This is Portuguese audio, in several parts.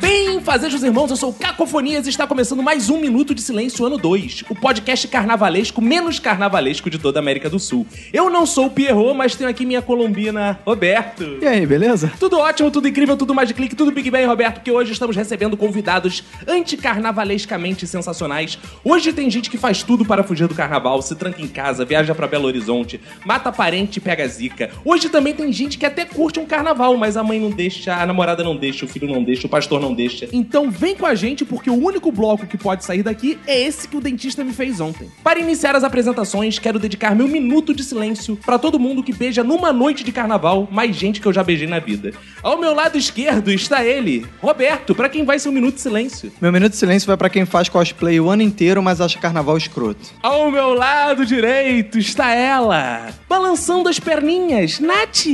Bem, fazejos irmãos, eu sou o Cacofonias e está começando mais um Minuto de Silêncio Ano 2, o podcast carnavalesco menos carnavalesco de toda a América do Sul. Eu não sou o Pierrot, mas tenho aqui minha colombina, Roberto. E aí, beleza? Tudo ótimo, tudo incrível, tudo mais de clique, tudo Big Bang, Roberto, porque hoje estamos recebendo convidados anticarnavalescamente sensacionais. Hoje tem gente que faz tudo para fugir do carnaval, se tranca em casa, viaja pra Belo Horizonte, mata parente e pega zica. Hoje também tem gente que até curte um carnaval, mas a mãe não deixa, a namorada não deixa, o filho não deixa, o pastor não deixa. Então vem com a gente, porque o único bloco que pode sair daqui é esse que o dentista me fez ontem. Para iniciar as apresentações, quero dedicar meu minuto de silêncio para todo mundo que beija numa noite de carnaval mais gente que eu já beijei na vida. Ao meu lado esquerdo está ele, Roberto, para quem vai ser um minuto de silêncio. Meu minuto de silêncio vai pra quem faz cosplay o ano inteiro, mas acha carnaval escroto. Ao meu lado direito está ela, balançando as perninhas, Nath.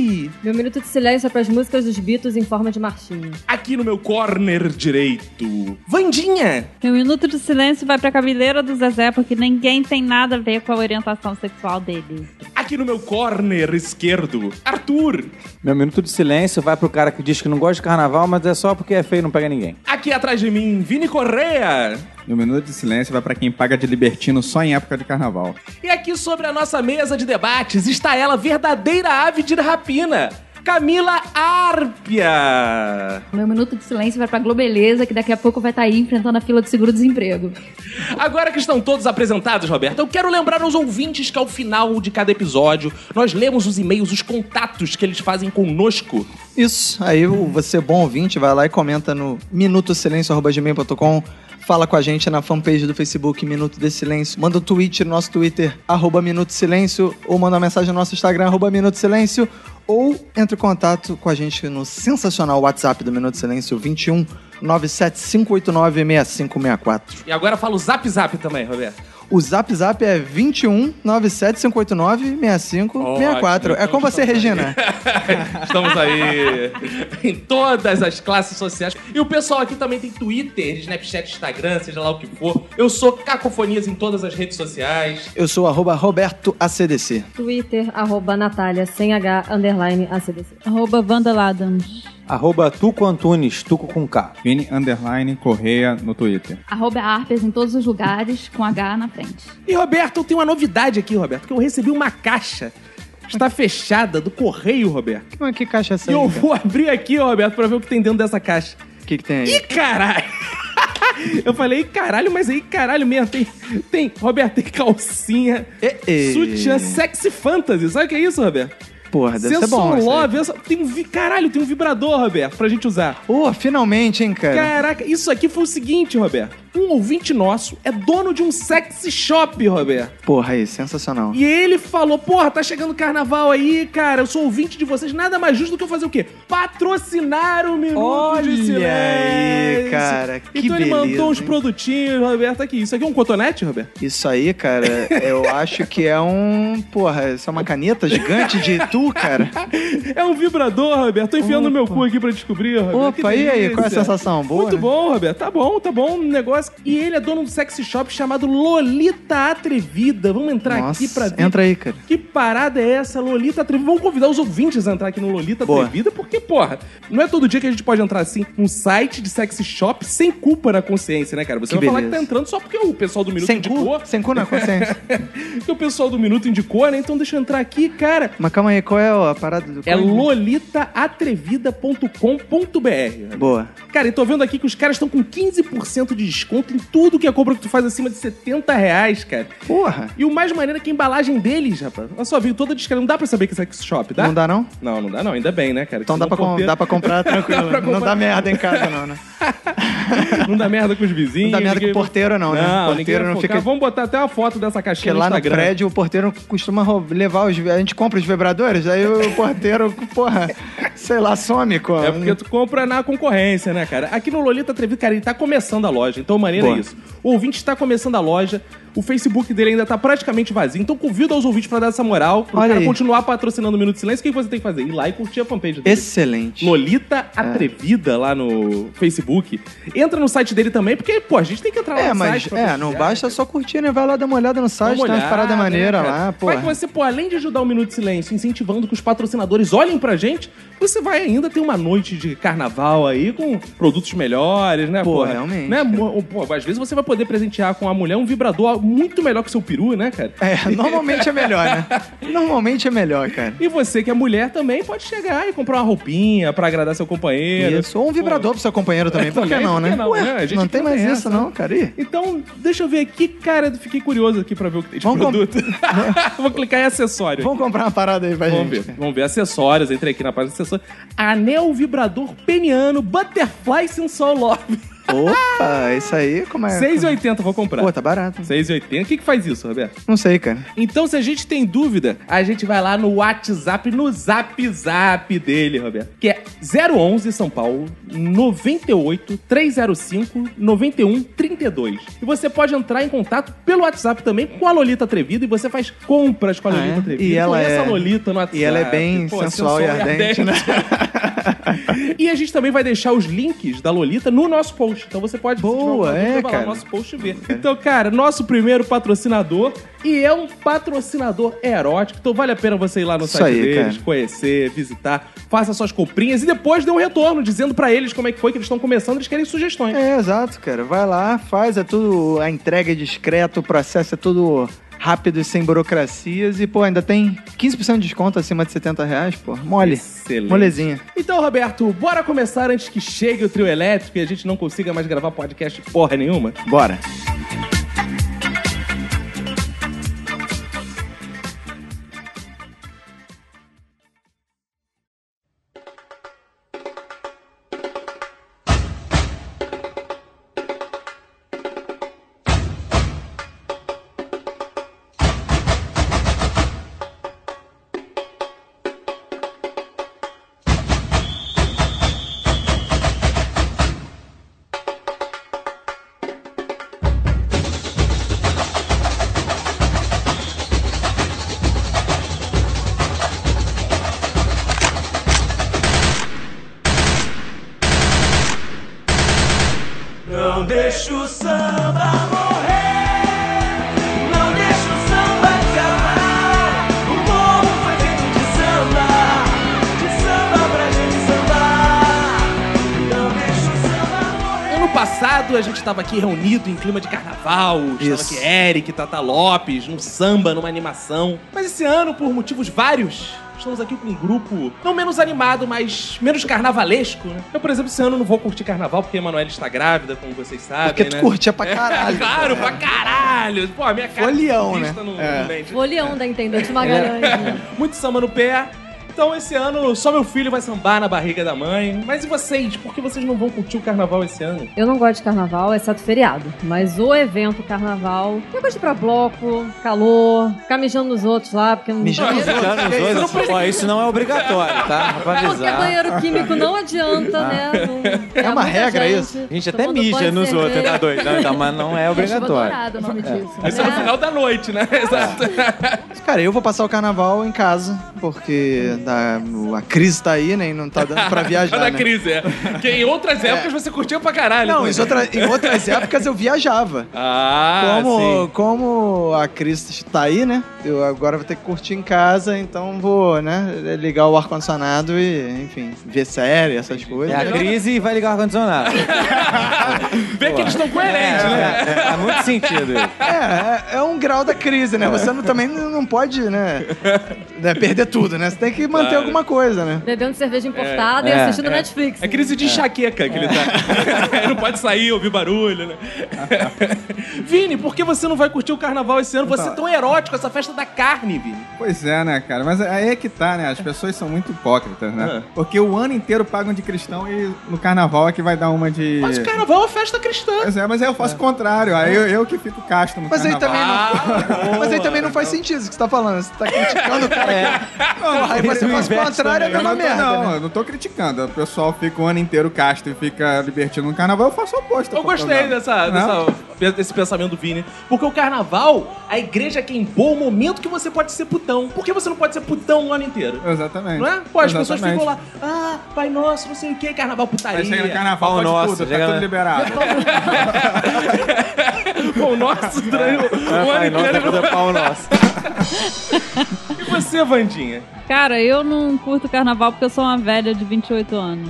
Meu minuto de silêncio é para as músicas dos Beatles em forma de marchinha. Aqui no meu corner direito, Vandinha. Meu minuto de silêncio vai pra cabeleira do Zezé, porque ninguém tem nada a ver com a orientação sexual dele. Aqui no meu corner esquerdo, Arthur. Meu minuto de silêncio vai pro cara que diz que não gosta de carnaval, mas é só porque é feio e não pega ninguém. Aqui atrás de mim, Vini Correa. Meu minuto de silêncio vai pra quem paga de libertino só em época de carnaval. E aqui sobre a nossa mesa de debates está ela, verdadeira ave de rapina, Camila Árpia. Meu minuto de silêncio vai pra Globeleza, que daqui a pouco vai estar aí enfrentando a fila do seguro-desemprego. Agora que estão todos apresentados, Roberto, eu quero lembrar aos ouvintes que ao final de cada episódio nós lemos os e-mails, os contatos que eles fazem conosco. Isso. Aí o- você, é bom ouvinte, vai lá e comenta no minutosilêncio.com. Fala com a gente na fanpage do Facebook Minuto de Silêncio. Manda um tweet no nosso Twitter, arroba Minuto Silêncio. Ou manda uma mensagem no nosso Instagram, arroba Minuto Silêncio. Ou entre em contato com a gente no sensacional WhatsApp do Minuto Silêncio, 21 97589 6564. E agora fala o zap zap também, Roberto. O Zap Zap é 21 97 589 6564. Ótimo, É com então você, estamos aí. Regina. Estamos aí em todas as classes sociais. E o pessoal aqui também tem Twitter, Snapchat, Instagram, seja lá o que for. Eu sou Cacofonias em todas as redes sociais. Eu sou arroba Roberto ACDC. Twitter, arroba Natália, sem H, underline, ACDC. Arroba Vandaladams. Arroba Tuco Antunes, Tuco com K. Vini Underline Correia no Twitter. Arroba Arpes em todos os lugares, com H na frente. E, Roberto, eu tenho uma novidade aqui, Roberto, que eu recebi uma caixa. Está fechada do correio, Roberto. Mas que caixa é essa E eu aí? vou abrir aqui, Roberto, pra ver o que tem dentro dessa caixa. O que, que tem Ih, aí? caralho! Eu falei, "Ih, caralho, mas aí, caralho mesmo, tem, tem, Roberto, tem calcinha, E- e- sutiã sexy fantasy, sabe o que é isso, Roberto? Porra, deve ser bom. Sensual isso aí. Love, essa- tem um, vi- caralho, tem um vibrador, Roberto, pra gente usar. Pô, finalmente, hein, cara? Caraca, isso aqui foi o seguinte, Roberto. Um ouvinte nosso é dono de um sexy shop, Roberto. Porra, aí, sensacional. E ele falou: Porra, tá chegando carnaval aí, cara. Eu sou ouvinte de vocês. Nada mais justo do que eu fazer o quê? Patrocinar o Minuto Olha de aí, Silêncio. cara, que Então ele beleza, mandou uns hein? produtinhos, Roberto, aqui. Isso aqui é um cotonete, Roberto? Isso aí, cara, eu acho que é um. Porra, isso é uma caneta gigante de tu, cara. É um vibrador, Roberto. Tô enfiando no meu cu aqui pra descobrir, Roberto. Que Opa, e aí? delícia. Qual é a sensação? Boa? Muito né? bom, Roberto. Tá bom, tá bom o negócio. E ele é dono de um sex shop chamado Lolita Atrevida. Vamos entrar Nossa, tá aqui pra ver. Um Entra aí, cara. Que parada é essa, Lolita Atrevida? Vamos convidar os ouvintes a entrar aqui no Lolita Boa. Atrevida, porque, porra, não é todo dia que a gente pode entrar assim num site de sex shop sem culpa na consciência, né, cara? Você Que vai falar que beleza. tá entrando só porque o pessoal do Minuto Sem indicou. cu? Sem cu na consciência. Porque o pessoal do Minuto indicou, né? Então deixa eu entrar aqui, cara. Mas calma aí, qual é a parada do. É lolitaatrevida.com.br. Boa. Cara, e tô vendo aqui que os caras estão com 15% de desconto em tudo que é compra que tu faz acima de 70 reais, cara. Porra. E o mais maneiro é que a embalagem deles, rapaz. Olha só, veio toda descarga. Não dá pra saber que isso é sex shop, dá? Não dá, não? Não, não dá não. Ainda bem, né, cara? Então Que dá senão pra, com- poder- dá pra comprar tranquilo. Dá pra Não comprar. dá merda em casa, não, né? não dá merda com os vizinhos. Não dá merda com o porteiro, não, né? O Não, porteiro ninguém não vai focar. fica- Vamos botar até uma foto dessa Porque caixinha no lá no Instagram. prédio o porteiro costuma rou- levar os. A gente compra os vibradores, aí o porteiro, porra, sei lá, some com. É porque tu compra na concorrência, né, cara? Aqui no Lolita Treviso, cara, ele tá começando a loja. Então, maneira Boa. é isso. O ouvinte está começando a loja, o Facebook dele ainda tá praticamente vazio. Então, convida os ouvintes pra dar essa moral, pro Olha cara aí. continuar patrocinando o Minuto de Silêncio. O que você tem que fazer? Ir lá e curtir a fanpage dele. Excelente. É. Lolita Atrevida lá no Facebook. Entra no site dele também, porque, pô, a gente tem que entrar lá É, no mas site. pra é, prestigiar, não cara. basta só curtir, né? Vai lá dar uma olhada no Dá site, uma tem tá umas olhada, paradas né, maneiras cara? lá, Vai que porra. você, pô, além de ajudar o Minuto de Silêncio, incentivando que os patrocinadores olhem pra gente, você vai ainda ter uma noite de carnaval aí com produtos melhores, né, Pô, porra? realmente, Né? mo- Pô, às vezes você vai poder presentear com a mulher um vibrador muito melhor que o seu peru, né, cara? É, normalmente é melhor, né? Normalmente é melhor, cara. E você que é mulher também pode chegar e comprar uma roupinha pra agradar seu companheiro. Isso. Ou um vibrador pro seu companheiro também, por que Também, não, por que né? não, Ué, né? A gente não tem fica mais nessa, isso, não, cara. Ih. Então, deixa eu ver aqui, cara, eu fiquei curioso aqui pra ver o que tem de Vamos com- produto. Vou clicar em acessório. Vamos comprar uma parada aí pra Vamos gente. ver, cara. vamos ver acessórios. Entrei aqui na página de acessórios. Anel vibrador peniano Butterfly Sensor Love. Opa, isso aí, como é? 6,80 vou comprar. Pô, tá barato. 6,80. O que, que faz isso, Roberto? Não sei, cara. Então, se a gente tem dúvida, a gente vai lá no WhatsApp, no Zap Zap dele, Roberto. Que é 011 São Paulo, 98 305 91 32. um, E você pode entrar em contato pelo WhatsApp também com a Lolita Atrevida e você faz compras com a Ah, Lolita é? Atrevida. E ela Conheça é- a Lolita no WhatsApp. E Ah, ela é bem Pô, sensual e ardente, né? E a gente também vai deixar os links da Lolita no nosso post. Então você pode se tiver Boa, alguma dúvida, é, vai lá cara. no nosso post e ver. Então, cara, nosso primeiro patrocinador e é um patrocinador erótico. Então vale a pena você ir lá no Isso site aí, deles, cara. conhecer, visitar, faça suas comprinhas e depois dê um retorno dizendo pra eles como é que foi que eles estão começando, eles querem sugestões. É, exato, cara. Vai lá, faz, é tudo. A entrega é discreta, o processo é tudo rápido e sem burocracias. E, pô, ainda tem 15% de desconto acima de 70 reais, pô. Mole. Excelente. Molezinha. Tá Então, Roberto, bora começar antes que chegue o trio elétrico e a gente não consiga mais gravar podcast porra nenhuma? Bora. Ano passado a gente tava aqui reunido em clima de carnaval, estava Isso. aqui Eric, Tata Lopes, num samba, numa animação. Mas esse ano, por motivos vários, estamos aqui com um grupo não menos animado, mas menos carnavalesco, né? Eu, por exemplo, esse ano não vou curtir carnaval porque a Emanuela está grávida, como vocês sabem, Porque tu né? curtia É, pra caralho. claro, pra caralho! Pô, a minha cara tá Folião, de turista né? não, É. não mente. Folião da Intendente Magalhães. né? Muito samba no pé. Então esse ano só meu filho vai sambar na barriga da mãe. Mas e vocês? Por que vocês não vão curtir o carnaval esse ano? Eu não gosto de carnaval, exceto feriado. Mas o evento carnaval. Eu gosto de ir pra bloco, calor, ficar mijando nos outros lá, porque não. Mijando nos outros? Cara, os dois- ó, isso não é obrigatório, tá? Pra Porque avisar. banheiro químico não adianta, né? Não- É uma muita regra gente, isso? A gente até tomando banho é mija de nos outros, é cerveja. tá doido? Não, então, mas não é Chuva obrigatório. dourada o nome disso. Isso é no É. final da noite, né? Exato. Cara, eu vou passar o carnaval em casa, porque da- a crise tá aí, né? E não tá dando pra viajar. Cada né? crise, é. Que em outras épocas você curtia pra caralho. Não, né? em, outra- em outras épocas eu viajava. Ah, como, sim. como a Cris tá aí, né? Eu agora vou ter que curtir em casa, então vou, né? Ligar o ar-condicionado e, enfim, ver série, essas É coisas. né? a crise e vai ligar o ar-condicionado. Vê que eles estão coerentes, né? É, Faz muito sentido isso. É, é, é um grau da crise, né? Você não- também não não pode, né? né, Perder tudo, né? Você tem que manter Claro. alguma coisa, né? Bebendo cerveja importada e É, assistindo Netflix. É crise de enxaqueca que ele É. tá. não pode sair, ouvir barulho, né? Vini, por que você não vai curtir o carnaval esse ano? Você Então, é tão erótico, essa festa da carne, Vini. Pois é, né, cara? Mas aí é que tá, né? As pessoas são muito hipócritas, né? Ah. Porque o ano inteiro pagam de cristão e no carnaval é que vai dar uma de. Mas o carnaval é uma festa cristã. Pois é, mas aí eu faço o contrário. Aí É. eu, eu que fico casto no Mas aí carnaval. também Ah, não. Mas aí também não faz sentido isso que você tá falando. Você tá criticando o cara que. aí você do faz o inverso contrário, é a Eu mesma não, tô, merda. não, né? eu não tô criticando. O pessoal fica o ano inteiro casto e fica libertino no carnaval, eu faço o oposto. Eu gostei dessa, Não? dessa- desse pensamento do Vini. Porque o carnaval, a igreja quer impor o momento que você pode ser putão. Por que você não pode ser putão o ano inteiro? Exatamente. Não é? Pô, as pessoas Exatamente. ficam lá, ah, pai nosso, não sei o que, carnaval putaria. Aí chega no carnaval, pode nosso, tudo, chega tá tudo É lá. liberado. um Pão nosso, o É. Ah, ano pai nosso, inteiro. é pau nosso. E você, Vandinha? Cara, eu não curto carnaval porque eu sou uma velha de 28 anos.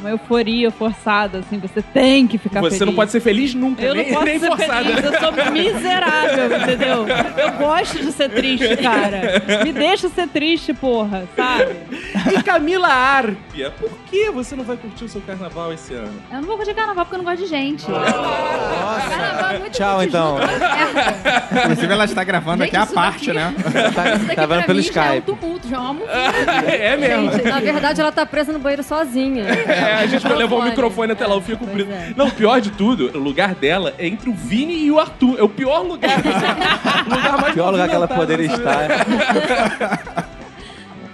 Uma euforia forçada, assim, você tem que ficar Você Tá feliz. não pode ser feliz nunca, Eu não nem, posso nem ser forçada. né? feliz, eu sou miserável, entendeu? Eu gosto de ser triste, cara. Me deixa ser triste, porra, sabe? E Camila Arpia, por que você não vai curtir o seu carnaval esse ano? Eu não vou curtir carnaval porque eu não gosto de gente. Carnaval é muito Tchau, então. né? Inclusive, ela está gravando aqui a parte, né? Tá, tá vendo pelo Já é um Skype. tumulto, já é uma mudança. É mesmo. Gente, na verdade, ela tá presa no banheiro sozinha. É, a gente vai levar o microfone até lá, eu fico Pois preso. é. Não, o pior de tudo, o lugar dela é entre o Vini e o Arthur. É o pior lugar. o um lugar mais né? Pior lugar que ela movimentado, poderia sabe? é estar.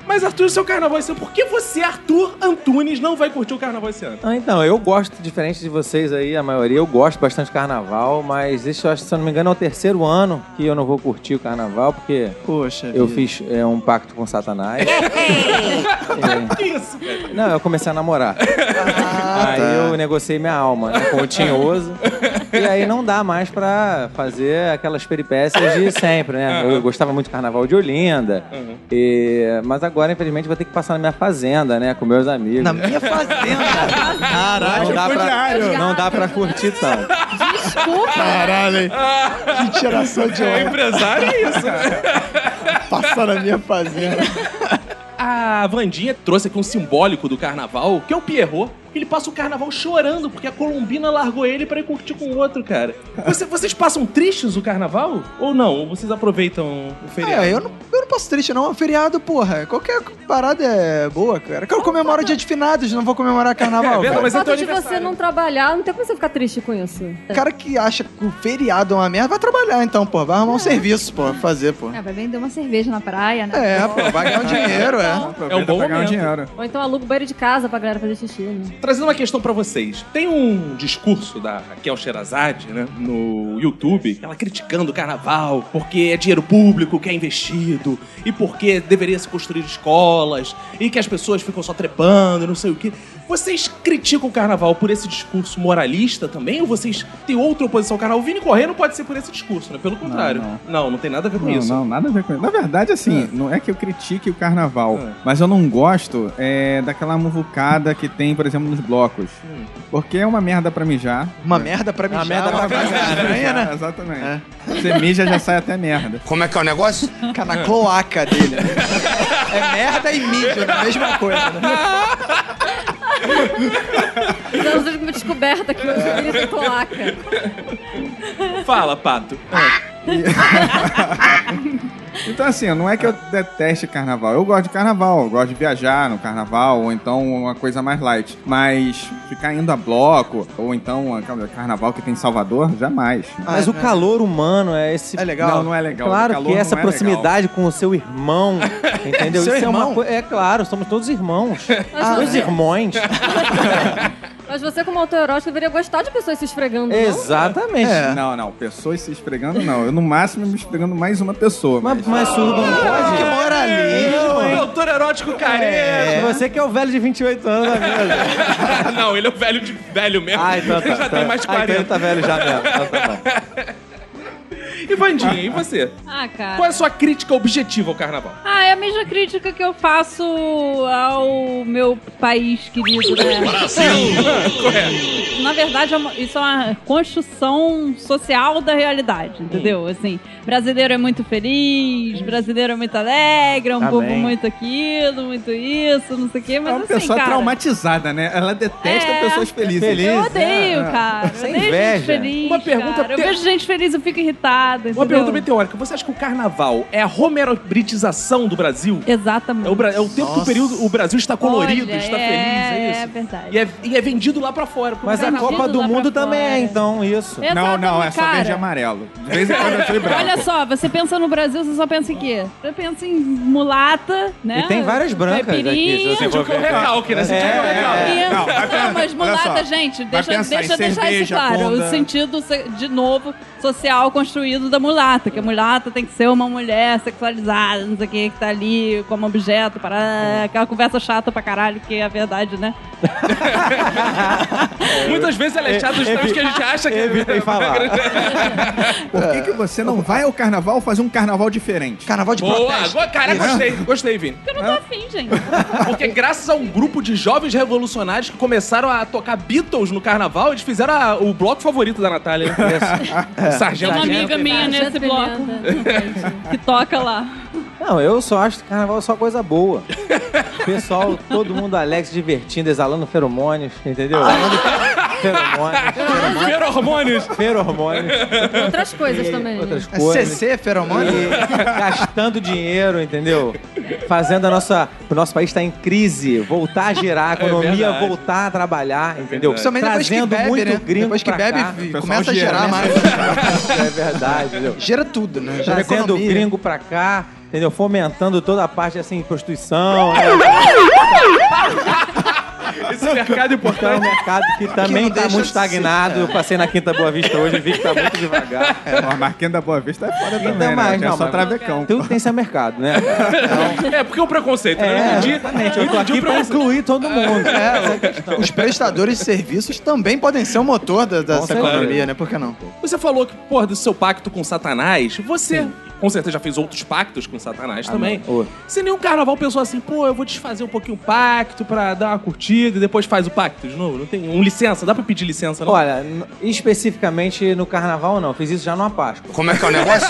Mas Arthur, o seu carnaval esse ano, por que você, Arthur Antunes, não vai curtir o carnaval esse ano? Ah, então, eu gosto, diferente de vocês aí, a maioria, eu gosto bastante de carnaval, mas esse, eu acho, se eu não me engano, é o terceiro ano que eu não vou curtir o carnaval, porque Poxa. eu vida. fiz é, um pacto com Satanás. Que isso, cara? É, não, eu comecei a namorar. Ah. aí eu negociei minha alma né, com o Tinhoso. e aí não dá mais pra fazer aquelas peripécias de sempre, né? Eu gostava muito do carnaval de Olinda. e- mas agora, infelizmente, vou ter que passar na minha fazenda, né? Com meus amigos. Na minha fazenda. Caralho, não dá, foi pra, diário. não dá pra curtir tanto. Caralho, hein? Que tiração de Ah, É onda. empresário, é isso. Passar na minha fazenda. A Vandinha trouxe aqui um simbólico do carnaval, que é o Pierrot. Ele passa o carnaval chorando, porque a Colombina largou ele pra ir curtir com o outro, cara. Você- vocês passam tristes o carnaval? Ou não? Ou vocês aproveitam o feriado? É, eu não, eu não passo triste, não. É feriado, porra. Qualquer parada é boa, cara. Eu comemoro o dia de finados, não vou comemorar carnaval. verdade, cara. mas O é teu fato de você aniversário. não trabalhar, não tem como você ficar triste com isso. O cara que acha que o feriado é uma merda, vai trabalhar então, pô. Vai arrumar um serviço, pô. Fazer, pô. É, vai vender uma cerveja na praia, né? É, pô. Vai ganhar um dinheiro, é. É um bom pagar um momento. dinheiro. Ou então aluga o banheiro de casa pra galera fazer xixi. Né? Trazendo uma questão pra vocês. Tem um discurso da Raquel Sherazade, né, no YouTube, ela criticando o carnaval, porque é dinheiro público que é investido, e porque deveria se construir escolas, e que as pessoas ficam só trepando, não sei o quê. Vocês criticam o carnaval por esse discurso moralista também? Ou vocês têm outra oposição ao carnaval? O Vini Correia não pode ser por esse discurso, né? Pelo contrário. Não, não. não, tem nada a ver com Não, isso. não, nada a ver com isso. Na verdade, assim, não é que eu critique o carnaval, É. mas eu não gosto é, daquela muvucada que tem, por exemplo, nos blocos. Hum. Porque é uma merda pra mijar. Uma merda pra mijar. Uma merda pra estranha, né? Exatamente. É. Você mija, já sai até merda. Como é que é o negócio? Fica na cloaca dele. né? É merda e mídia, é a mesma coisa, né? Precisamos de uma Então, descoberta aqui hoje, Vini tem cloaca. Fala, Pato. Então, assim, não é que eu deteste carnaval. Eu gosto de carnaval, eu gosto de viajar no carnaval, ou então uma coisa mais light. Mas ficar indo a bloco, ou então aquele carnaval que tem em Salvador, jamais. Mas o calor humano é esse. É legal? Não, não é legal. O Claro calor que essa não é proximidade com o seu irmão, entendeu? Seu Isso é irmão? uma coisa. É claro, somos todos irmãos. Os irmãos. Mas você, como autoerótico, deveria gostar de pessoas se esfregando, não? Exatamente. É. Não, não, pessoas se esfregando, não. Eu, no máximo, me esfregando mais uma pessoa. Mas, Mas, mas suruba não Que Ah, pode. moralismo, hein? Doutor erótico careiro. É. Você que é o velho de 28 anos da mesa. não, ele é o velho de velho mesmo. Ah, então tá. Já tá. tem mais Ah, então 40. ele tá velho já mesmo. Então tá bom. Ivandinha, e você? Ah, cara. Qual é a sua crítica objetiva ao carnaval? Ah, é a mesma crítica que eu faço ao meu país querido, né? Correto. Na verdade, é uma- isso é uma construção social da realidade, entendeu? Assim, brasileiro é muito feliz, brasileiro é muito alegre, é um Amém. povo muito aquilo, muito isso, não sei o quê, mas Tá É uma assim, pessoa cara... traumatizada, né? Ela detesta É. né? pessoas felizes. é, Eu odeio, cara. Sem eu odeio inveja. gente feliz, Uma pergunta cara. Eu te- vejo gente feliz, eu fico irritada, Uma entendeu? pergunta bem teórica. Você acha que o carnaval é a homerobritização do Brasil? Exatamente. É o, Bra- é o tempo que o, Nossa. período, o Brasil está colorido, Olha, está é, feliz, é É isso? verdade. E é, e é vendido lá pra fora. pro Mas a carnaval. Copa do Mundo também é, então, isso. Não, não, é só Exatamente, verde e cara. amarelo. De vez em quando eu sou branco. Olha só, você pensa no Brasil, você só pensa em quê? Você pensa em mulata, né? E tem Ah, várias brancas Caipirinha. aqui, se você for Sentiu que é um ver. recalque, né? Sentiu É, que é um recalque. é, é. Não, mas olha mulata, só. gente, Vai deixa, pensar em deixa eu deixar isso cerveja, claro. conga. O sentido, se- de novo, social construído da mulata, que a mulata tem que ser uma mulher sexualizada, não sei o que, que tá ali como objeto, para aquela conversa chata pra caralho, que é a verdade, né? Muitas vezes ela é chata dos termos que a gente acha que Evitei falar. Por que, que você não vai ao carnaval fazer um carnaval diferente? Carnaval de Boa! Agora, cara, gostei, gostei, Vini. Porque eu não tô afim, gente. Porque graças a um grupo de jovens revolucionários que começaram a tocar Beatles no carnaval, eles fizeram a- o bloco favorito da Natália. né? Tem Sargento uma Pimenta. amiga minha nesse bloco que toca lá. Tipo, Não, eu só acho que carnaval é só coisa boa. Pessoal, todo mundo alegre, se divertindo, exalando feromônios, entendeu? Exalando feromônios, Feromônios. feromônios, Outras coisas também. né? outras É coisas. CC, feromônio? E gastando dinheiro, entendeu? Fazendo a nossa, o nosso país estar em crise, voltar a girar a É economia, verdade. voltar a trabalhar, entendeu? Principalmente depois que Trazendo bebe, muito né? gringo Depois que pra bebe, cá. vi- pessoal começa a gera, gerar né? mais. É verdade, entendeu? Gera tudo, né? Gera Trazendo o economia. gringo pra cá, entendeu? Fomentando toda a parte assim, prostituição, né? Esse mercado Então é um importante. mercado que Que também não está deixa muito de ser, estagnado. Eu passei na Quinta Boa Vista hoje e vi que tá muito devagar. É, a Marquinha da Boa Vista é foda Ainda também, mais, né? não, é só mas- Então, travecão. Tudo tem seu mercado, né? É, porque o preconceito, né? Eu É, entendi- exatamente. Eu tô aqui pra incluir todo mundo. Essa é a questão. Os prestadores de serviços também podem ser o motor da- dessa certeza. economia, né? Por que não? Você falou que, porra, do seu pacto com Satanás, você com certeza já fez outros pactos com Ah, Satanás também. Ô, Se nenhum carnaval pensou assim, pô, eu vou desfazer um pouquinho o pacto pra dar uma curtida e depois faz o pacto de novo. Não tem um licença, dá pra pedir licença, não? Olha, n- especificamente no carnaval, não. Fiz isso já numa Páscoa. Como é que é o negócio?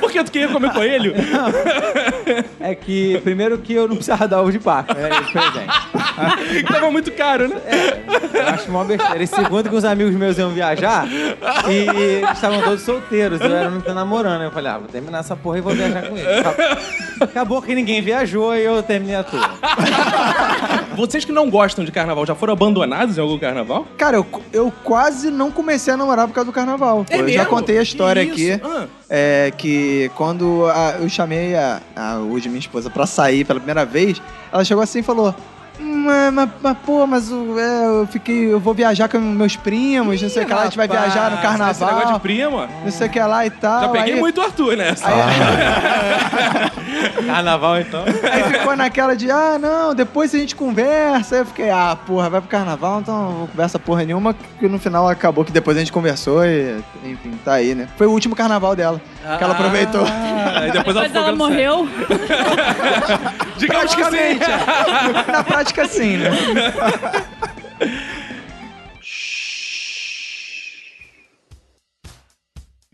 Por que tu queria comer coelho? É que, primeiro, que eu não precisava dar ovo de Páscoa, né? de presente. Que Tava muito caro, né? Eu acho uma besteira. E segundo, que uns amigos meus iam viajar e eles estavam todos solteiros. Eu era o único namorando. Eu falei, ah, vou terminar essa porra e vou viajar com eles. Acabou que ninguém viajou e eu terminei a turma. É. Vocês que não gostam de carnaval já foram abandonados em algum carnaval? Cara, eu, eu quase não comecei a namorar por causa do carnaval. É eu já mesmo? contei a história Que aqui. isso? Ah. É que quando a- eu chamei a, a hoje minha esposa pra sair pela primeira vez, ela chegou assim e falou: "Hum, é, mas, mas, pô, mas o- é, eu fiquei. Eu vou viajar com meus primos, não sei o que lá, a gente vai rapaz, viajar no Esse negócio de carnaval, prima. não sei o que lá e tal. Já peguei aí, muito Arthur nessa. Carnaval, então. Aí ficou naquela de, ah, não, depois a gente conversa. Aí eu fiquei, ah, porra, vai pro carnaval, então não conversa porra nenhuma. Que no final acabou que depois a gente conversou e, enfim, tá aí, né? Foi o último carnaval dela, que ela aproveitou. Ah, e Ah. depois ela, Depois ela afogando morreu. o sangue. Digamos que sim. é. Na prática, sim, né?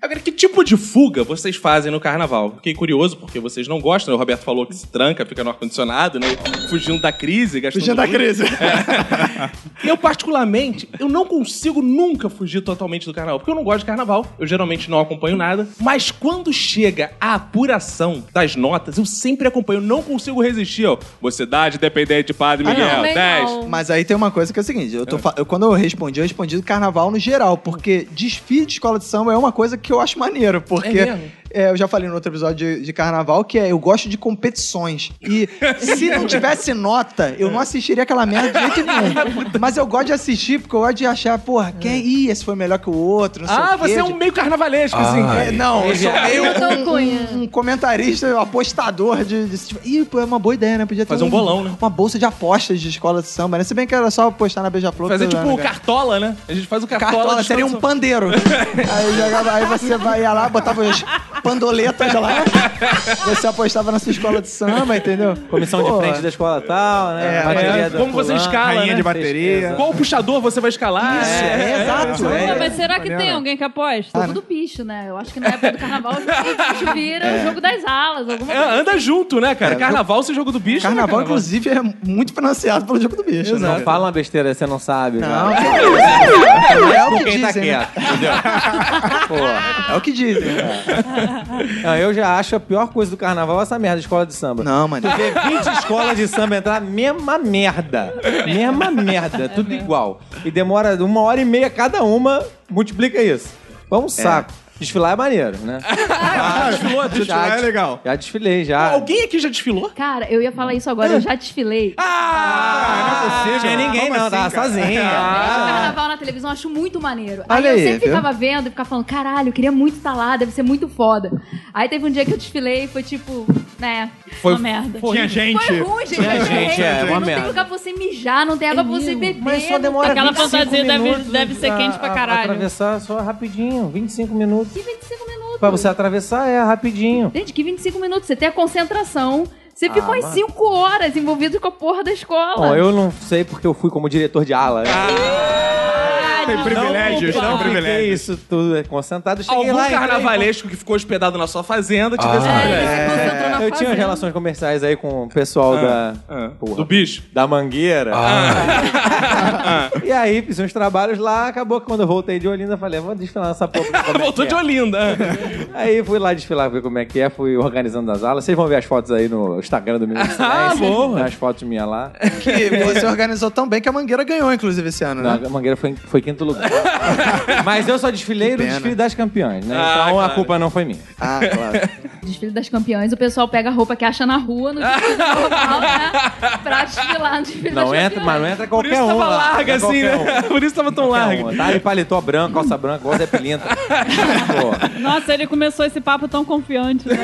Agora, que tipo de fuga vocês fazem no carnaval? Fiquei curioso, porque vocês não gostam. né? O Roberto falou que se tranca, fica no ar-condicionado, né? Fugindo da crise, gastando Fugindo da muito. crise. Eu, particularmente, eu não consigo nunca fugir totalmente do carnaval, porque eu não gosto de carnaval, eu geralmente não acompanho nada. Mas quando chega a apuração das notas, eu sempre acompanho, eu não consigo resistir, ó. Mocidade dependente, Padre Ah, não. Miguel, Também 10. não. Mas aí tem uma coisa que é o seguinte, eu tô fa- eu- quando eu respondi, eu respondi do carnaval no geral, porque desfile de escola de samba é uma coisa que eu acho maneiro, porque É mesmo? É, eu já falei no outro episódio de, de carnaval que é eu gosto de competições. E se não tivesse nota, eu não assistiria aquela merda de jeito É nenhum. Mas eu gosto de assistir porque eu gosto de achar, porra, quem ih, esse foi melhor que o outro, não sei Ah, o quê. você é um meio carnavalesco, assim. É, não, eu sou meio Então, um, Cunha. um- um comentarista, um apostador de, de- tipo, Ih, pô, é uma boa ideia, né? Podia ter Fazer um bolão, né? Uma bolsa de apostas de escola de samba, né? Se bem que era só apostar na Beija-Flor. Fazer que eu tipo já- o cartola, né? A gente faz o cartola. Cartola, de seria um produção. pandeiro. aí, jogava- aí você vai ia lá, botava as pandoletas lá. Você apostava na sua escola de samba, entendeu? Comissão de Pô, frente da escola tal, né? É, Bateria do Como você fulano. escala, Rainha né? de bateria. Qual puxador você vai escalar? Isso, é, exato. Pô, é. mas será que maneiro. tem alguém que aposta? Ah, né? Tudo bicho, né? Eu acho que na época do carnaval a gente vira o jogo das alas, alguma É, coisa. anda junto, né, É, cara? Carnaval, seu jogo do bicho. né, Carnaval, inclusive, é muito financiado pelo Jogo do Bicho. Não Né? fala uma besteira, você não sabe. Não, cara. é o Por que quem tá dizem, né? quieto, entendeu? Pô. É o que dizem. Não, Ah, eu já acho a pior coisa do carnaval é essa merda de escola de samba. Não, mano. Tu vê 20 escolas de samba entrar, mesma merda. Mesma merda, é tudo igual. E demora uma hora e meia cada uma, multiplica isso. É um saco. Desfilar é maneiro, né? Ah, desfilou, já- é legal. Já desfilei, já. Alguém aqui já desfilou? Cara, eu ia falar isso agora, eu já desfilei. é Ah! Ah, não tinha ninguém, Como não, assim, tava cara? sozinha. Vejo Ah! carnaval Ah, na televisão, eu acho muito maneiro. Aí, Olha eu aí, sempre viu? ficava vendo e ficava falando, caralho, eu queria muito estar lá, deve ser muito foda. Aí teve um dia que eu desfilei e foi tipo, né, Foi- uma merda. Tinha gente. Foi ruim, gente. eu gente, errei. é, uma não merda. tem lugar pra você mijar, não tem É água pra você beber. Mas só demora Aquela 25 fantasia deve- minutos deve ser a- quente pra a- caralho. Atravessar só rapidinho, 25 minutos. Que 25 minutos. Pra você atravessar é rapidinho. Gente, que 25 minutos. Você tem a concentração. Você Ah, ficou mas- umas 5 horas envolvido com a porra da escola. Bom, eu não sei porque eu fui como diretor de ala. Ah, Ah, Tem é privilégios, não tem fiquei privilégios. isso tudo é concentrado. Cheguei um Algum lá Ah, e- carnavalesco que ficou hospedado na sua fazenda te deu É, essa ideia. ele se concentrou na Eu tinha fazenda. relações comerciais aí com o pessoal da... Ah, Porra. Do bicho. Da mangueira. Ah. e aí, fiz uns trabalhos lá. Acabou que quando eu voltei de Olinda, eu falei, vou desfilar essa porra. pra ver como é Voltou que de é. Olinda. Aí fui lá desfilar, ver como é que é, fui organizando as alas. Vocês vão ver as fotos aí no Instagram do Minuto de Ah, Silêncio. boa. As fotos minhas lá. Que você organizou tão bem que a Mangueira ganhou, inclusive, esse ano, né? Não, a Mangueira foi, foi quinto lugar. Mas eu só desfilei no pena. desfile das campeãs, né? Ah, então claro. a culpa não foi minha. Ah, claro. Desfile das campeãs, o pessoal pega a roupa que acha na rua, no desfile normal, né? Pra desfilar no desfile Não das entra, campeãs. mas não entra Por qualquer isso um tava lá. larga, Não é assim, né? qualquer um. Por isso tava tão Qualquer larga. um. Tá de paletó branco, calça branca, igual Zé Pilintra. Pô, Nossa, ele começou esse papo tão confiante, né?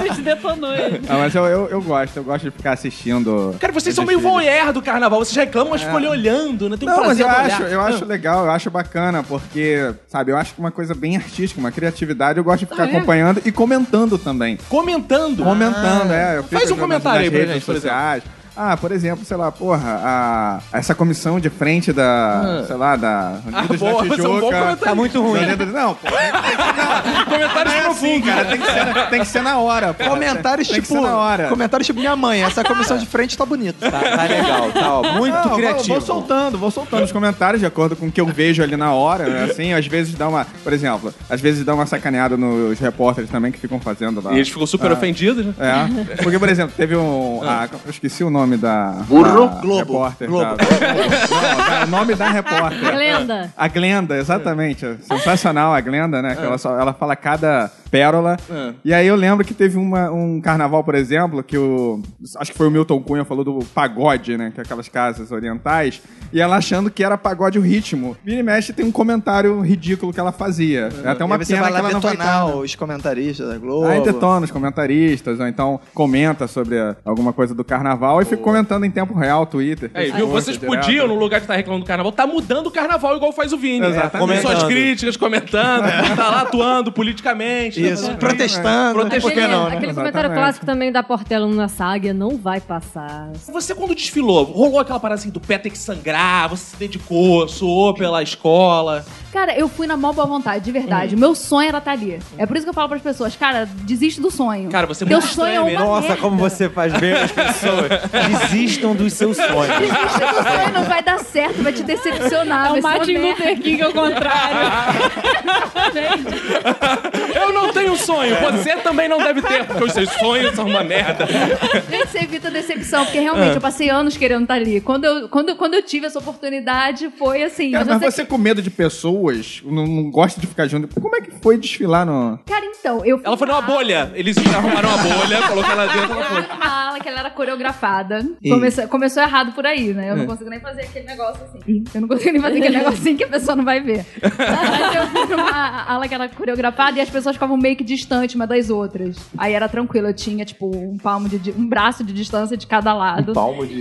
A gente detonou ele. Ah, mas eu, eu, eu gosto, eu gosto de ficar assistindo. Cara, vocês são meio voyeur do carnaval. Vocês reclamam, mas ficam ali olhando, né? Tem um É. Não, mas prazer Ah. eu no olhar. acho, eu acho legal, eu acho bacana, porque, sabe, eu acho que uma coisa bem artística, uma criatividade, eu gosto de ficar Ah, é? acompanhando e comentando também. Comentando. Comentando, é. Eu fico Faz um nas- comentário nas aí pra redes gente, por exemplo. sociais. Ah, por exemplo, sei lá, porra, a- essa comissão de frente da, sei lá, da Ah, Unidos boa, da você é um bom Tijuca. comentário. tá muito ruim. Não, pô, Comentários é assim, profundos. cara, tem que ser, tem que ser na hora, pô. Comentários Tem que tipo. ser na hora. Comentários tipo minha mãe. Essa comissão de frente tá bonita. Tá, tá legal, tá ó, muito Não, vou- criativo. Vou, soltando, vou soltando os comentários de acordo com o que eu vejo ali na hora. né? Assim, às vezes dá uma. Por exemplo, às vezes dá uma sacaneada nos repórteres também que ficam fazendo lá. E eles ficam Ah. super ofendidos, né? É. Porque, por exemplo, teve um. ah, eu esqueci o nome da. Burro? Globo. Repórter, Globo. da- não, da- o nome da repórter. Glenda. A Glenda, exatamente. É. Sensacional a Glenda, né? Que ela, só, ela fala cada pérola. É. E aí eu lembro que teve uma- um carnaval, por exemplo, que o. Acho que foi o Milton Cunha falou do pagode, né? Que é aquelas casas orientais. E ela achando que era pagode o ritmo. Vira e mexe tem um comentário ridículo que ela fazia. É até uma e aí você pena vai que lá ela não vai detonar estar, né? os comentaristas da Globo. Aí detona os comentaristas, ou então comenta sobre a- alguma coisa do carnaval e fica comentando em tempo real, Twitter. Aí, É, viu? Facebook, Vocês direto. podiam, no lugar de estar reclamando do carnaval, tá mudando o carnaval igual faz o Vini. Exatamente. Com suas Comentando. críticas, comentando, É. tá lá atuando politicamente. né? Isso, protestando. Protestando. Por que não, né? Aquele comentário Exatamente. clássico também da Portela na saga não vai passar. Você, quando desfilou, rolou aquela parada assim do pé ter que sangrar, você se dedicou, suou pela escola. Cara, eu fui na mó boa vontade, de verdade. O meu sonho era estar ali. É por isso que eu falo pras pessoas, cara, desiste do sonho. Cara, você é Teu muito sonho é estranho uma mesmo. Nossa, merda. como você faz bem as pessoas. Desistam dos seus sonhos. Desiste do sonho, não vai dar certo, vai te decepcionar. É vai o ser uma Martin merda. Luther King ao contrário. Eu não não tenho sonho. É. Você também não deve ter, porque os seus sonhos são uma merda. Gente, você evita decepção, porque realmente Ah. eu passei anos querendo estar ali. Quando eu, quando, quando eu tive essa oportunidade, foi assim. Cara, mas eu mas sei você com medo de pessoas, não, não gosta de ficar junto. Como é que foi desfilar no. que- Cara, então, eu fui Ela foi numa bolha. Eles arrumaram uma bolha, colocaram ela dentro. Ela foi. lá numa ala que ela era coreografada. Ih. Começou, começou errado por aí, né? Eu É. não consigo nem fazer aquele negócio assim. Ih, Eu não consigo nem fazer aquele negocinho que a pessoa não vai ver. Mas eu fui numa ala que era coreografada e as pessoas ficavam meio que distantes uma das outras. Aí era tranquilo, eu tinha, tipo, um palmo de. di- um braço de distância de cada lado. Palmo de.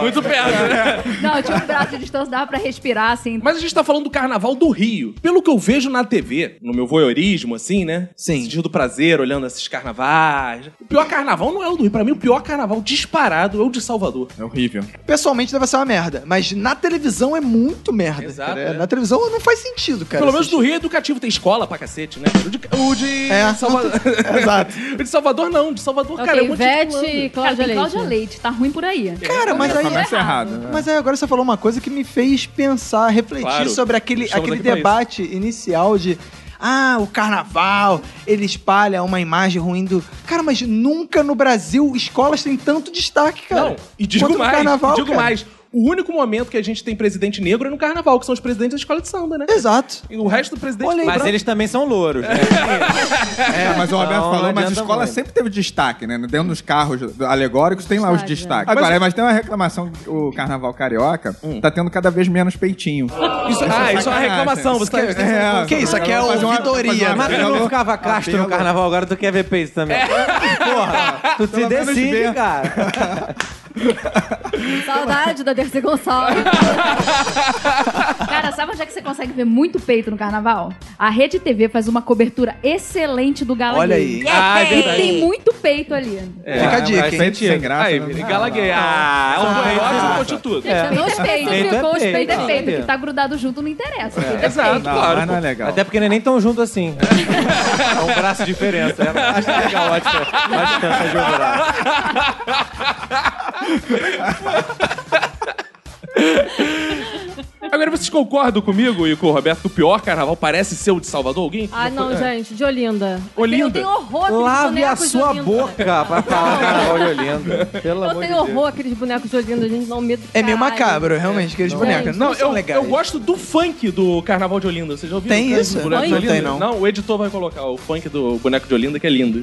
Muito perto, né? Não, eu tinha um braço de distância, dava pra respirar, assim. Mas a gente tá falando do carnaval do Rio. Pelo que eu vejo na TV, no meu voyeurismo, assim, né? Sim. Sentindo prazer, olhando esses carnavais. O pior carnaval não é o do Rio. Pra mim, o pior carnaval disparado é o de Salvador. É horrível. Pessoalmente deve ser uma merda, mas na televisão é muito merda. Exato, cara. é. Na televisão não faz sentido, cara. Pelo menos assistir. no Rio é educativo, tem escola pra cacete, né? O de, o de É. Salvador. Exato. o de Salvador não, o de Salvador, Ok, cara, é um monte de Ivete fulano. e Cara, Cláudia tem Leite. Cláudia Leite, tá ruim por aí. Cara, mas aí. é Começa errado. errado. né? Mas aí agora você falou uma coisa que me fez pensar, refletir Claro. sobre aquele, Estamos aquele aqui pra debate inicial de. Ah, o carnaval, ele espalha uma imagem ruim do. Cara, mas nunca no Brasil escolas têm tanto destaque, cara. Não, e digo Quanto no mais, carnaval, digo cara. mais. O único momento que a gente tem presidente negro é no carnaval, que são os presidentes da escola de samba, né? Exato. E o resto do presidente... Olha aí, Mas eles também são louros. né? É, mas o Roberto Não, não falou, mas a adianta escola muito. sempre teve destaque, né? Dentro dos carros alegóricos tem lá os Destaque, destaques. Agora, mas tem uma reclamação que o carnaval carioca tá tendo cada vez menos peitinho. Isso, ah, isso é uma reclamação, você tá... Isso que- é, que isso? Aqui é fazer uma- ouvidoria, fazer uma Mas tu apelo- não É. ficava Castro no apelo- carnaval, agora tu quer ver peito também. Porra, tu se Pelo menos decide, ver. cara. Saudade da Dercy Gonçalves. Cara, sabe onde é que você consegue ver muito peito no carnaval? A Rede TV faz uma cobertura excelente do Gala Olha Gay. aí. Ah, é E verdade. tem muito peito ali. É, Fica a dica, faz hein? Peito sem sentido. graça. Aí, né? Galaguei. Ah, é um boiótico constituto. É. Os peitos, Peito é ficou os peito, peitos não. é peito. que tá grudado junto não interessa. Peito é Exato, peito. Não, claro. mas não é legal. Até porque não é nem tão junto assim. É um braço de diferença. né? Eu Acho é legal a distância a distância geográfica. Agora, vocês concordam comigo e com o Roberto que o pior carnaval parece ser o de Salvador? Alguém? Ah, não, gente, de Olinda. Olinda. Eu tenho horror aqueles Lave a bonecos de sua Olinda. boca pra falar carnaval de Olinda. Pelo Eu amor de tenho Deus. horror aqueles bonecos de Olinda, a gente dá um medo do É meio caralho. macabro, realmente, aqueles bonecos. Gente, Não, Não, eu, são legais. eu gosto do funk do Carnaval de Olinda. Vocês já ouviram? Tem o funk isso? do boneco de Não Olinda? tem, não. Não, o editor vai colocar o funk do boneco de Olinda, que é lindo.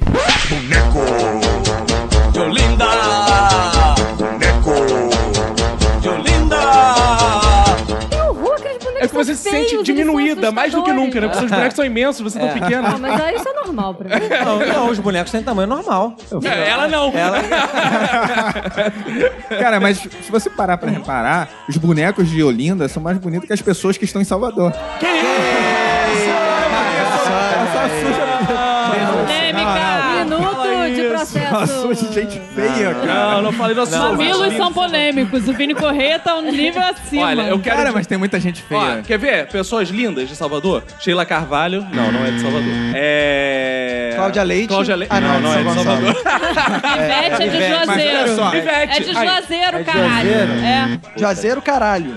Eu tenho horror aqueles bonecos É que você se feios, sente eles são diminuída, mais do que assustadores. nunca, né? Porque seus bonecos são imensos, você é tão Ah, pequeno. mas aí isso é normal pra mim. um Não, não, os bonecos têm tamanho normal. Eu- É, Ela não. Cara, mas se você parar pra reparar, os bonecos de Olinda são mais bonitos que as pessoas que estão em Salvador. é Polêmica! Minuto de processo. Nossa, gente feia, cara. Não, não falei nossos ouvintes. Mamilos são polêmicos. O Vini Corrêa tá um nível acima. Olha, eu quero... Cara, mas tem muita gente Ó, feia. quer ver? Pessoas lindas de Salvador? Sheila Carvalho. Não, não é de Salvador. É. Cláudia Leite. Cláudia Leite. Ah, não, não é de Salvador. Ivete é de Ivete, Mas olha Juazeiro. só, Ivete. É de Aí, Juazeiro, de caralho. Juazeiro? É. Juazeiro, caralho.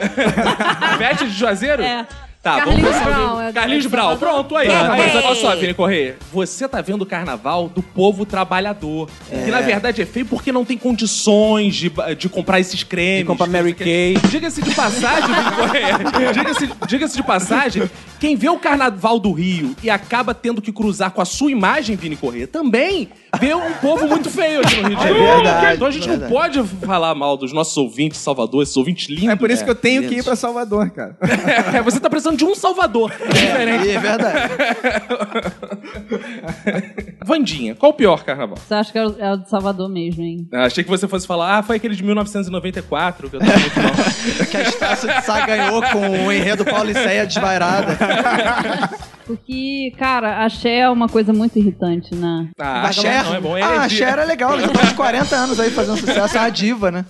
Ivete de Juazeiro? É. Tá, Carlinhos vamos ver. Brown, é do- É, Carlinhos de Brown. Salvador. Pronto, aí. Pronto. Mas Ei. olha só, Vini Correia. Você tá vendo o carnaval do povo trabalhador. Que na verdade é feio porque não tem condições de, de comprar esses cremes. De comprar Mary Kay. Diga-se de passagem, Vini Correia. Diga-se diga de passagem, quem vê o carnaval do Rio e acaba tendo que cruzar com a sua imagem, Vini Correia, também vê um povo muito feio aqui no Rio de Janeiro. verdade, então a gente verdade. não pode falar mal dos nossos ouvintes de Salvador, esses ouvintes lindos. É por isso que eu tenho que Lindo. ir pra Salvador, cara. É, você tá precisando de um salvador. É diferente. É verdade. Vandinha, qual o pior carnaval? Você acha que é o- é o de Salvador mesmo, hein? Ah, achei que você fosse falar, ah, foi aquele de 1994 que eu tava muito mal. que a Estácio de Sá ganhou com o enredo Pauliceia desvairada. Porque, cara, axé é uma coisa muito irritante, né? Ah, A Cher, não é bom. É, ah, a Cher era legal, ela já tá uns 40 anos aí fazendo sucesso, é uma diva, né?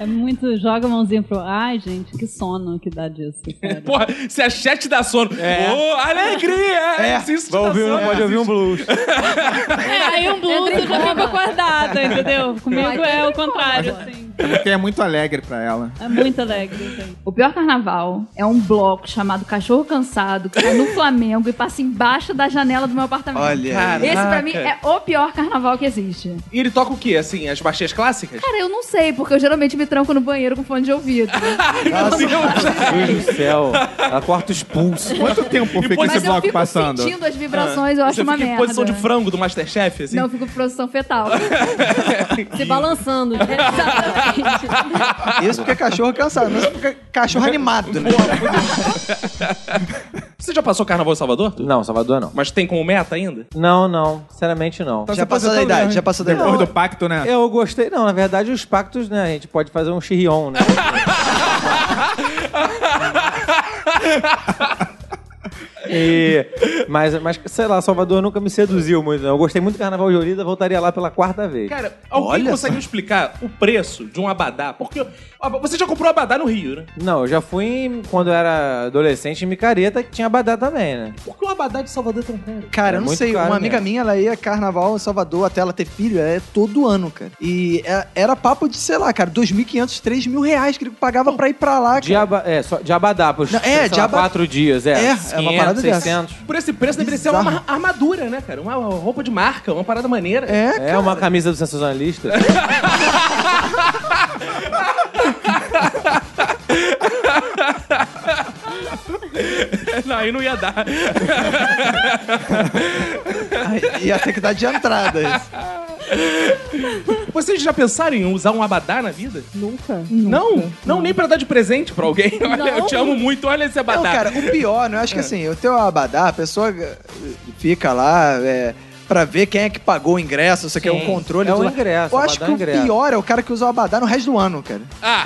É muito. Joga a mãozinha pro. Ai, gente, que sono que dá disso. sério. Porra, se a chat dá sono. Ô, alegria! É, se isso te Vai dá ouvir, não sono. pode ouvir um blues. É, aí um blues Entra em eu já coma. fico acordada, entendeu? Comigo Vai, é entra o em coma. contrário, assim. Porque é muito alegre pra ela. É muito alegre. assim. O pior carnaval é um bloco chamado Cachorro Cansado, que tá no Flamengo e passa embaixo da janela do meu apartamento. Olha. Esse pra mim é o pior carnaval que existe. E ele toca o quê? Assim, as marchinhas clássicas? Cara, eu não sei, porque eu geralmente me tranco no banheiro com fone de ouvido. Meu Deus do céu. Ela corta os pulsos. Quanto tempo fica Mas esse eu bloco fico passando? sentindo as vibrações, eu acho Você uma fica em merda. posição de frango do Masterchef, assim? Não, eu fico em posição fetal. Se balançando. Exatamente. Isso porque é cachorro cansado, mas isso porque é cachorro animado, né? Você já passou carnaval em Salvador? Tu? Não, Salvador não. Mas tem como meta ainda? Não, não. Sinceramente, não. Já passou da né? idade, já passou da Depois idade. do pacto, né? Eu gostei, não. Na verdade, os pactos, né? A gente pode fazer um chirrion, né? E- mas, mas, sei lá, Salvador nunca me seduziu muito. não. Eu gostei muito do Carnaval de Olinda, voltaria lá pela quarta vez. Cara, alguém Olha consegue me explicar o preço de um abadá? Porque ó, você já comprou abadá no Rio, né? Não, eu já fui em- quando eu era adolescente em Micareta, que tinha Badá também, né? Por que o abadá de Salvador é tão caro? Cara, eu É não muito sei, caro uma amiga mesmo. minha, ela ia carnaval em Salvador até ela ter filho, é todo ano, cara. E é- era papo de, sei lá, cara, 2.500, 3 mil reais que ele pagava pra ir pra lá, cara. De, aba, é, só, de Abadá, pros, Não, é, sei lá, de Aba- quatro dias, é. É, é uma 500, parada dessa. 600. Por esse preço deveria ser uma Bizarro. mar- armadura, né, cara? Uma roupa de marca, uma parada maneira. É, É, uma camisa do sensacionalista. É, Não, aí não ia dar. Ai, Ia ter que dar de entrada isso. Vocês já pensaram em usar um abadá na vida? Nunca. Não, não, nem pra dar de presente pra alguém. Olha, Não. eu te amo muito, olha esse abadá. Não, cara, o pior, né? Eu acho É. que assim, o teu abadá, a pessoa eh, fica lá é, pra ver quem é que pagou o ingresso, isso aqui é Sim. o controle. É tudo o lá. ingresso, Eu o acho abadá que o é ingresso. pior é o cara que usa o abadá no resto do ano, cara. Ah,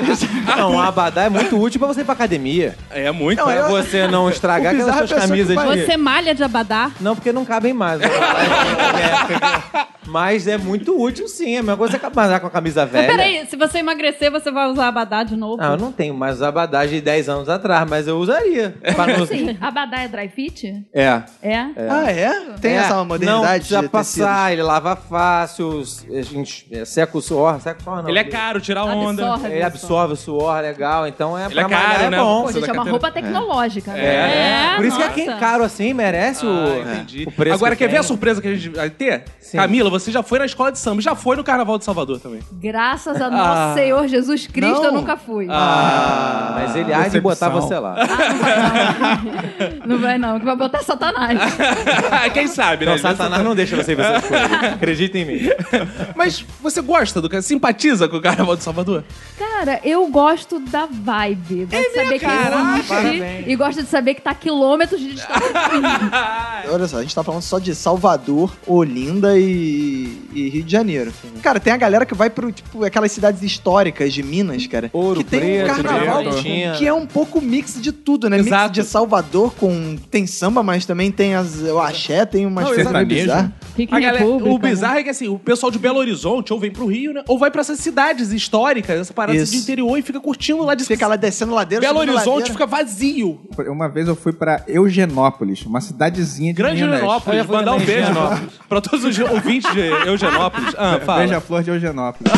não, o Abadá é muito útil pra você ir pra academia. é muito. Não, pra eu- você não estragar O aquelas bizarro é a suas pessoa que camisas vai- de... Você malha de abadá? Não, porque não cabem mais. né? Mas é muito útil, sim. É a mesma coisa que casar com a camisa Mas velha. peraí, se você emagrecer, você vai usar abadá de novo? É. Ah, eu não tenho mais abadá de 10 anos atrás, mas eu usaria. Pra não- Sim, Abadá é dry fit? É. É. Ah, é? Tem É, essa Não modernidade precisa de tecidos. passar, ele lava fácil, s- a gente, é, seca o suor. Seca o suor, não. Ele é caro, tirar onda. Absorve. Ele É, absorve o suor, legal. Então é Ele pra é caro, malhar, né? é bom. Pô, gente, é uma Catarina. roupa tecnológica, É. né? É, Por isso que é quem nossa. caro assim merece Ah, É. o, entendi. o preço. Agora, que quer ver tem. a surpresa que a gente vai ter? Sim. Camila, você já foi na escola de samba, já foi no Carnaval de Salvador também. Graças Ah. a nosso Senhor Jesus Cristo, Não. eu nunca fui. Ah, mas ele há de botar Decepção. você lá. Ah, Não vai não, que vai botar Satanás. Quem sabe, né? Não, Satanás não deixa você ver essas coisas. Acredita em mim. Mas você gosta do cara? Simpatiza com o Carnaval de Salvador? Cara, eu gosto da vibe. Gosto de saber que existe e gosto de saber que tá a quilômetros de distância. Olha só, a gente tá falando só de Salvador, Olinda e, e Rio de Janeiro. assim, né? Cara, tem a galera que vai pro, tipo, aquelas cidades históricas de Minas, cara. Ouro que tem Preto, um carnaval Diamantina. que é um pouco mix de tudo, né? Exato. Mix de Salvador com... Tem samba, mas também tem as, o axé, tem umas Não, coisas meio sertanejo. bizarras. Pique A galera- República, o né? bizarro é que assim, o pessoal de Belo Horizonte ou vem pro Rio, né? Ou vai pra essas cidades históricas, essa parada assim, Isso. de interior e fica curtindo lá de Fica lá descendo ladeira, Belo subindo Horizonte ladeira. fica vazio. Uma vez eu fui pra Eugenópolis, uma cidadezinha de Grande Minas. Eugenópolis, Eu já fui mandar um também, beijo Eugenópolis. pra todos os ouvintes de Eugenópolis. Ah, fala. Veja a flor É de Eugenópolis.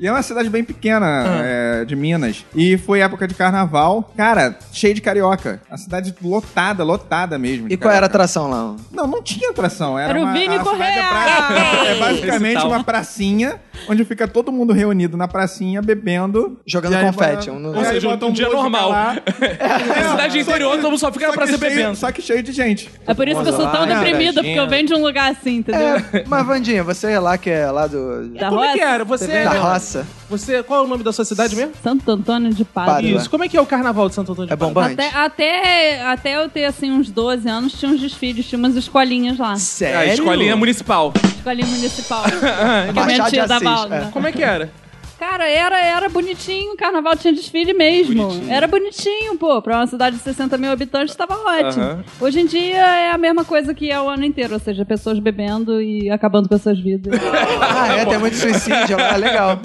E é uma cidade bem pequena Ah. é, de Minas. E foi época de carnaval. Cara, cheio de carioca. A cidade lotada, lotada mesmo. de E qual era a carioca. atração lá? Não, não tinha atração. Era, Era o uma, Vini a cidade Correa! é Ah, pra- É Esse basicamente tal. uma pracinha onde fica todo mundo reunido na pracinha bebendo. Jogando E aí confete, bota- um no- e Ou aí seja, um botam dia música normal. lá. É, Na cidade só interior, que- todo mundo só fica na só praça que cheio- bebendo. Só que cheio de gente. É por isso que eu sou tão Olá, deprimida, Carolina. porque eu venho de um lugar assim, entendeu? É, mas Vandinha, você é lá que é lá do... Da Como é que roça? era? Você, da roça. você. Qual é o nome da sua cidade mesmo? Santo Antônio de Pádua. Pádua. Isso. Como é que é o carnaval de Santo Antônio de É Pádua? bombante? Até, até, até eu ter, assim, uns 12 anos, tinha uns desfiles, tinha umas escolinhas lá. É Sério? A escolinha municipal. Escolinha municipal. que a minha Baixada tia de dava Assis, aula. é. Como é que era? Cara, era, era bonitinho, o carnaval tinha desfile mesmo. Era bonitinho, pô. Pra uma cidade de 60 mil habitantes, tava ótimo. Aham. Hoje em dia é a mesma coisa que é o ano inteiro, ou seja, pessoas bebendo e acabando com as suas vidas. Ah, é, tem muito suicídio, é Ah, legal.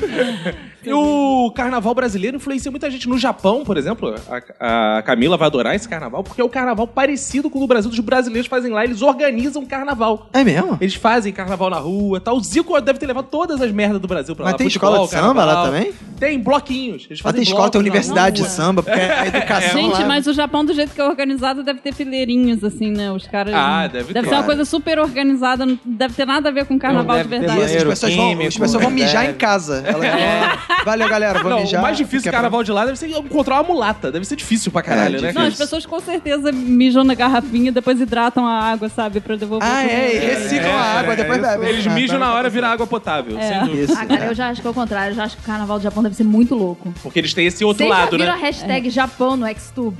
E o carnaval brasileiro influencia muita gente. No Japão, por exemplo, a, a Camila vai adorar esse carnaval, porque é o carnaval parecido com o do Brasil. Os brasileiros fazem lá, eles organizam carnaval. É mesmo? Eles fazem carnaval na rua tal. O Zico deve ter levado todas as merdas do Brasil pra Mas lá. tem Futebol, escola de samba lá carnaval. também? Tem bloquinhos. Eles Lá fazem tem escola, tem blocos na universidade de rua. samba, porque É, a educação Gente, lá... mas o Japão, do jeito que é organizado, deve ter fileirinhos, assim, né? Os caras. Ah, deve ter. ser uma coisa super organizada, não deve ter nada a ver com carnaval de deve ter E verdade. essas banheiro pessoas vão, as químico, pessoas vão mijar em deve. casa. Elas vão, Valeu, galera, vou Ah, Não, mijar. o mais difícil é do Fica pra- carnaval de lá deve ser encontrar uma mulata. Deve ser difícil pra caralho, É, né? difícil. Não, as pessoas com certeza mijam na garrafinha e depois hidratam a água, sabe? Pra devolver. Ah, pro- é, e reciclam a água, depois bebe. Eles mijam na hora e vira água potável. sem dúvida. Isso. Ah, cara, eu já acho que é o contrário. Eu já acho que o carnaval do Japão deve ser muito louco. Porque eles têm esse outro Vocês já lado, viram né? a É. Ah. hashtag Japão no Xtube?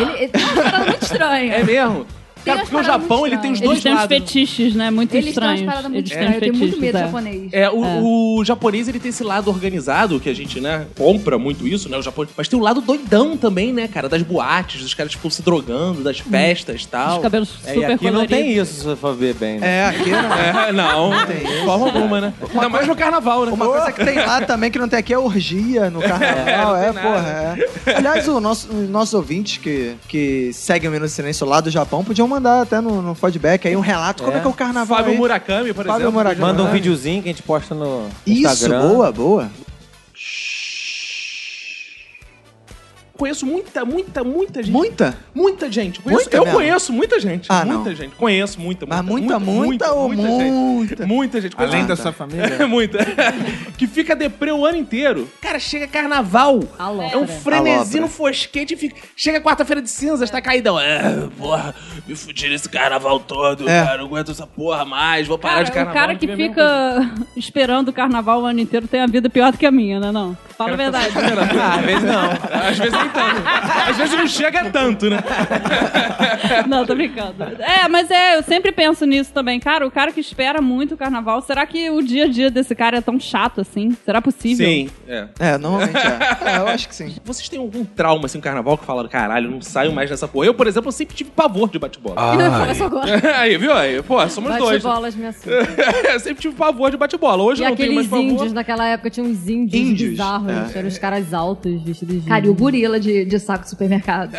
Ele, ele tem uma parada muito estranha. É mesmo? Cara, umas porque o paradas Japão muito ele tem os estranhas. dois Eles têm uns lados. fetiches, né? Muito Eles têm estranhos. umas paradas muito Eles têm uns estranhas. Eu tenho muito fetiches, medo é. do japonês. É, o, o japonês ele tem esse lado organizado, que a gente, né, compra muito isso, né, o Japão. Mas tem o lado doidão também, né, cara, das boates, dos caras, tipo, se drogando, das festas e Os tal. cabelos É, super e aqui não coloridos. tem isso, se você for ver bem. Né? É, aqui não. É, não, de forma alguma, né? Ainda mais no carnaval, né? Uma coisa é que tem lá também que não tem aqui é orgia no carnaval. É, É, não tem porra. É. Aliás, o nosso, os nossos ouvintes que, que seguem o Minuto de Silêncio lá do Japão podiam mandar até no, no feedback aí um relato como é que é o carnaval. Fábio aí. Murakami, por Fábio exemplo. Murakami. Manda um Ah. videozinho que a gente posta no Isso, Instagram. boa, boa. Conheço muita, muita, muita gente. Muita? Muita gente. Conheço- Muita eu mesmo? conheço muita gente. Ah, muita não. gente. Conheço muita, muita. Mas muita, muita ou gente. muita? Muita gente. Conheço Além Ah, da tá. sua família. É muita. que fica deprê o ano inteiro. Cara, chega carnaval. Alô. É um frenesi Alopra. no fosquete e fica... chega quarta-feira de cinzas, tá caidão. É, porra, me fudi nesse carnaval todo, É. cara, não aguento essa porra mais, vou parar Cara, de carnaval. o cara que ano vem é a fica esperando o carnaval o ano inteiro tem a vida pior do que a minha, né? Não. Fala a mesma verdade. coisa. Ah, Às vezes não. Às vezes nem tanto. Às vezes não chega tanto, né? Não, tô brincando. É, mas é, eu sempre penso nisso também. Cara, o cara que espera muito o carnaval, será que o dia a dia desse cara é tão chato assim? Será possível? Sim, é. É, normalmente é. é. Eu acho que sim. Vocês têm algum trauma assim no carnaval que falaram, caralho, não saio mais dessa porra? Eu, por exemplo, eu sempre tive pavor de bate-bola. Começou agora. Aí, viu? Aí, pô, somos Bate dois. bolas, minha surda. eu sempre tive pavor de bate-bola. Hoje E eu não tenho mais aqueles pavor. índios, naquela época tinha uns índios, Índios, bizarros. é. Eram os caras altos, vestidos de. Cara, e o gorila de, de saco de supermercado.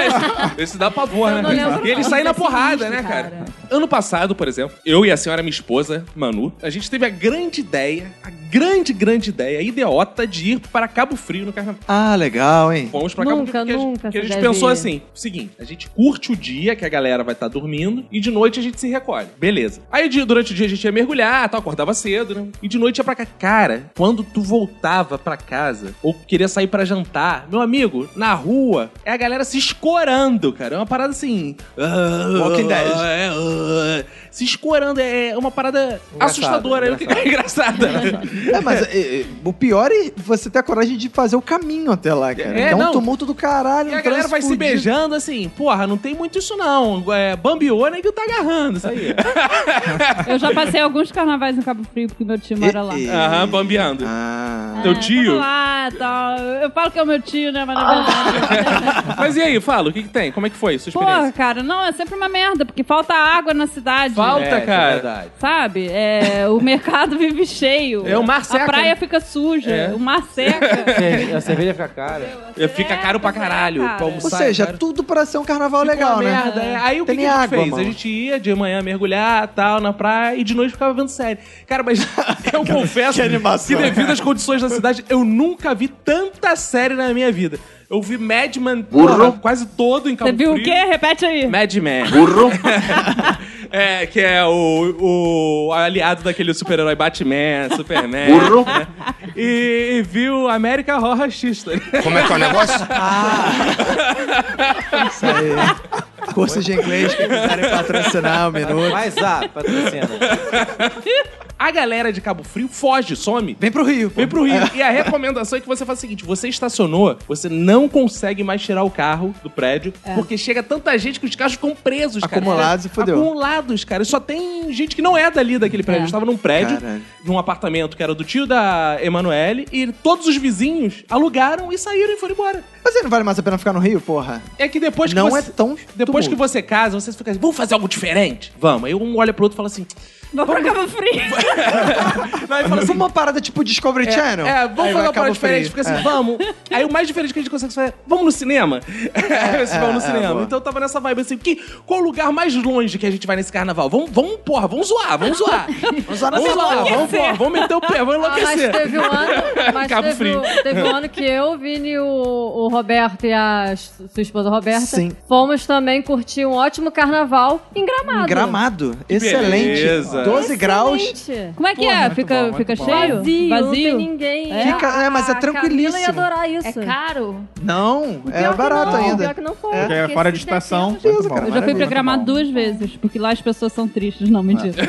Esse dá pavor, né? não lembro E ele não, sai isso na é porrada, sinistro, né, cara? cara. Ano passado, por exemplo, eu e a senhora, minha esposa, Manu, a gente teve a grande ideia, a grande, grande ideia, a idiota de ir para Cabo Frio no carnaval. Ah, legal, hein? Fomos pra Nunca, Cabo Frio. porque a gente- nunca Porque a se gente deve pensou ir. assim: seguinte, a gente curte o dia que a galera vai estar dormindo e de noite a gente se recolhe. Beleza. Aí de- durante o dia a gente ia mergulhar, tal, acordava cedo, né? E de noite ia pra cá. Cara, quando tu voltava pra casa ou queria sair pra jantar, meu amigo, na rua é a galera se escorando, cara. É uma parada assim. Walking Dead. É, ah, se escorando. É uma parada Engraçado, assustadora. Engraçada. É, mas é, é, o pior é você ter a coragem de fazer o caminho até lá, cara. É, É, Dá um não. tumulto do caralho. E um a galera trânsito vai se fudido. beijando assim, porra, não tem muito isso não. É, bambiou, né, que tá agarrando, isso aí. Eu já passei alguns carnavais no Cabo Frio, porque meu tio mora lá. E- e- Aham, bambeando. Ah. Teu É, tio? tamo lá, tal. Eu falo que é o meu tio, né? Mas na Ah, verdade. Mas e aí, fala, o que, que tem? Como é que foi sua Porra, experiência? cara, não, é sempre uma merda, porque falta água na cidade. Falta, É, isso é cara. verdade. Sabe? É, o mercado vive cheio. É, o mar seca, A praia né? fica suja, É. o mar seca. Cerve- A cerveja fica cara. É, Fica caro pra pois é, caralho. cara. pra Ou almoçar, seja, cara. tudo pra ser um carnaval Ficou legal, uma né? merda, é. Aí o que, Tem que a nem gente água, fez? mano. A gente ia de manhã mergulhar, tal, na praia, e de noite ficava vendo série. Cara, mas eu confesso Que animação. que devido às condições da cidade, eu nunca vi tanta série na minha vida. Eu vi Madman porra, quase todo em Cabo Você viu o Frio. quê? Repete aí. Madman. Burro. é, que é o, o aliado daquele super-herói Batman, Superman. Burro. E, e viu América tá Horror X. Como é que é o negócio? Isso aí. Cursos de inglês que quiserem patrocinar o minuto. Mas ah, patrocina. A galera de Cabo Frio foge, some. Vem pro Rio. Vem pro Rio. E a recomendação é que você faça o seguinte: você estacionou, você não consegue mais tirar o carro do prédio, porque chega tanta gente que os carros ficam presos, cara. Acumulados e fudeu. Acumulados, cara. E Só tem gente que não é dali daquele prédio. Eu estava num prédio, Caralho. num apartamento que era do tio da Emanuele, e todos os vizinhos alugaram e saíram e foram embora. Mas aí não vale mais a pena ficar no Rio, porra? É que depois que não você. é tão Depois tumulto. que você casa, você fica assim, vamos fazer algo diferente? Vamos. Aí um olha pro outro e fala assim: Vou pra Cabo Frio. Não, ele fala assim, uma parada tipo Discovery Channel. É, vamos fazer Aí vai uma parada Cabo diferente, Frio. porque assim, É. vamos. Aí o mais diferente que a gente consegue fazer é, vamos no cinema? É, é, vamos no é, cinema. boa. então eu tava nessa vibe assim, que, qual o lugar mais longe que a gente vai nesse carnaval? Vamos, vamos porra, vamos zoar, vamos zoar. É. Vamos lá na vamos zoar, vamos, porra, vamos meter o pé, vamos Ah, mas enlouquecer. teve um ano, mas Cabo teve, Frio. teve um ano que eu, o Vini, o, o Roberto e a s- sua esposa Roberta, Sim. fomos também curtir um ótimo carnaval em Gramado. Gramado. Excelente. Beleza. 12 graus. Excelente. Como é que Porra, é? muito Fica, bom, muito fica bom. cheio? Vazio, não tem ninguém. É? Fica- é, mas é a Camila ia tranquilíssimo. adorar isso. É caro? Não, é Pior que barato não, ainda. Pior que não foi. Ah, Porque é Porque fora se de tem estação. tempo, muito Isso, bom, cara, Eu já maravilha, fui pra muito Gramado bom. duas vezes, porque lá as pessoas são tristes. Não, mentira.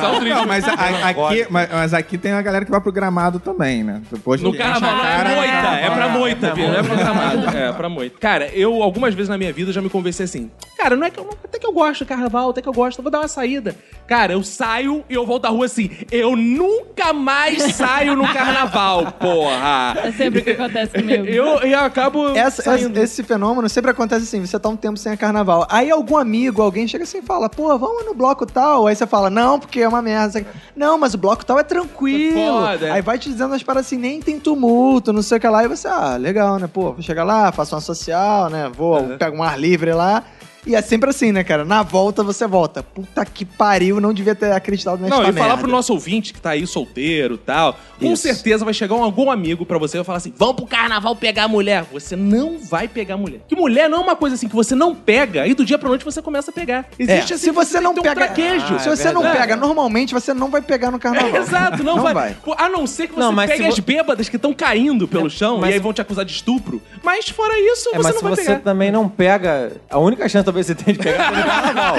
Só o triste. Não, mas, a- a- aqui, mas, mas aqui tem uma galera que vai pro gramado também, né? Depois No que carnaval enche a é cara, moita, é pra moita, é, viu? é, Não é pra gramado, é pra moita. Cara, eu algumas vezes na minha vida já me convenci assim, cara, não é que eu, até que eu gosto do carnaval, até que eu gosto, eu vou dar uma saída. Cara, eu saio e eu volto à rua assim, eu nunca mais saio no carnaval, É porra. sempre o que acontece comigo. Eu, eu acabo Essa- saindo. essa- esse fenômeno sempre acontece assim: você tá um tempo sem a carnaval. Aí algum amigo, alguém chega assim e fala, pô, vamos no bloco tal. Aí você fala, não, porque é uma merda. Você- Não, mas o bloco tal é tranquilo. É foda. Aí vai te dizendo as paradas assim, nem tem tumulto, não sei o que lá. E você, ah, legal, né? Pô, vou chegar lá, faço uma social, né? Vou, pego um ar livre lá. E é sempre assim, né, cara? Na volta você volta. Puta que pariu, não devia ter acreditado nessa Não, e merda. falar pro nosso ouvinte que tá aí solteiro e tal. Com Isso. certeza vai chegar um, algum amigo pra você e vai falar assim: vamos pro carnaval pegar mulher. Você não vai pegar mulher. Que mulher não é uma coisa assim que você não pega e do dia pra noite você começa a pegar. É, Existe assim. se você tem não que ter um pega. traquejo. se você não verdade. pega, normalmente você não vai pegar no carnaval. É, exato, não, vai. Pô, A não ser que você Não, mas pegue se as vo- É, bêbadas que estão caindo pelo chão mas- e aí vão te acusar de estupro. Mas fora isso, você É, mas não se vai você pegar. também não pega, a única chance talvez você tenha de pegar é no carnaval.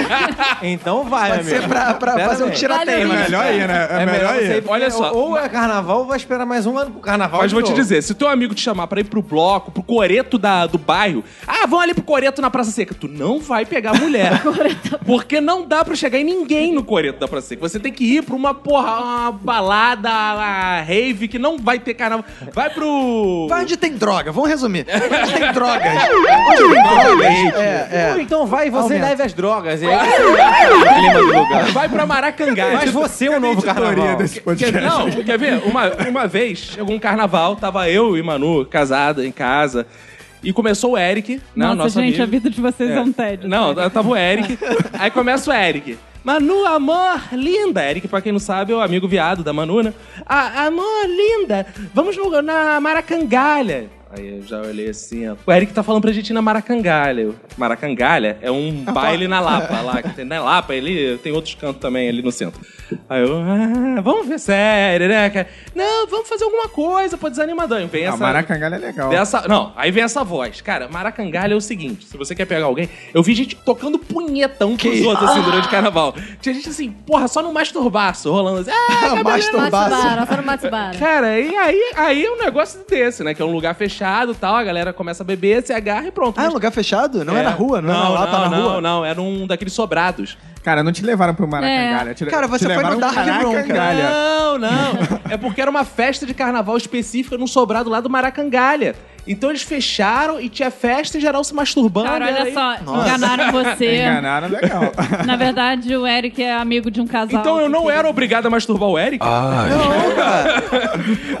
Então vai, Pode meu ser pra, pra Pera fazer um aí. tirateio. É melhor aí, né? É, melhor você aí. ir, Olha só. Ou é carnaval ou vai esperar mais um ano pro carnaval. Mas de vou te novo. dizer, se teu amigo te chamar pra ir pro bloco, pro coreto da, do bairro, ah, vão ali pro coreto na Praça Seca, tu não vai pegar mulher. porque não dá pra chegar em ninguém no coreto da Praça Seca. Você tem que ir pra uma porra, uma balada, uma rave, que não vai ter carnaval. Vai pro... Vai onde tem droga, vamos resumir. Vai Onde tem drogas. Onde tem drogas. É, Ou é. Então vai e você Aumenta. leve as drogas. E aí você vai clima do lugar. Vai pra Maracangá. Tipo, Mas você é o novo carnaval. desse Quer, podcast. não, quer ver? Uma, uma vez, chegou um carnaval, tava eu e Manu casada em casa, e começou o Eric, né, o Nossa, nosso gente, amigo. a vida de vocês é, um tédio. Não, tava o Eric. aí começa o Eric. Manu, amor, linda. Eric, pra quem não sabe, é o amigo viado da Manu, né? Ah, amor, linda. Vamos no- na Maracangalha. Aí eu já olhei assim, ó. O Eric tá falando pra gente ir na Maracangalha. Maracangalha é um baile na Lapa, lá. que tem Na Lapa, ele tem outros cantos também ali no centro. Aí eu, ah, vamos ver sério, né, cara? Não, vamos fazer alguma coisa, pô, desanimadão. E Vem A essa... maracangalha é legal. Dessa- não, aí vem essa voz. Cara, maracangalha é o seguinte: se você quer pegar alguém, eu vi gente tocando punhetão pros outros assim durante o carnaval. Tinha gente assim, porra, só no masturbaço, rolando assim. Ah, Ah, né? Masturbaço. Matsubara, foi no Matsubara. cara, e aí, aí é um negócio desse, né? Que é um lugar fechado e tal, a galera começa a beber, se agarra e pronto. Ah, é um lugar fechado? Não é, na rua? Não, é na lapa, não, na não, rua? não, era um daqueles sobrados. Cara, não te levaram pro maracangalha. Te, Cara, você te foi no levaram pro Dark Room, cara. maracangalha. Não, não. É porque era uma festa de carnaval específica num sobrado lá do Maracangalha. Então eles fecharam e tinha festa e geral se masturbando. Cara, era olha aí- só, enganaram É. você. Enganaram legal. Na verdade, o Eric é amigo de um casal. Então eu não era obrigado a masturbar o Eric? Ah.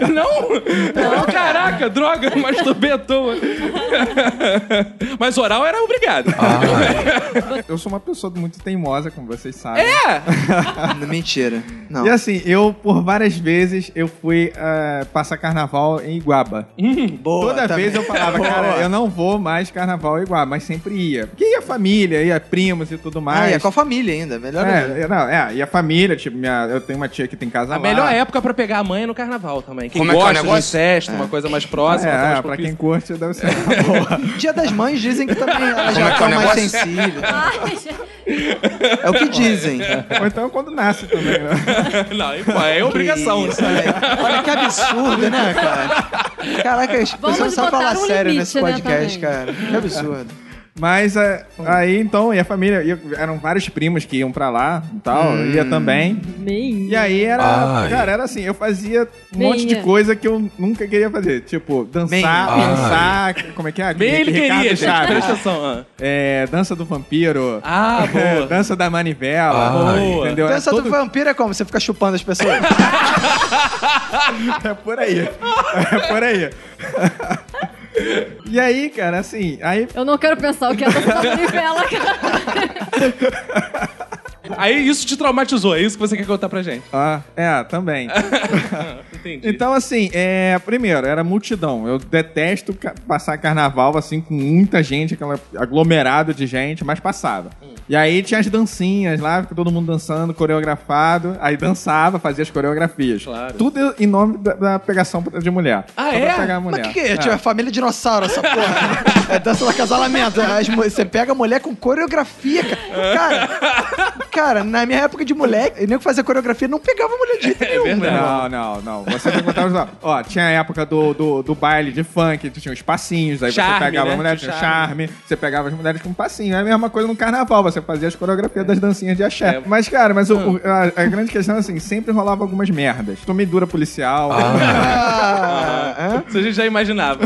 Não, cara. Não? Caraca, droga, eu masturbei à toa. Mas oral era obrigado. Ah. eu sou uma pessoa muito teimosa, como vocês É. sabem. Não, Mentira. Não. E assim, eu, por várias vezes, eu fui ah, passar carnaval em Iguaba. Boa, Toda tá vez bem. eu falava, Boa. cara, eu não vou mais carnaval em Iguaba, mas sempre ia. Porque ia família, ia primos e tudo Ah, mais. é com a família ainda. Melhor ainda. É, não, é, e a família, tipo, minha, eu tenho uma tia que tem casa A lá. melhor época pra pegar a mãe é no carnaval também. Quem Como é que é o gosta de negócio? incesto, uma coisa mais próxima. uma coisa É, mais é pra propícia. quem curte, deve ser. Dia das Mães dizem que também elas Como é já que são é o mais negócio? sensíveis. É o que dizem. Ou então quando nasce também, né? Não, e, pô, é obrigação. Que isso, velho. Olha que absurdo, né, cara? Caraca, as pessoas não sabem botar falar um sério limite, nesse né, podcast, também. cara. Que absurdo. Mas é, aí, então, e a família, ia- eram vários primos que iam pra lá e tal, Hum. ia também. Meio. E aí era, Ai. cara, era assim, eu fazia um monte de Meinha. coisa que eu nunca queria fazer. Tipo, dançar, Meinha. dançar, como é que é? Bem, ele Ricardo queria, gente. Chaves. Presta atenção. ah. É, dança do vampiro. Ah, boa. dança da manivela. Ai. Boa. Entendeu? Era Dança todo- do vampiro é como? Você fica chupando as pessoas. É por aí. É por aí. e aí, cara, assim, aí Eu não quero pensar o que é essa manivela, cara. Aí isso te traumatizou, é isso que você quer contar pra gente. Ah, é, também. Ah, Entendi. Então, assim, é, primeiro, era multidão. Eu detesto ca- passar carnaval, assim, com muita gente, aquela aglomerado de gente, mas passava. E aí tinha as dancinhas lá, todo mundo dançando, coreografado. Aí dançava, fazia as coreografias. Claro. Tudo em nome da, da pegação de mulher. Ah, Só é? Pra pegar a mulher. Mas que que é? Tipo, é família dinossauro essa porra. É dança do acasalamento. As mu- Você pega a mulher com coreografia, cara. Cara, cara, na minha época de moleque, eu nem que fazia coreografia, não pegava mulher de jeito É nenhum. Não, não, não. Você tem que botar os nomes. Ó, tinha a época do, do, do baile de funk, tu tinha os passinhos, aí Charme, você pegava né? a mulher, Tinha tinha o charme, você pegava as mulheres com passinho. É a mesma coisa no carnaval, você fazia as coreografias das dancinhas de axé. É. Mas, cara, mas o- Hum. o- a, a grande questão é assim, sempre rolava algumas merdas. Tomei dura policial, Ah, hã? né? Isso a gente já imaginava.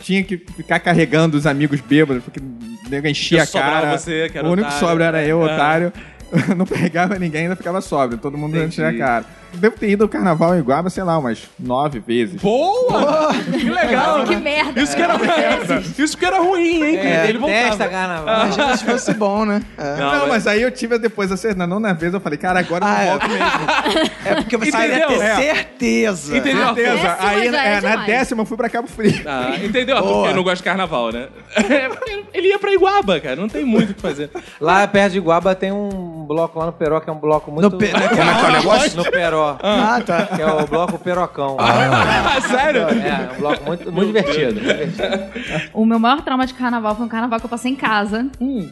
tinha que ficar carregando os amigos bêbados, porque nego enchia Que a sobrava cara. você, que era o único otário. sobro era eu, Ah. otário. Não pegava ninguém, ainda ficava sóbrio. Todo mundo enchia a cara. Devo ter ido ao carnaval em Iguaba, sei lá, umas nove vezes. Boa! Que legal! né? Que merda. Isso que É, era, isso que era ruim, hein? É, Ele testa voltava. carnaval. Imagina se fosse bom, né? É. Não, Não, mas- mas aí eu tive depois acertando. Não, na vez eu falei, cara, agora Ah, eu é. não volto mesmo. É porque você Entendeu? ia ter É. certeza. Entendeu? Certeza. décima Aí, já é, é na demais. décima eu fui pra Cabo Frio. Ah, entendeu? Porque ele não gosta de carnaval, né? É, porque ele ia pra Iguaba, cara. Não tem muito o que fazer. Lá perto de Iguaba tem um bloco lá no Peró, que é um bloco muito... No Pe- né? Como é que é o negócio? No Peró. Ah, tá. Que é o bloco Perocão. Ah, sério? É, um bloco muito, muito divertido. O meu maior trauma de carnaval foi um carnaval que eu passei em casa.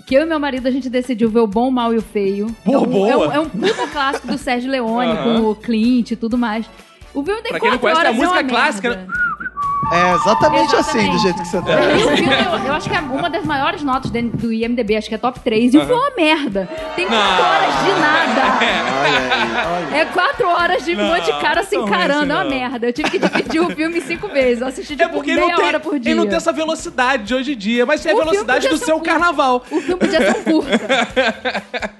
Que eu e meu marido, a gente decidiu ver o bom, o mal e o feio. Hum. Boa, é, um, boa. É, um, é um puta clássico do Sérgio Leone, Aham. com o Clint e tudo mais. O filme tem Pra quem não quatro conhece, horas a música é uma clássica- É. merda. É exatamente, assim, Exatamente. do jeito que você tá. Esse filme, eu, eu acho que é uma das maiores notas de- do IMDB, acho que é top 3. E foi uma merda. Tem quatro horas de nada. É quatro horas de um monte de cara se não é isso, encarando. É uma não. merda. Eu tive que dividir o filme em cinco vezes. Eu assisti É tipo, porque ele meia não, tem, hora por dia. ele não tem essa velocidade de hoje em dia, mas tem a O filme velocidade podia do ser seu um- carnaval. O filme podia ser um curta.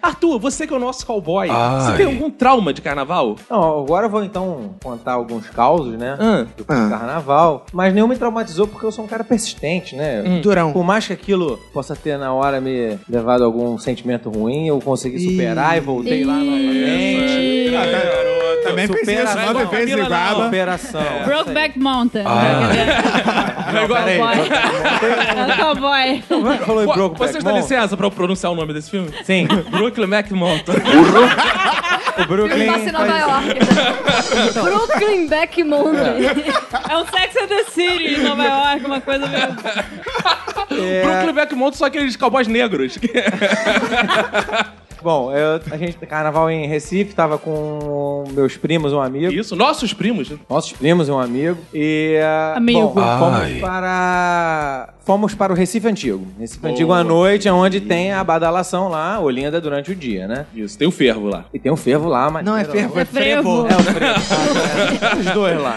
Arthur, você que é o nosso cowboy, você Ai. tem algum trauma de carnaval? Não, agora eu vou então contar alguns causos, né? Ah. Do carnaval. Mas nenhum me traumatizou porque eu sou um cara persistente, né? Durão. Por mais que aquilo possa ter na hora me levado a algum sentimento ruim, eu consegui superar e voltei lá novamente. Ah, tá- Também pensei isso, Superação. nove vezes em Camila, não. Iguaba. Superação. Brokeback Mountain. É igual- Cowboy. É o cowboy. Como é que falou em Pô, Brokeback Vocês dão Mountain? licença pra eu pronunciar o nome desse filme? Sim, Brooklyn McMonton. o Brooklyn... Passa em Nova York. Brooklyn Back Mountain. É o Sex and the City em Nova York, uma coisa meio... Brooklyn McMonton são aqueles cowboys negros. Bom, eu, a gente, carnaval em Recife, tava com meus primos, um amigo. Isso, nossos primos. Nossos primos e um amigo. E. ah, Amigo. bom, fomos Ai. para. Fomos para o Recife Antigo. Recife Antigo à noite é onde tem a badalação lá, Olinda, durante o dia, né? Isso, tem o fervo lá. E tem um fervo lá, mas. Não, é fervo, é frevo. frevo. É o frevo. Os dois lá.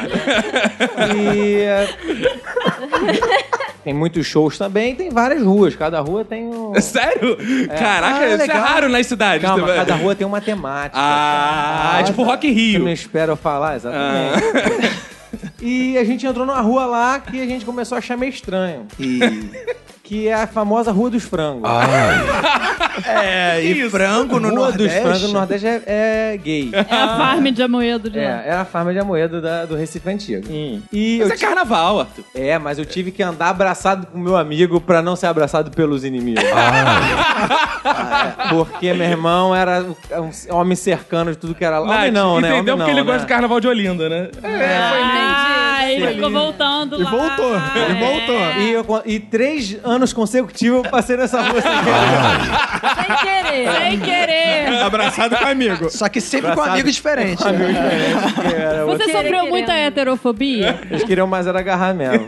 E. ah, Tem muitos shows também, tem várias ruas. Cada rua tem um. Sério? Caraca, Ah, isso é legal. raro nas cidades. Calma, Tem- cada rua tem uma temática. Ah, é tipo Rock in Você não Rio. espera eu falar, exatamente. Ah. E a gente entrou numa rua lá que a gente começou a achar meio estranho. Que é a famosa Rua dos Frangos. É, e frango no Rua dos Frangos no Nordeste. Nordeste é, é gay. É a farm de Amoedo de É, lá. era a farma de Amoedo da- do Recife Antigo. Hum. E Mas eu é carnaval, Arthur. ti- é, mas eu tive que andar abraçado com meu amigo pra não ser abraçado pelos inimigos. Ah, é. Porque meu irmão era um homem cercano de tudo que era lá. Homem Nath, não, né? entendeu Homem não, porque ele né? gosta de carnaval de Olinda, né? Ah, Aí ele ficou voltando E lá. voltou, ele É. voltou. E, eu con- e três anos consecutivos eu passei nessa moça Ah. aqui. Sem querer. Sem querer. Abraçado com amigo. Só que sempre com um amigo diferente. né? Você Querer, sofreu querendo. muita heterofobia? Eles queriam mais era agarrar mesmo.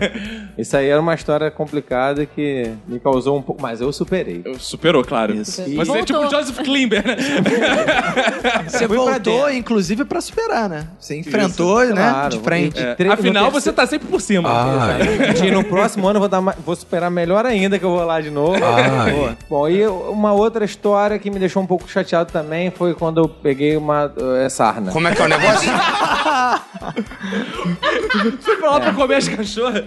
Isso aí era uma história complicada que me causou um pouco. Mas eu superei. Superou, claro. Mas você é tipo o Joseph Klimber, né? Você Fui pra voltou, dentro. inclusive, pra superar, né? Você enfrentou, né? Claro. de frente. E tre- no Afinal, você terceiro- tá sempre por cima. Ah, E no próximo ano eu vou, dar ma- vou superar melhor ainda, que eu vou lá de novo. Ah, Boa. Bom, e uma outra história que me deixou um pouco chateado também foi quando eu peguei uma eh, sarna. Como é que é o negócio? Foi pra lá É. pra comer as cachorras.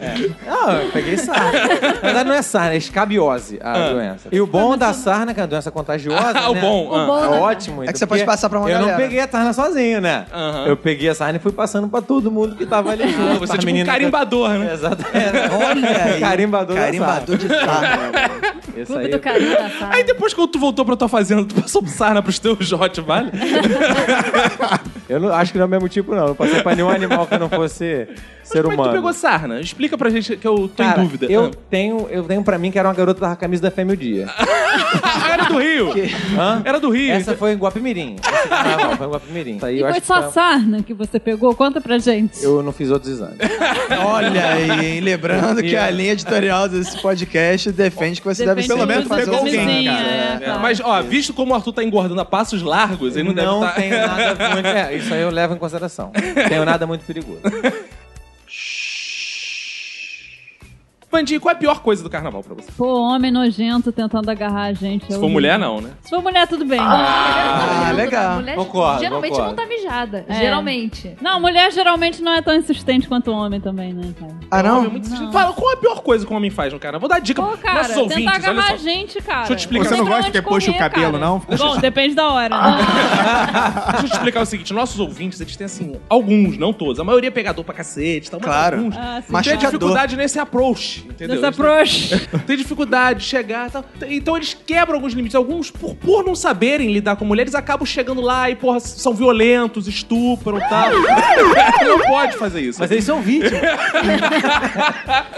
Ah, eu peguei sarna. Na verdade, não é sarna, é escabiose a doença. E o bom da sarna, que é uma doença contagiosa. Ah, o né? bom, ah. O bom é da- ótimo. É que então, você pode porque passar pra uma Eu não galera. peguei a sarna sozinho, né? Aham. Eu peguei a sarna e fui passando pra todo mundo que tava ali. Ah, você é tipo tá- um carimbador, né? Exatamente. Olha É, aí. Carimbador da Carimbador de sarna. Isso Clube aí. do carinho da sala. Aí depois quando tu voltou pra tua fazenda, tu passou sarna pros teus Jot, vale? Eu não, acho que não é o mesmo tipo, não. Não passei pra nenhum animal que não fosse ser Como é que humano. tu pegou sarna? Explica pra gente que eu tô Cara, em dúvida. Eu tenho, eu tenho pra mim que era uma garota da camisa da FM o dia. Ah, era do Rio! Hã? Era do Rio. Essa foi em Guapimirim. Esse carnaval foi em Guapimirim. Isso aí E eu foi acho que só assim. foi- a sarna que você pegou? Conta pra gente. Eu não fiz outros exames. Olha aí, hein? Lembrando que a linha editorial desse podcast defende que você deve Defende pelo o menos uso da fazer um camisinha, sarna, cara. é, É, claro. Mas, ó, visto como o Arthur tá engordando a passos largos, ele não, deve tá... tem nada muito. É, isso aí eu levo em consideração. Não Tenho nada muito perigoso. Vandinho, qual é a pior coisa do carnaval pra você? Pô, homem nojento tentando agarrar a gente. é Se for mulher, não, né? Se for mulher, tudo bem. Ah, legal. Mulher Concordo, geralmente concordo. não tá mijada. É. Geralmente. Não, mulher geralmente não é tão insistente quanto homem também, né, cara? Ah, Homem é não? muito sentido. Fala, qual é a pior coisa que um homem faz no carnaval? Vou dar dica Pô, pros cara, nossos tentar ouvintes, olha agarrar só. a gente, cara. Deixa eu te explicar. Não Você tem não pra gosta onde que puxa o correr, cabelo, cara. não? Bom, depende da hora. Ah, né? Deixa eu te explicar o seguinte: nossos ouvintes, eles têm assim, alguns, não todos. A maioria é pegador pra cacete, tal, mas Claro. alguns. Ah, sim. Tem Machucador. dificuldade nesse approach, entendeu? Dessa Eles- proxa. Tem dificuldade de chegar. Tá? Então eles quebram alguns limites. Alguns, por, por não saberem lidar com mulheres, acabam chegando lá e, porra, são violentos, estupram e tal. não pode fazer isso. Mas eles são vítimas.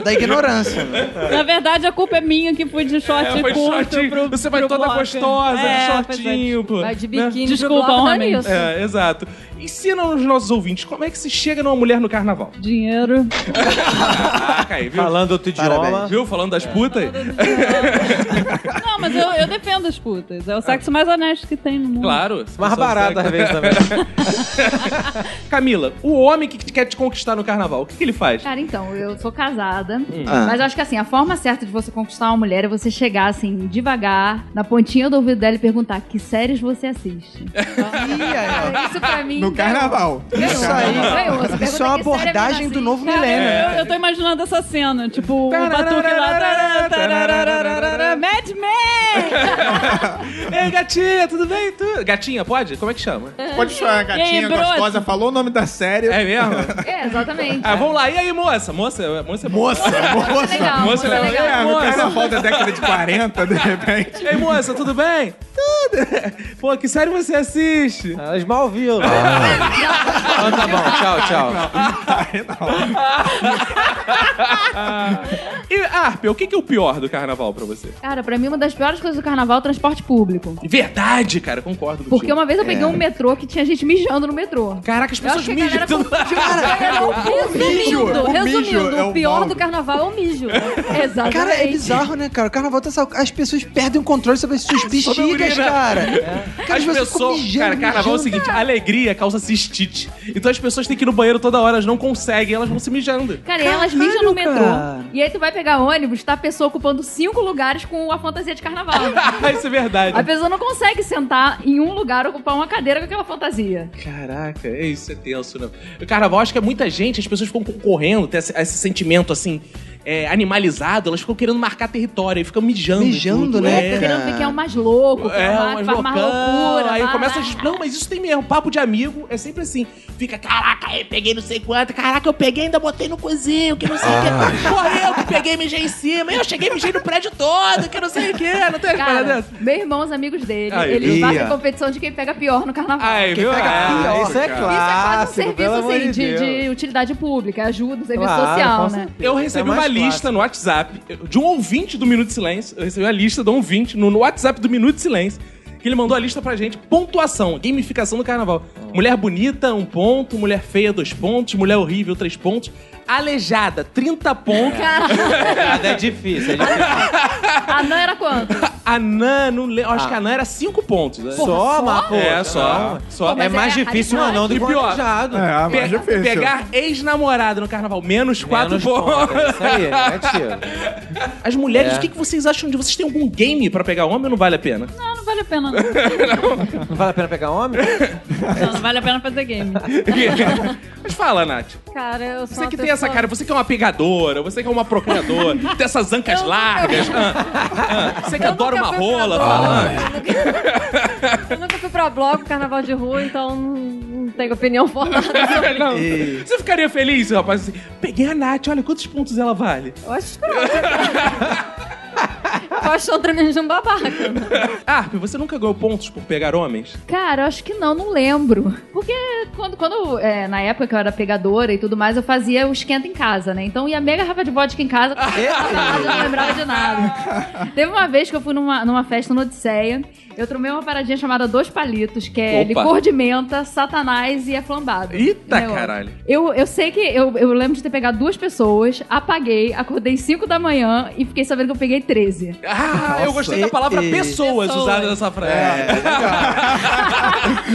Da ignorância. né? Na verdade, a culpa é minha que fui de short É, foi curto shortinho. pro Você vai pro toda bloco. gostosa, É, de pois é. shortinho, pô. né? Vai de biquíni Desculpa, pro bloco, não é homem. isso. É, exato. Ensina aos nossos ouvintes como é que se chega numa mulher no carnaval. Dinheiro. Caraca aí, viu? Falando outro idioma. Parabéns. Viu? Falando das putas. Não, mas eu, eu defendo as putas. É o sexo mais honesto que tem no mundo. Claro. Mais barato às vezes também. Camila, o homem que quer te conquistar no carnaval, o que, que ele faz? Cara, então, eu sou casada. Hum. Ah. Mas eu acho que assim, a forma certa de você conquistar uma mulher é você chegar assim, devagar, na pontinha do ouvido dela e perguntar que séries você assiste. É. Ih, aí, ó. Isso pra mim. No ganhou. carnaval. Ganhou, Isso aí. ganhou. Você pergunta Isso é uma que série a mina abordagem do assiste. novo Cara, milênio. É. eu, eu tô imaginando essa cena, tipo, o batuque lá. tarará, tarará, Mad Men! Ei, gatinha, tudo bem? Tu- Gatinha, pode? Como é que chama? Pode chorar, E gatinha aí, broto? gostosa. Falou o nome da série. É mesmo? É, exatamente. Ah, vamos lá. E aí, moça? Moça, moça é boa. Moça, Moça é legal, moça. moça é legal. É, no carnaval da década de 40, de repente. Ei, moça, tudo bem? Tudo. Pô, que série você assiste? Elas mal viram. Ah, tá bom, tchau, tchau. E, Arpe, o que, que é o pior do carnaval pra você? Cara, pra mim, uma das piores coisas do carnaval é o transporte público. Verdade, cara, concordo contigo. Porque uma vez eu É. peguei um metrô que tinha gente mijando no metrô. Caraca, as Eu acho pessoas que a galera mijam. é Resumindo, o mijo resumindo, é o o pior balde. do carnaval é o mijo. um Exatamente. Cara, é bizarro, né, cara? O carnaval tá sal- As pessoas perdem o controle sobre as suas bexigas, urina. cara. Cara, As né? É. pessoas ficam pessoas. mijando, Cara, carnaval é o mijando. seguinte: alegria causa cistite. Então as pessoas têm que ir no banheiro toda hora, elas não conseguem, elas vão se mijando. Cara, e elas Caralho, mijam no metrô. cara. E aí tu vai pegar ônibus, tá a pessoa ocupando cinco lugares com a fantasia de carnaval. Isso é verdade. a pessoa não consegue sentar em um lugar ocupar uma cadeira com aquela fantasia. Caraca, é isso é tenso, né? O carnaval, acho que é muita gente, as pessoas ficam concorrendo, tem esse, esse sentimento assim. é, animalizado, elas ficam querendo marcar território, aí ficam mijando. Mijando, tudo, né, é. cara? Querendo ver quem é o mais louco, quem É, é, o umas mais faz mais loucura. loucura. Aí blá, começa blá, a gente, Não, mas isso tem mesmo. Papo de amigo é sempre assim. Fica, caraca, eu peguei não sei quanto. Caraca, eu peguei e ainda botei no cozinho, que não sei o quê. Porra, eu que peguei e mijei em cima. Eu cheguei e mijei no prédio todo, que não sei o quê. Não tem as paradas Cara, dessas? meu irmão, os amigos dele, Aí. eles Ih, fazem ó. competição de quem pega pior no carnaval. Aí, Quem viu? pega Ah, pior, É, isso é cara. Isso é quase um clássico, serviço pelo amor assim, de, Deus. de utilidade pública, ajuda, serviço Claro, social, com né? certeza. Eu recebi É mais uma lista no WhatsApp de um ouvinte do Minuto de Silêncio. Eu recebi a lista de um ouvinte no, no WhatsApp do Minuto de Silêncio. Que ele mandou a lista pra gente. Pontuação, gamificação do carnaval. Mulher bonita, um ponto. Mulher feia, dois pontos. Mulher horrível, três pontos. Aleijada, 30 pontos. Nada é difícil, é difícil. A Nan era quanto? Anã, não le... eu acho que Anã era 5 pontos. né? Ah. só, Marco. É, só. só. Pô, mas É mais é difícil um raridade. anão do E que um pior. aleijado. É, a mais Pe- difícil. Pegar ex-namorada no carnaval, menos 4 Menos pontos. ponto, é Isso aí, é tiro. As mulheres, É. o que, que vocês acham de vocês têm algum game pra pegar homem ou não vale a pena? Não, não vale a pena, não. Não vale a pena pegar homem? Não, não vale a pena fazer game. Mas fala, Nath. Cara, eu sou Você uma que tem essa pessoa- cara, você que é uma pegadora, você que é uma procuradora, tem essas ancas Eu nunca- largas. ah, ah, você que Eu adora nunca uma fui pra rola. bloco, fala, ah, eu nunca- Eu nunca fui pra bloco, carnaval de rua, então não não tenho opinião formada. não. Você ficaria feliz, rapaz? Assim, Peguei a Nath, olha quantos pontos ela vale. Eu acho escroto. Eu acho um tremendo de um babaca. Arp, você nunca ganhou pontos por pegar homens? Cara, eu acho que não, não lembro. Porque quando, quando é, na época que eu era pegadora e tudo mais, eu fazia o esquenta em casa, né? Então ia mega garrafa de vodka em casa, eu não lembrava de nada. Teve uma vez que eu fui numa, numa festa no Odisseia, eu tomei uma paradinha chamada Dois Palitos, que é Opa. licor de menta, satanás e é flambado. Eita, Meu, caralho. Eu, eu sei que eu, eu lembro de ter pegado duas pessoas, apaguei, acordei 5 da manhã e fiquei sabendo que eu peguei 13. Ah, eu gostei da palavra e- pessoas, Pessoas. usada nessa frase.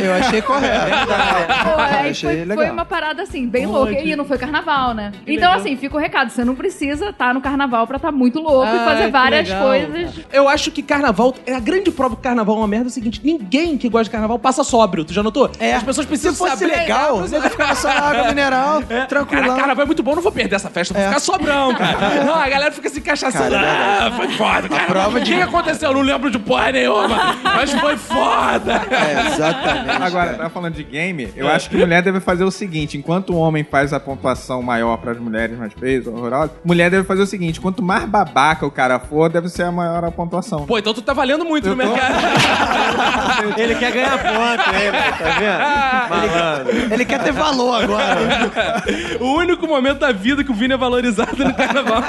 Eu achei correto. Pô, Então, aí Achei foi, legal. foi uma parada assim, bem louca. E não foi carnaval, né? então, assim, fica o recado: você não precisa estar no carnaval pra estar muito louco e Ah, fazer que várias legal. coisas. Eu acho que carnaval, a grande prova que carnaval é uma merda é o seguinte: ninguém que gosta de carnaval passa sóbrio, tu já notou? É. As pessoas precisam Se fosse saber. É, legal, você ficava só na água mineral, né? Cara, tranquilão. carnaval é muito bom, não vou perder essa festa, vou ficar sobrão, cara. Não, a galera fica se encaixaçando. Ah, foi foda, cara. prova O que aconteceu? Não lembro de porra nenhuma, mas foi foda. É, exatamente. Agora, tá falando de game, eu acho que mulher deve fazer o seguinte: enquanto o homem faz a pontuação maior pras mulheres mais feias, horrorosas, mulher deve fazer o seguinte: quanto mais babaca o cara for, deve ser a maior a pontuação. Pô, então tu tá valendo muito no Eu tô. mercado. Ele quer ganhar ponto, hein? Tá vendo? Malandro. Ele quer ter valor agora. o único momento da vida que o Vini é valorizado no carnaval.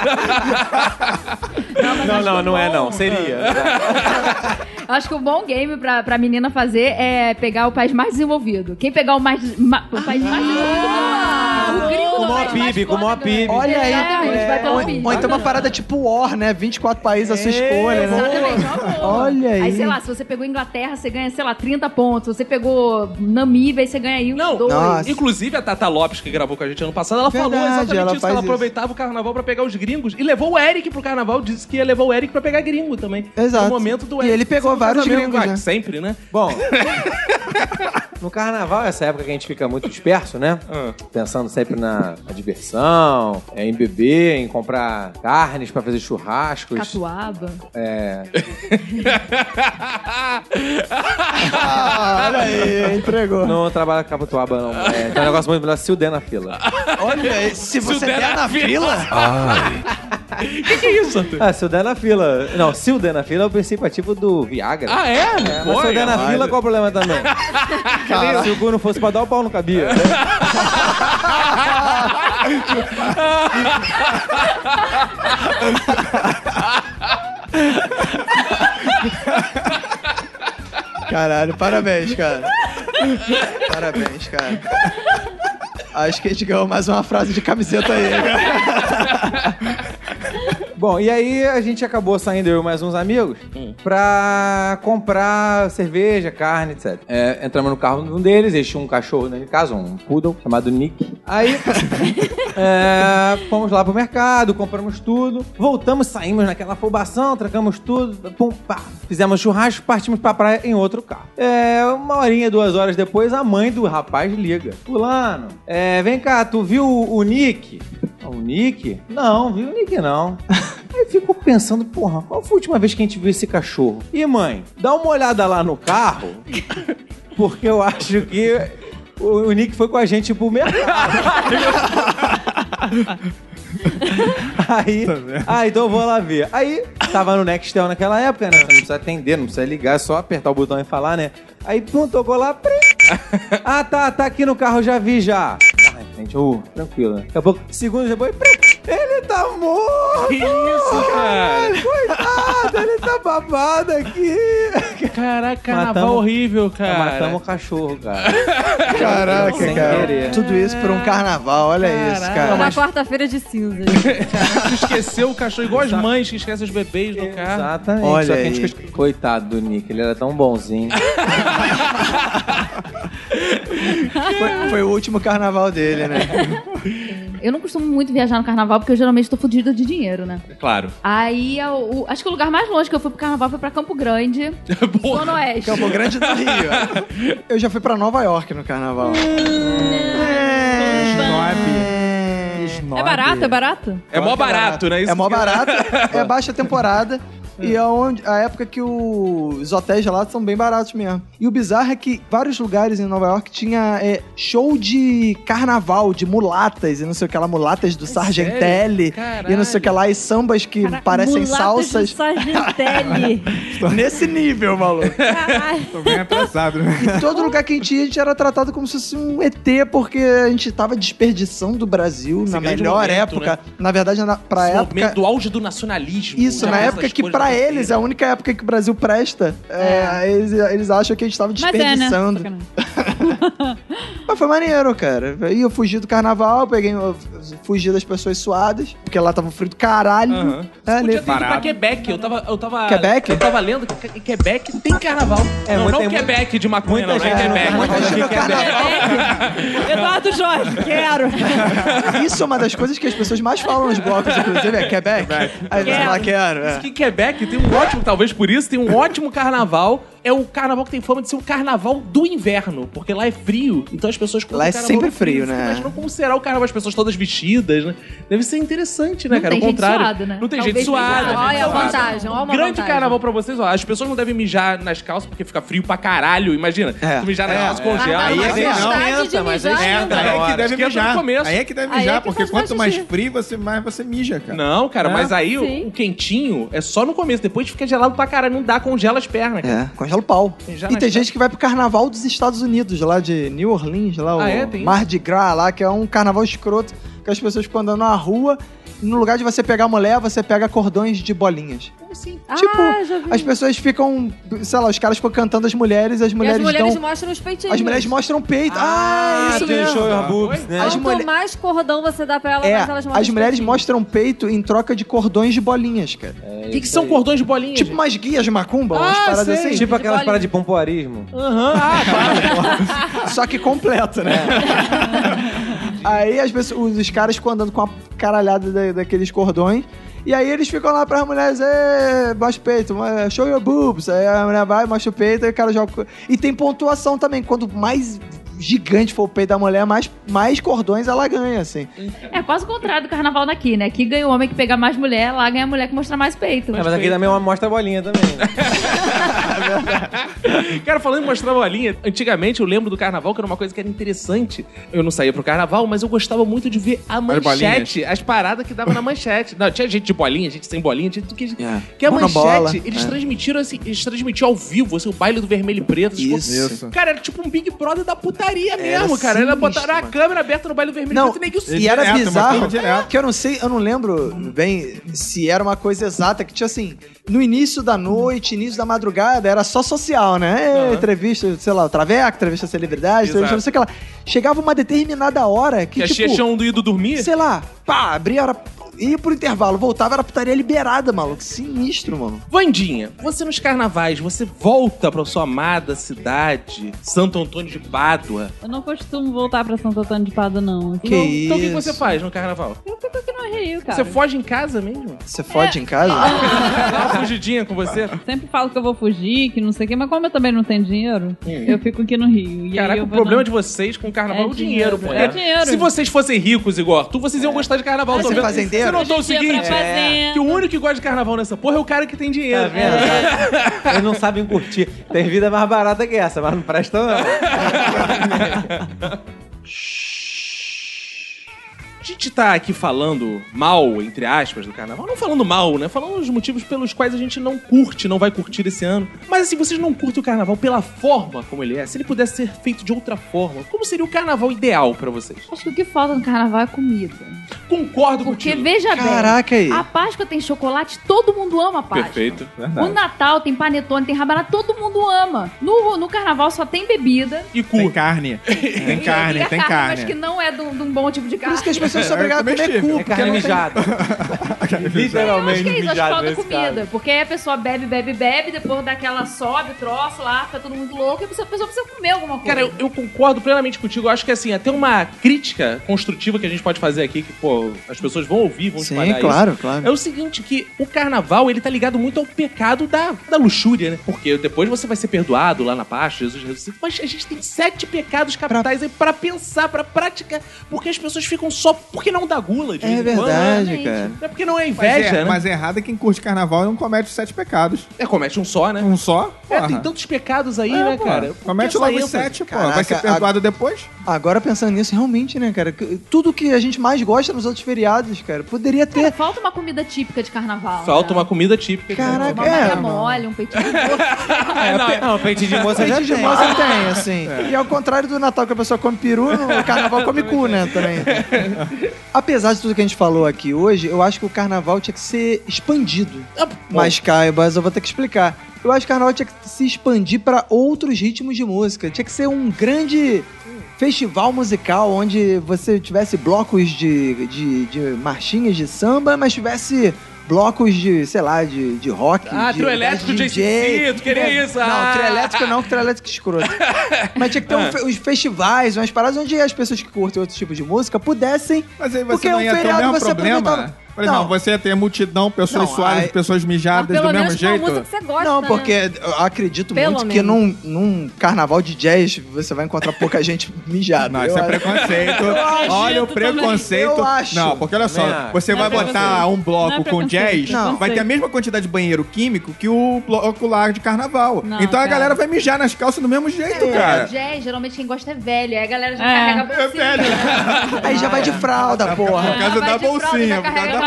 Não, não, não é não. Seria. Acho que o bom game pra, pra menina fazer é pegar o país mais desenvolvido. Quem pegar o mais. ma- o país mais desenvolvido. o gringo Com do o país maior mais PIB, com o maior foda, ganha. PIB. Olha aí. Exatamente, vai um pelo ou, PIB. ou então uma parada tipo War, né? 24 países à sua escolha. né? Exatamente, uma boa. Olha aí. Aí, sei lá, se você pegou Inglaterra, você ganha, sei lá, 30 pontos. Se você pegou Namíbia, aí você ganha aí uns Não, dois. Nossa. Inclusive, a Tata Lopes, que gravou com a gente ano passado, ela falou Verdade, exatamente ela isso, que faz ela isso. aproveitava o carnaval pra pegar os gringos e levou o Eric pro carnaval, disse que ia levar o Eric pra pegar gringo também. Exato. No momento do E Eric. ele pegou ser um vários casamento, gringos, ah, né? Sempre, né? Bom. No carnaval, essa época que a gente fica muito disperso, né? Pensando sempre na na diversão, é, em beber, em comprar carnes pra fazer churrascos. Catuaba. Ah, olha aí, entregou. Não trabalho com Caputuaba, não. É, tem um negócio muito melhor, se o der na fila. Olha aí, se você der der na na fila... O que, que é isso, Arthur? Ah, se o der na fila. Não, se o der na fila é o princípio ativo do Viagra. Ah, é? né? É, mas se eu der na fila, qual o problema também? Se o cu não fosse pra dar, o pau não cabia. Caralho, parabéns, cara. Parabéns, cara. Acho que a gente ganhou mais uma frase de camiseta aí, né? cara. Bom, e aí a gente acabou saindo, eu e mais uns amigos, pra comprar cerveja, carne, etc. É, entramos no carro de um deles, eles tinham um cachorro dentro de casa, um poodle, chamado Nick. Aí é, fomos lá pro mercado, compramos tudo, voltamos, saímos naquela afobação, trocamos tudo, pum, pá, fizemos churrasco, partimos pra praia em outro carro. É, uma horinha, duas horas depois, a mãe do rapaz liga. Fulano, é, vem cá, tu viu o o Nick? O Nick? Não, vi o Nick não. Aí ficou pensando, porra, qual foi a última vez que a gente viu esse cachorro? E mãe, dá uma olhada lá no carro, porque eu acho que o, o Nick foi com a gente pro mercado. Aí, ah, então eu vou lá ver. Aí, tava no Nextel naquela época, né? Não precisa atender, não precisa ligar, é só apertar o botão e falar, né? Aí, pum, tocou lá. prim. Ah, tá, tá aqui no carro, já vi já. Ah, gente, ô, tranquilo. né? Daqui a pouco, segundos depois, prim, ele tá morto! Que isso, cara? Coitado, ele tá babado aqui. Caraca, carnaval Matamos- É, horrível, cara. Matamos o cachorro, cara. Caraca, Sem cara. querer. Tudo isso por um carnaval, olha isso, cara. Na quarta-feira de cinzas. Tu esqueceu o cachorro, igual as mães que esquecem os bebês no carro. Exatamente. Olha Só que a gente aí. ficou- Coitado do Nick, ele era tão bonzinho. Foi, foi o último carnaval dele, né? Eu não costumo muito viajar no carnaval porque eu geralmente tô fodida de dinheiro, né? Claro. Aí, eu- o- acho que o lugar mais longe que eu fui pro carnaval foi pra Campo Grande, Porra. Zona Oeste. Campo é Grande do Rio. Eu já fui pra Nova York no carnaval. É barato, é barato? É mó barato, né? Isso É mó que- barato, é baixa temporada. E é onde, a época que o- os hotéis lá são bem baratos mesmo. E o bizarro é que vários lugares em Nova York tinha é, show de carnaval, de mulatas e não sei o que lá, mulatas É do Sargentelli e não sei o que lá, e sambas que Caraca, parecem mulatas salsas. de Sargentelli. Nesse nível, maluco. Caralho. Tô bem apressado, né? E todo lugar que a gente ia, a gente era tratado como se fosse um ET, porque a gente tava desperdiçando do Brasil Esse na grande melhor momento, né? época. Na verdade, na, pra Esse época. momento do auge do nacionalismo. Isso, já na essas época que coisas pra da eles, é a única época que o Brasil presta, é, eles, eles acham que a gente tava Mas é, né? desperdiçando. Mas, Sacanagem. foi maneiro, cara. Aí eu fugi do carnaval, peguei, eu fugi das pessoas suadas, porque lá tava frio do caralho. Aham. É, Podia ter levei- ido pra Quebec. Eu tava, eu tava. Quebec? Eu tava lendo que que- Quebec tem carnaval. É, não, mas não tem Quebec de maconha, não, não é gente- Quebec. muita gente é no carnaval. Eduardo Jorge, quero. Isso é uma das coisas que as pessoas mais falam nos blocos, inclusive, é Quebec. Aí você Quero. fala, quero. Diz É. que Quebec tem um ótimo, talvez por isso, tem um ótimo carnaval. É o carnaval que tem fama de ser o carnaval do inverno, porque lá é frio, então as pessoas curtem Lá é o carnaval sempre do frio, Eu fico né? imaginando como será o carnaval, as pessoas todas vestidas, né? Deve ser interessante, né, Não cara? tem o gente contrário. suada, né? Não tem Talvez gente suada. tenha- gente Olha a suada. vantagem, olha uma Grande vantagem. carnaval pra vocês, ó. As pessoas não devem mijar nas calças porque fica frio pra caralho, imagina. É, Tu mijar nas é, calças é. congela. Ah, Aí não, é mas bem- não. Vontade de mijar né? ainda. na Aí é que hora. deve Esquenta no mijar. começo. Aí é que deve Aí é mijar, que porque faz mais quanto mais xixi. frio, você, mais você mija, cara. Não, cara, É. mas aí o, Sim. o quentinho é só no começo, depois fica gelado pra caralho, não dá, congela as pernas, cara. É, congela o pau. Já e nas tem gente que vai pro carnaval dos Estados Unidos, lá de New Orleans, lá Ah, o é? Tem isso? Mar de Gras, lá, que é um carnaval escroto, que as pessoas ficam andando na rua, e no lugar de você pegar mulher, você pega cordões de bolinhas. Como assim? Tipo, ah, já vi. As pessoas ficam, sei lá, os caras ficam cantando as mulheres, as E mulheres, as mulheres dão... mostram os peitinhos. As mulheres mostram peito. Ah, isso tem mesmo. Ah, show your boobs, né? as Quanto mulher- mais cordão você dá pra ela, É, mais elas mostram. as os mulheres assim. peitinhos. mostram peito em troca de cordões de bolinhas, cara. O que, que são cordões de bolinha? Tipo gente? umas guias de macumba, umas Ah, paradas sei. assim. Tipo aquelas bolinha. paradas de pompoarismo. Aham, ah, claro. Só que completo, né? aí as pessoas, os caras ficam andando com a caralhada da- daqueles cordões. E aí eles ficam lá pras mulheres, "Ê, mostra o peito, eh, show your boobs. Aí a mulher vai, mostra o peito, aí o cara joga. o co- E tem pontuação também. Quanto mais gigante for o peito da mulher, mais, mais cordões ela ganha, assim. É quase o contrário do carnaval daqui, né? Aqui ganha o homem que pega mais mulher, lá ganha a mulher que mostra mais peito. É, mas aqui também é uma mostra bolinha também. né? Cara, falando em mostrar bolinha, antigamente eu lembro do carnaval, que era uma coisa que era interessante. Eu não saía pro carnaval, mas eu gostava muito de ver a manchete, as, paradas que dava na manchete. Não, tinha gente de bolinha, gente sem bolinha, gente do que. É. Tá Que a Monobola. manchete, eles transmitiram assim, eles transmitiam ao vivo, assim, o baile do vermelho e preto. essas Isso. coisas. Isso. Cara, era tipo um Big Brother da putaria mesmo, cara. Era sinistro, botaram a mano. câmera aberta no baile do vermelho e Não, preto e neguinho e era Direto, bizarro mas tudo direto. que eu não sei, eu não lembro bem se era uma coisa exata, que tinha assim, no início da noite, início da madrugada, era só social, né? É, Entrevista, sei lá, o Traveco, entrevista celebridade, Exato. entrevista não sei o que lá. Chegava uma determinada hora que, Que as tipo, cheias tinham ido dormir. sei lá, pá, abria, era ia pro intervalo, voltava, era putaria liberada, maluco. Sinistro, mano. Vandinha, você nos carnavais, você volta pra sua amada cidade, Santo Antônio de Pádua. Eu não costumo voltar pra Santo Antônio de Pado, não. Que Não, isso? Então o que que você faz no carnaval? Eu fico aqui no Rio, cara. Você foge em casa mesmo? Você É. fode em Ah, casa? Dá uma fugidinha com você? Sempre falo que eu vou fugir, que não sei o quê, mas como eu também não tenho dinheiro, Hum. eu fico aqui no Rio. E aí Caraca, eu o vou problema no- de vocês com o carnaval é É o dinheiro, dinheiro, pô. é dinheiro. Se vocês fossem ricos, igual Arthur, vocês iam gostar de carnaval. Mas tô você é vendo. fazendeiro? Você notou o Dia é pra seguinte? fazenda. é Que o único que gosta de carnaval nessa porra é o cara que tem Tá dinheiro. É. vendo? Eles não sabem curtir. Tem vida mais barata que essa, mas não presta não. A gente tá aqui falando mal, entre aspas, do carnaval. Não falando mal, né? Falando os motivos pelos quais a gente não curte, não vai curtir esse ano. Mas assim, vocês não curtem o carnaval pela forma como ele é. Se ele pudesse ser feito de outra forma, como seria o carnaval ideal pra vocês? Acho que o que falta no carnaval é comida. Concordo Porque, contigo. veja Caraca aí. Ah, bem, a Páscoa tem chocolate, todo mundo ama a Páscoa. Perfeito. É O Natal tem panetone, tem rabanada, todo mundo ama. No, no carnaval só tem bebida. E cu. Tem carne. Tem carne, Fica tem Mas que carne. não é de um de um bom tipo de Por carne. isso que as pessoas são É obrigadas a comer comestível. cu, É porque carne não tem... mijada. Eu acho Literalmente que é isso, acho que mijada falta nesse cara. comida. Porque aí a pessoa bebe, bebe, bebe, depois daquela sobe, troço lá, fica todo mundo louco, e a pessoa, a pessoa precisa comer alguma coisa. Cara, eu, eu concordo plenamente contigo. Eu acho que assim, até uma crítica construtiva que a gente pode fazer aqui, que, pô, as pessoas vão ouvir, vão espalhar Sim, isso. claro, claro. É o seguinte, que o carnaval, ele tá ligado muito ao pecado da, da luxúria, né? Porque depois você vai ser perdoado lá na Páscoa, Jesus ressuscita. Mas a gente tem sete pecados capitais aí pra pensar, pra praticar, porque as pessoas ficam só porque não dá gula de É vez em quando, né? verdade, cara. Não é porque não é Mas, inveja, é, né? mas é errado é quem curte carnaval e não comete os sete pecados. É, comete um só, né? Um só? É, Porra. tem tantos pecados aí, É, né, pô. cara? Comete Pensa logo aí, os sete, pô. Caraca, Vai ser perdoado depois? Agora pensando nisso, realmente, né, cara? que- Tudo que a gente mais gosta nos outros feriados, cara, poderia Cara, ter. falta uma comida típica de carnaval. Falta né? uma comida típica. Caraca, Uma É, maria mano. mole, um peitinho de porco. Ah, É, não, é- Não, peito de moça já Leite de tem. moça tem, assim. E ao contrário do Natal que a pessoa come peru, no carnaval come cu, né, também. Apesar de tudo que a gente falou aqui hoje, eu acho que o carnaval tinha que ser expandido. Ah, Mas, Caibas, eu vou ter que explicar. Eu acho que o carnaval tinha que se expandir para outros ritmos de música. Tinha que ser um grande festival musical onde você tivesse blocos de, de, de marchinhas de samba, mas tivesse blocos de, sei lá, de, de rock. Ah, de, trio elétrico, de né? JCC, tu queria isso? Não, Ah. trio elétrico não, que trio elétrico é escroto. mas tinha que ter um fe- os festivais, umas paradas onde as pessoas que curtem outro tipo de música pudessem... Mas aí você Porque não um ia ter o feriado mesmo você problema. aproveitava- Por exemplo, Não. você ia ter multidão, pessoas Não, suaves, aí- pessoas Mas mijadas do pelo mesmo menos uma jeito. música que você gosta, Não, né? porque eu acredito Pelo muito que num, menos. num carnaval de jazz você vai encontrar pouca gente mijada. Não, Eu isso é acho- preconceito. Olha o também. preconceito. Eu acho. Não, porque olha Também só, acho. você Não é vai botar preconceito. um Não bloco é com preconceito, jazz, Não. é vai ter a preconceito. mesma quantidade de banheiro químico que o bloco lá de carnaval. Não, então a cara. galera vai mijar nas calças do mesmo jeito, É, cara. jazz, geralmente quem gosta é velho. Aí a galera já É. carrega É a bolsinha. velho. Aí já vai É. de fralda, Por porra. causa vai da de fralda, bolsinha, já por causa carrega mais da de fralda. fralda.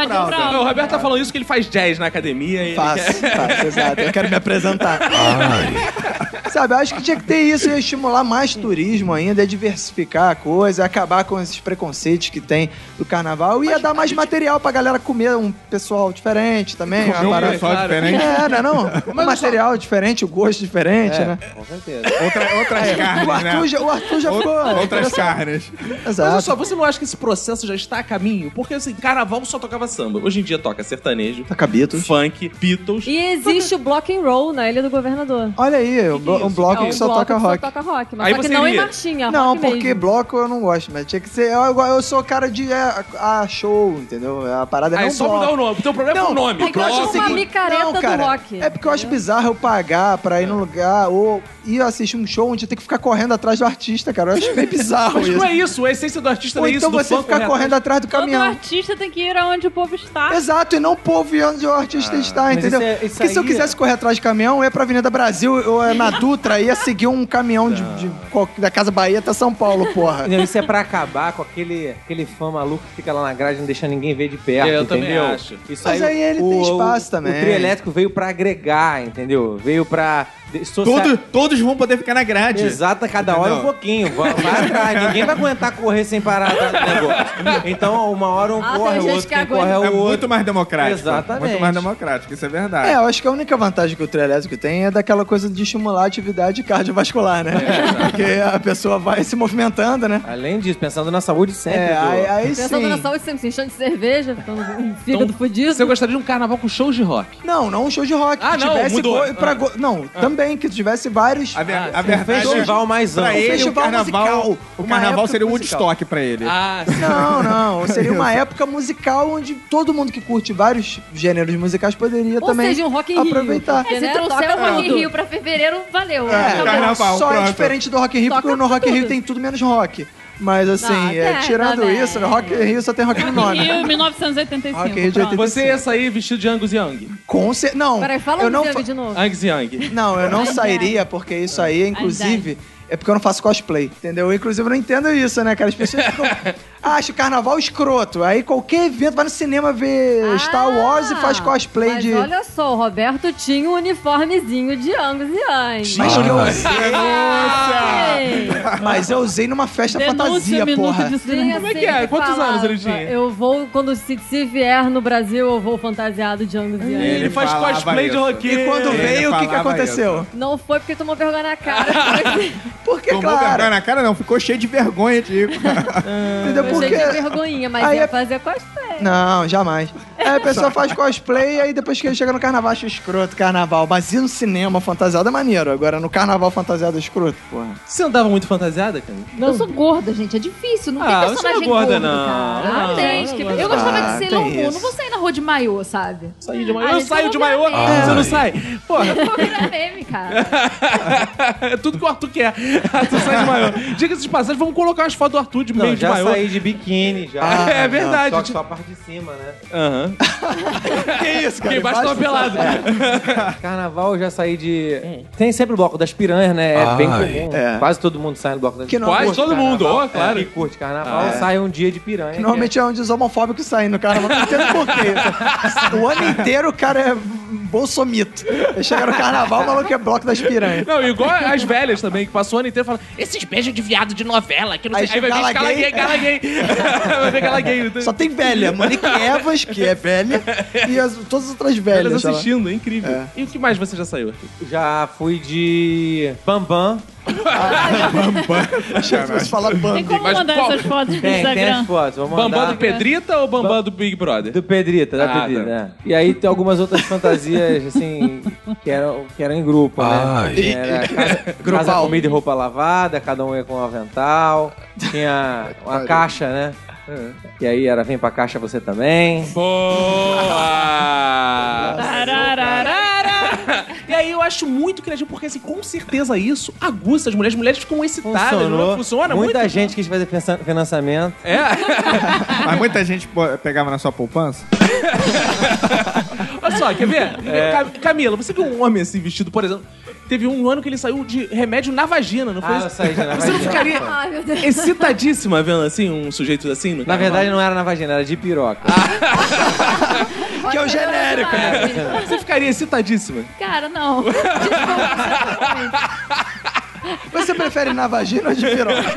Não, o Roberto tá falando isso que ele faz jazz na academia. e ele Faço, faço, exato. Eu quero me apresentar. Sabe, eu acho que tinha que ter isso, ia estimular mais turismo ainda, ia diversificar a coisa, ia acabar com esses preconceitos que tem do carnaval e ia dar mais material pra galera comer um pessoal diferente também. uma Comer um parada- pessoal Claro. diferente. É, não é não? Um material diferente, o gosto diferente, né? É, com certeza. Outra- outras É, O carnes, Arthur, né? já, o Arthur já ficou. Out- Outras carnes. Mas olha Exato. só, você não acha que esse processo já está a caminho? Porque assim, carnaval só tocava samba. Hoje em dia toca sertanejo, Tá cabido. funk, Beatles. E existe o block and roll na Ilha do Governador. Olha aí, um blo- um bloco É um que só bloco toca rock. Só toca rock, mas Aí só que você não iria. em marchinha, Não, rock porque mesmo. bloco eu não gosto, mas tinha que ser. Eu, eu sou cara de é, a show, entendeu? A parada é Aí não Ah, só bloco. mudar o nome. O teu problema é o nome. é que eu acho Bloco. uma micareta do rock, assim, É porque eu acho bizarro eu pagar pra ir num lugar ou ir assistir um show onde eu tenho que ficar correndo atrás do artista, cara. Eu acho bem bizarro Mas isso. não é isso, a essência do artista Ou não é isso. então do você fã ficar correto. correndo atrás do Todo caminhão. artista tem que ir aonde o povo está. Exato, e não o povo e onde o artista está, mas Ah, entendeu? isso é- isso Porque se eu aí- quisesse correr atrás de caminhão, eu ia pra Avenida Brasil ou é na Dutra, ia seguir um caminhão de, de qual- da Casa Bahia até São Paulo, porra. Não, isso é pra acabar com aquele, aquele fã maluco que fica lá na grade e não deixa ninguém ver de perto, Eu também entendeu? acho. Isso Mas aí ele tem espaço o, também. O trio elétrico veio pra agregar, entendeu? Veio pra de- social- Todo- todos vão poder ficar na grade. Exata, cada hora um Entendeu? pouquinho. Vai, vai atrás. Ninguém vai aguentar correr sem parar atrás do negócio. Então, uma hora um Ah, tem corre, o gente outro que quem aguenta. corre é É o outro. muito mais democrático. Exatamente. Muito mais democrático, isso é verdade. É, eu acho que a única vantagem que o trio elétrico tem é daquela coisa de estimular a atividade cardiovascular, né? É, Porque a pessoa vai se movimentando, né? Além disso, pensando na saúde sempre. É, Diogo. aí, aí Pensando sim. na saúde, sempre se enchendo de cerveja, ficando um Então, fígado fudido. Você gostaria de um carnaval com shows de rock? Não, não um show de rock. Ah, que não, tivesse mudou. go- pra go- Não, também, que tivesse vários. Ah. Ah. A, ver- a Um verdade festival mais pra amplo. ele, um festival o carnaval, musical. o Uma carnaval época seria o musical. Woodstock pra ele. Ah, Não, não. Seria uma época musical onde todo mundo que curte vários gêneros musicais poderia Ou também seja, um Rock in Rio. aproveitar. Porque, É, se né, trouxer toca o Rock in tudo. Rio pra fevereiro, valeu. É, acabou. carnaval, só é pronto. diferente do Rock in Rio, Toca porque no Rock in Rio tudo. tem tudo menos rock. Mas assim, Ah, é, tá, tirando tá isso, no Rock in Rio só tem rock no nome. Rio, 1985. Ok, de pronto. 85. você ia sair vestido de Angus Young. Com cer- Não, Peraí, fala eu um não filme fa- de novo. Angus Young. Não, eu não Verdade. sairia, porque isso aí, inclusive, é porque eu não faço cosplay, entendeu? Inclusive, eu não entendo isso, né, cara? As pessoas ficam. Acham carnaval escroto. Aí qualquer evento vai no cinema ver Star Wars e faz cosplay Ah, mas de. olha só, o Roberto tinha um uniformezinho de Angus e Angus. Ah, Mas, que eu usei, Denúncia! mas eu usei numa festa Denúncia, fantasia, minuto porra. de silêncio. Como é que é? Quantos anos ele tinha? Eu vou, quando se, se vier no Brasil, eu vou fantasiado de Angus e Angus. Ele, faz falava "Ah, cosplay de isso. roqueiro. E quando Ele veio, o que, que falava aconteceu? Não foi porque tomou vergonha na cara. Porque, Tomou vergonha claro, na cara, não. Ficou cheio de vergonha de ir. entendeu? Eu É Porque. achei de vergonhinha, mas Aí ia é- fazer cosplay. Não, jamais. Aí a pessoa faz cosplay e aí depois que ele chega no carnaval, acha escroto carnaval. Mas ir no cinema fantasiado é maneiro. Agora, no carnaval fantasiado é escroto, porra. Você andava muito fantasiada, cara? Eu sou gorda, gente. É difícil. Não Ah, tem você personagem não é gorda, gordo, não. cara. Não, Ah, tem. não, que- não. Eu gostava Ah, de Sailor tem Moon. isso. Não vou sair na rua de maiô, sabe? Saí de Ah, maiô. Eu gente, saio eu de vou maiô. virar meme. Você não Ai. sai? Porra. Eu vou virar meme, cara. É tudo que o Arthur quer. Arthur sai de maior. Diga-se de passagem, vamos colocar umas fotos do Arthur de Não, meio de já maior. saí de biquíni, já. Ah, é não, verdade. Só que só a parte de cima, né? Aham. Que isso, cara? Quem embaixo É. tava pelado. Carnaval eu já saí de... Hum. Tem sempre o bloco das piranhas, né? É bem comum. É. Quase todo mundo sai no bloco das Que não- é piranhas. é, Quase curto todo mundo, ó, claro. Ah, é. Que curte carnaval, sai um dia de piranha. que é- Normalmente é onde os homofóbicos saem no carnaval. Não entendo por quê. O ano inteiro o cara é bolsomito. Aí Chega no carnaval, o maluco é bloco das piranhas. Não, igual as velhas também, que passou o ano inteiro falando esses beijos de viado de novela, que não Aí sei... Aí vai gala ver gala gay. gay, gala gay. Vai ver gala gay. Tá Só tem velha. Monique Evas, que é velha, e as- todas as outras velhas. Elas sei lá. assistindo, é incrível. E o que mais você já saiu? Já fui de Bambam. Achei que fosse falar Tem banda. como Mas mandar qual- essas fotos pro Tem, tem Instagram? as fotos. Vou mandar. Bambam do Pedrita ou Bambam do Big Brother? Do Pedrita, da Ah, Pedrita. tá. né? E aí tem algumas outras fantasias, assim, que eram, que eram em grupo, Ah, né? Ai. Era casa, casa, Grupal. comida e roupa lavada, cada um ia com um avental. Tinha uma caixa, né? E aí era vem pra caixa você também. Boa! Tarararara. E aí eu acho muito criativo, porque assim, com certeza isso aguça as mulheres. As mulheres ficam excitadas. Funcionou. não Funciona Muita muito. gente quis fazer finan- financiamento. É. Mas muita gente pô, pegava na sua poupança. Olha só, quer ver? Cam- Camila, você viu um homem assim vestido, por exemplo? Teve um ano que ele saiu de remédio na vagina, não foi Ah, eu isso? saí de na Você não vagina. ficaria Ai, meu Deus. excitadíssima vendo assim, um sujeito assim? no Na carnaval? verdade, não era na vagina, era de piroca. Que é o genérico, né? Você ficaria excitadíssima. Cara, não. Você prefere na vagina ou de piroca?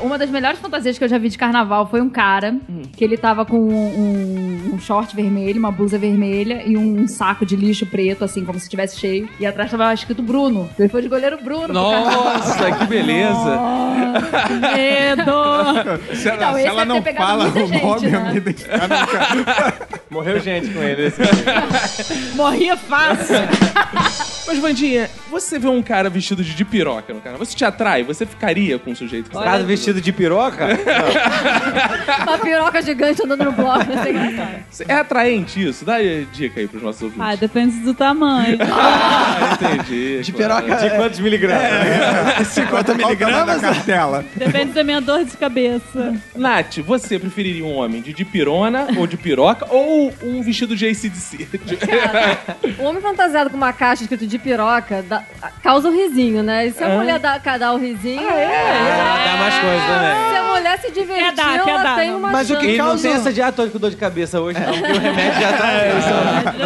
Uma das melhores fantasias que eu já vi de carnaval foi um cara que ele tava com um, um short vermelho, uma blusa vermelha e um saco de lixo preto, assim, como se tivesse cheio. E atrás tava escrito Bruno. Ele foi de goleiro Bruno pro carnaval. Nossa, que beleza. Medo. Se ela, Então, se esse ela deve ter não pegado fala muita o gente, nome, né? eu me identificava. Morreu gente com ele. assim. Morria fácil. Mas, Vandinha, você vê um cara vestido de, de piroca no carnaval, você te atrai? Você ficaria com um sujeito que Caso vestido de piroca? Uma piroca gigante andando no bloco. não sei o que. É atraente isso? Dá eh, dica aí pros nossos Ah, ouvintes. depende do tamanho. Ah, entendi. De claro. piroca. De quantos miligramas? é 50 Miligramas miligramas? da cartela. Depende da minha dor de cabeça. Nath, você preferiria um homem de dipirona ou de piroca ou um vestido de ACDC? O homem fantasiado com uma caixa escrito de piroca dá- um causa o risinho, né? E se a mulher dá, dá o risinho. Dá mais coisa também. Se a mulher se divertiu, Quer dar, quer ela dar, tem não. uma Mas o que chance. E não causa- tem essa diária toda com dor de cabeça hoje, não, porque o remédio já tá. é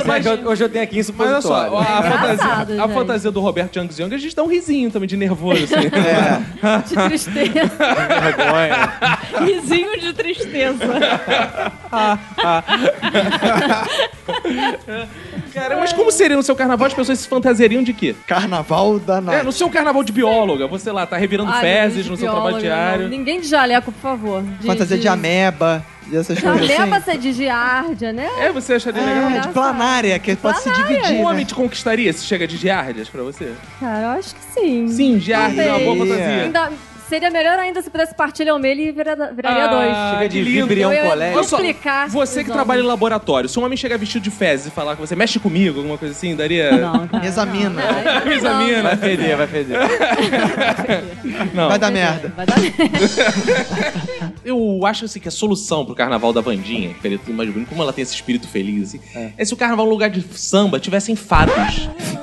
Mas eu- hoje eu tenho aqui em Mas olha só, supositório. a, fantasia, a gente. fantasia do Roberto Young Young, a gente dá um risinho também de nervoso. Assim. de tristeza. Risinho de tristeza. Cara, mas como seria no seu carnaval as É. pessoas se fantasiariam de é quê? Carnaval da É, Nike. no seu carnaval de bióloga, você lá tá revirando Ai, fezes gente, no seu trabalho Ah, bióloga, diário. não. Ninguém de jaleco, por favor. De, Fantasia de ameba, e essas coisas assim. Jaleba ser de giardia, né? É, você acharia legal? Ah, de planária, que pode se dividir, Um homem né? te conquistaria se chega de giardias pra você? Cara, eu acho que sim. Sim, giardias é uma boa Talvez. fantasia. Ainda- seria melhor ainda se pudesse partilhar o meio e vira- viraria Ah, dois. Chega de que lindo. vibrião Eu ia- colégio. Olha só, Explicar você que os trabalha em homens. laboratório, se um homem chegar vestido de fezes e falar com você, mexe comigo, alguma coisa assim, daria... Não, cara. Examina. Não, Examina. Vai feder, vai feder. Vai dar merda. Vai dar merda. Eu acho assim que a solução pro carnaval da Vandinha, que ele tem mais bonito, como ela tem esse espírito feliz, assim, é. se o carnaval no lugar de samba tivessem fados.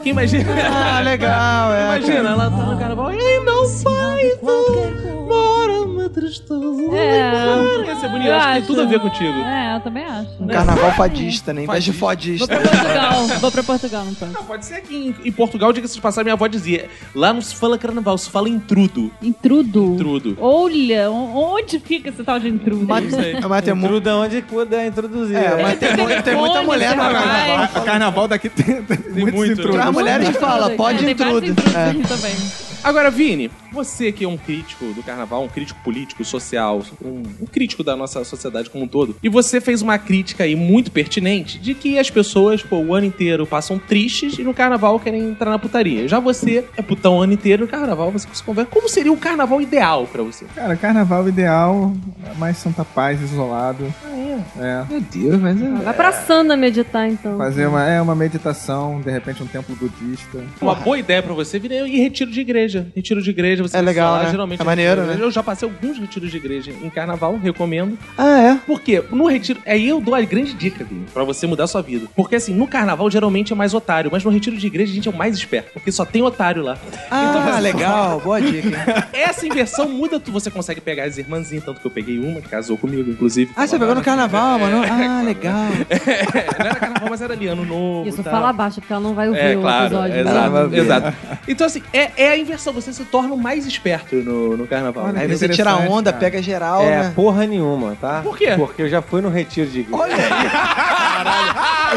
Que imagina. Ah, legal, é. né, Imagina, ela tá no carnaval e não sai do mora uma tristeza. É. Ia ser bonito, acho que tem tudo a ver contigo. É, eu também acho. Um carnaval fadista, né? Em vez de fodista. Portugal. Vou pra Portugal, então. não posso. Não, Pode ser que em, em Portugal, diga-se de passagem, minha avó dizia: lá não se fala carnaval, se fala intrudo. Intrudo. Intrudo. Olha, o- onde fica esse tal de intrudo? Mas, mas tem muito. Intruda onde puder introduzir. É, mas tem, mu- tem muita Telefone, mulher no rapaz. carnaval. A carnaval daqui tem, tem, muitos muito, né? intrusos. As mulheres falam, pode tem vários intrudo. intrusos É. aqui também. Agora, Vini, você que é um crítico do carnaval, um crítico político, social, um, um crítico da nossa sociedade como um todo, e você fez uma crítica aí muito pertinente de que as pessoas, pô, o ano inteiro passam tristes e no carnaval querem entrar na putaria. Já você é putão o ano inteiro, no carnaval você se conversa. Como seria o carnaval ideal pra você? Cara, carnaval ideal, mais Santa Paz, isolado. É. Meu Deus, mas é. Vai pra Sana meditar, então. Fazer uma, é, uma meditação, de repente um templo budista. Uma boa ideia pra você viria ir em retiro de igreja. Retiro de igreja, você É vai legal, lá, né? geralmente. É maneiro, retiro de né? igreja. Eu já passei alguns retiros de igreja em carnaval, recomendo. Ah, é? Por quê? No retiro. Aí eu dou a grande dica, Vini, pra você mudar sua vida. Porque assim, no carnaval geralmente é mais otário, mas no retiro de igreja a gente é o mais esperto, porque só tem otário lá. Então Ah, legal, boa dica. hein? Essa inversão muda, tu você consegue pegar as irmãzinhas, tanto que eu peguei uma, que casou comigo, inclusive. Ah, você pegou no É. carnaval, mano? Ah, legal. Não era carnaval, mas era ali, ano novo. Isso, e tal. fala baixo, porque ela não vai ouvir É, o claro. episódio. Ela vai Exato, ver. exato. Então, assim, é, é a inversão. Você se torna o mais esperto no, no carnaval. Olha Aí Aí você Interessante, tira onda, cara. pega geral, É, né? porra nenhuma, tá? Por quê? Porque eu já fui no retiro de igreja.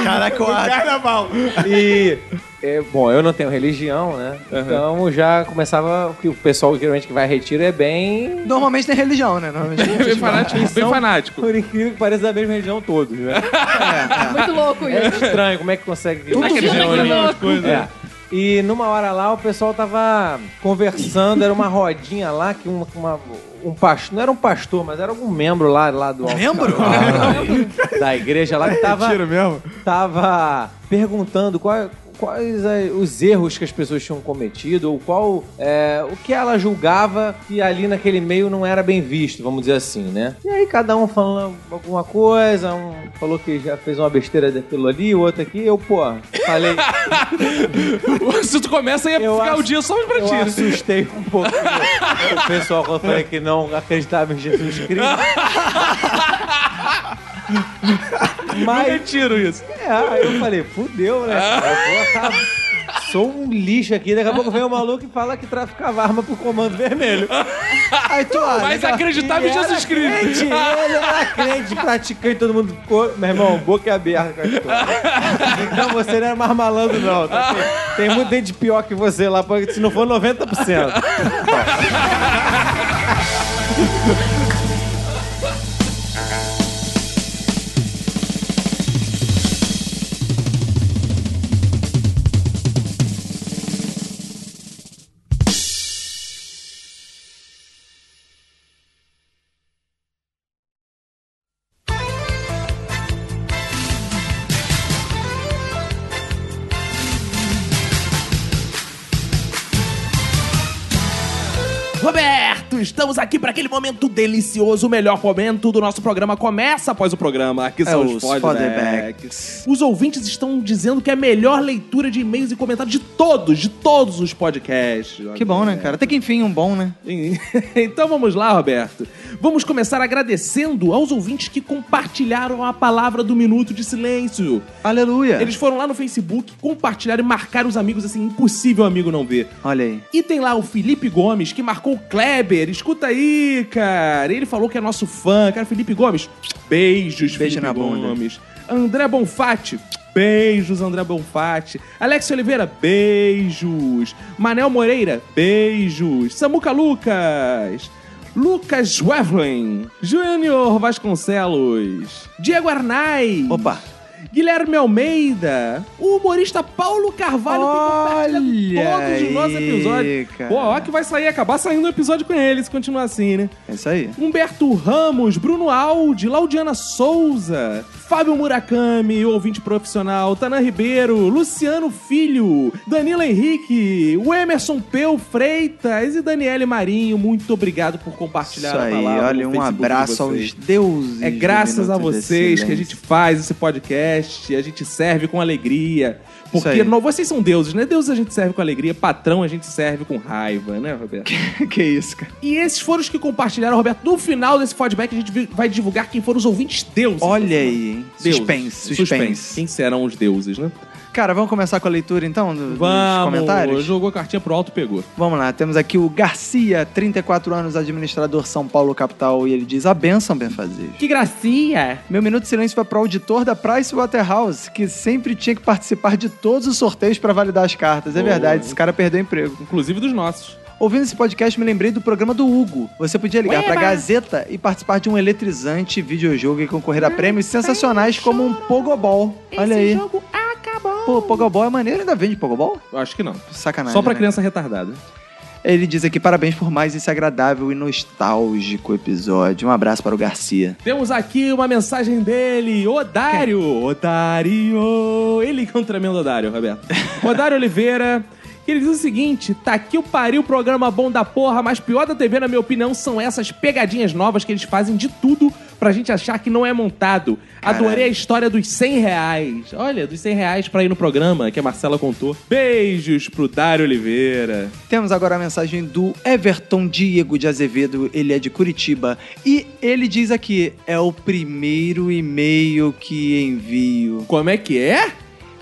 Caraca, eu acho. Carnaval! E, é, bom, eu não tenho religião, né? Então já começava que o pessoal geralmente que vai a retiro é bem. Normalmente tem religião, né? Normalmente. é bem fanático. Bem fanático. Por incrível que pareça, da mesma religião todos, né? Muito louco É isso. estranho como é que consegue. Acreditando em algumas coisas. É. E numa hora lá o pessoal tava conversando, era uma rodinha lá que um, uma- um pastor, não era um pastor, mas era algum membro lá, lá do Membro? da, da igreja lá que tava Tiro mesmo? tava perguntando qual- quais eh, os erros que as pessoas tinham cometido ou qual eh, o que ela julgava que ali naquele meio não era bem visto, vamos dizer assim, né? E aí cada um falando alguma coisa, um falou que já fez uma besteira daquilo ali, o outro aqui, eu, pô, falei, Se tu começa, ia Eu ficar acho- o dia só pra eu ti. né? assustei um pouco o pessoal quando eu falei que não acreditava em Jesus Cristo. No Mas retiro, isso. É, aí eu falei, fudeu, né? Eu vou acabar- Sou um lixo aqui, daqui a pouco vem um maluco e fala que traficava arma pro comando vermelho. Aí tu olha. Mas acreditava em Jesus Crente, Cristo. ele era crente, praticante, todo mundo ficou. Meu irmão, boca aberta com a história. Então você não era mais malandro, não. tá? Tem, tem muito gente pior que você lá, porque se não for 90%. Roberto estamos aqui para aquele momento delicioso, o melhor momento do nosso programa. Começa após o programa, que são os É os podbacks. Os ouvintes estão dizendo que é a melhor leitura de e-mails e comentários de todos, de todos os podcasts. Que bom, né, cara? Até que enfim, um bom, né? Então vamos lá, Roberto. Vamos começar agradecendo aos ouvintes que compartilharam a palavra do Minuto de Silêncio. Aleluia. Eles foram lá no Facebook, compartilharam e marcaram os amigos, assim, impossível amigo não ver. Olha aí. E tem lá o Felipe Gomes, que marcou o Kleber. Escuta aí, cara. Ele falou que é nosso fã. Cara, Felipe Gomes, beijos, Beijo Felipe na bunda. Gomes. André Bonfatti, beijos, André Bonfatti. Alex Oliveira, beijos. Manel Moreira, beijos. Samuca Lucas. Lucas Wevlin, Júnior Vasconcelos, Diego Arnai, Opa. Guilherme Almeida, o humorista Paulo Carvalho que compartilha Olha todos os nossos aí, episódios. cara. Pô, ó que vai sair, acabar saindo um episódio com ele, se continuar assim, né? É isso aí. Humberto Ramos, Bruno Aldi, Laudiana Souza, Fábio Murakami, ouvinte profissional, Tanã Ribeiro, Luciano Filho, Danilo Henrique, o Emerson Peu Freitas e Daniele Marinho. Muito obrigado por compartilhar Isso a aí. palavra no Olha, um Facebook de abraço vocês. aos deuses. É do graças a Minuto de vocês que a gente Silêncio. faz esse podcast, a gente serve com alegria. Porque aí. não, vocês são deuses, né? Deuses a gente serve com alegria, patrão a gente serve com raiva, né, Roberto? que isso, cara? e esses foram os que compartilharam, Roberto. No final desse feedback, a gente vi- vai divulgar quem foram os ouvintes deuses. Olha aí, hein? Deuses. Suspense, suspense. Quem serão os deuses, né? Cara, vamos começar com a leitura então do- dos Vamos, comentários? jogou a cartinha pro alto, pegou. Vamos lá, temos aqui o Garcia, 34 anos, administrador São Paulo capital, e ele diz: "A benção, Benfazejo. Que gracinha! Meu minuto de silêncio vai para o auditor da Price Waterhouse, que sempre tinha que participar de todos os sorteios para validar as cartas. É Boa. verdade, esse cara perdeu o emprego. Inclusive dos nossos. Ouvindo esse podcast, me lembrei do programa do Hugo. Você podia ligar para a Gazeta e participar de um eletrizante videojogo e concorrer a prêmios sensacionais como um Pogobol. Olha aí. jogo acabou. Pô, Pogobol é maneiro, ainda vende Pogobol? Acho que não. Sacanagem. Só pra né? criança retardada. Ele diz aqui: parabéns por mais esse agradável e nostálgico episódio. Um abraço para o Garcia. Temos aqui uma mensagem dele, Odário. Odário. Ele que é um tremendo Odário, Roberto. Odário Oliveira. que Ele diz o seguinte: tá aqui o pariu, programa bom da porra, mas pior da TV, na minha opinião, são essas pegadinhas novas que eles fazem de tudo pra gente achar que não é montado. Adorei a história dos 100 reais. Olha, dos 100 reais pra ir no programa que a Marcela contou. Beijos pro Dário Oliveira. Temos agora a mensagem do Everton Diego de Azevedo, ele é de Curitiba. E ele diz aqui: é o primeiro e-mail que envio. Como é que é?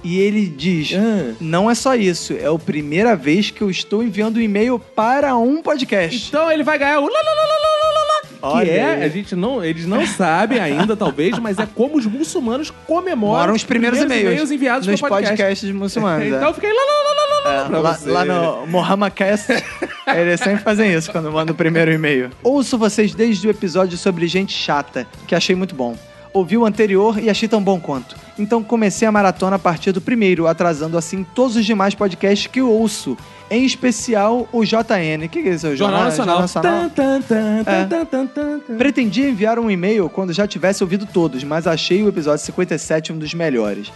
E ele diz. Ah. Não é só isso, é a primeira vez que eu estou enviando um e-mail para um podcast. Então ele vai ganhar o lá, lá, lá, lá, lá, lá, lá, lá, que Olha é, aí. a gente não, eles não sabem ainda talvez, mas é como os muçulmanos comemoram Moram os primeiros, e-mails, enviados nos pro podcast. podcasts muçulmanos. é. Então fica aí lá, lá, lá, lá, lá, lá, É, pra lá, você. lá no Mohamacast, eles sempre fazem isso quando mandam o primeiro e-mail. Ouço vocês desde o episódio sobre gente chata, que achei muito bom. Ouvi o anterior e achei tão bom quanto. Então comecei a maratona a partir do primeiro, atrasando assim todos os demais podcasts que eu ouço. Em especial o JN. O que, que é isso? O Ah, Jornal Nacional. Tan, tan, tan, É. tan, tan, tan, tan. Pretendi enviar um e-mail quando já tivesse ouvido todos, mas achei o episódio 57 um dos melhores.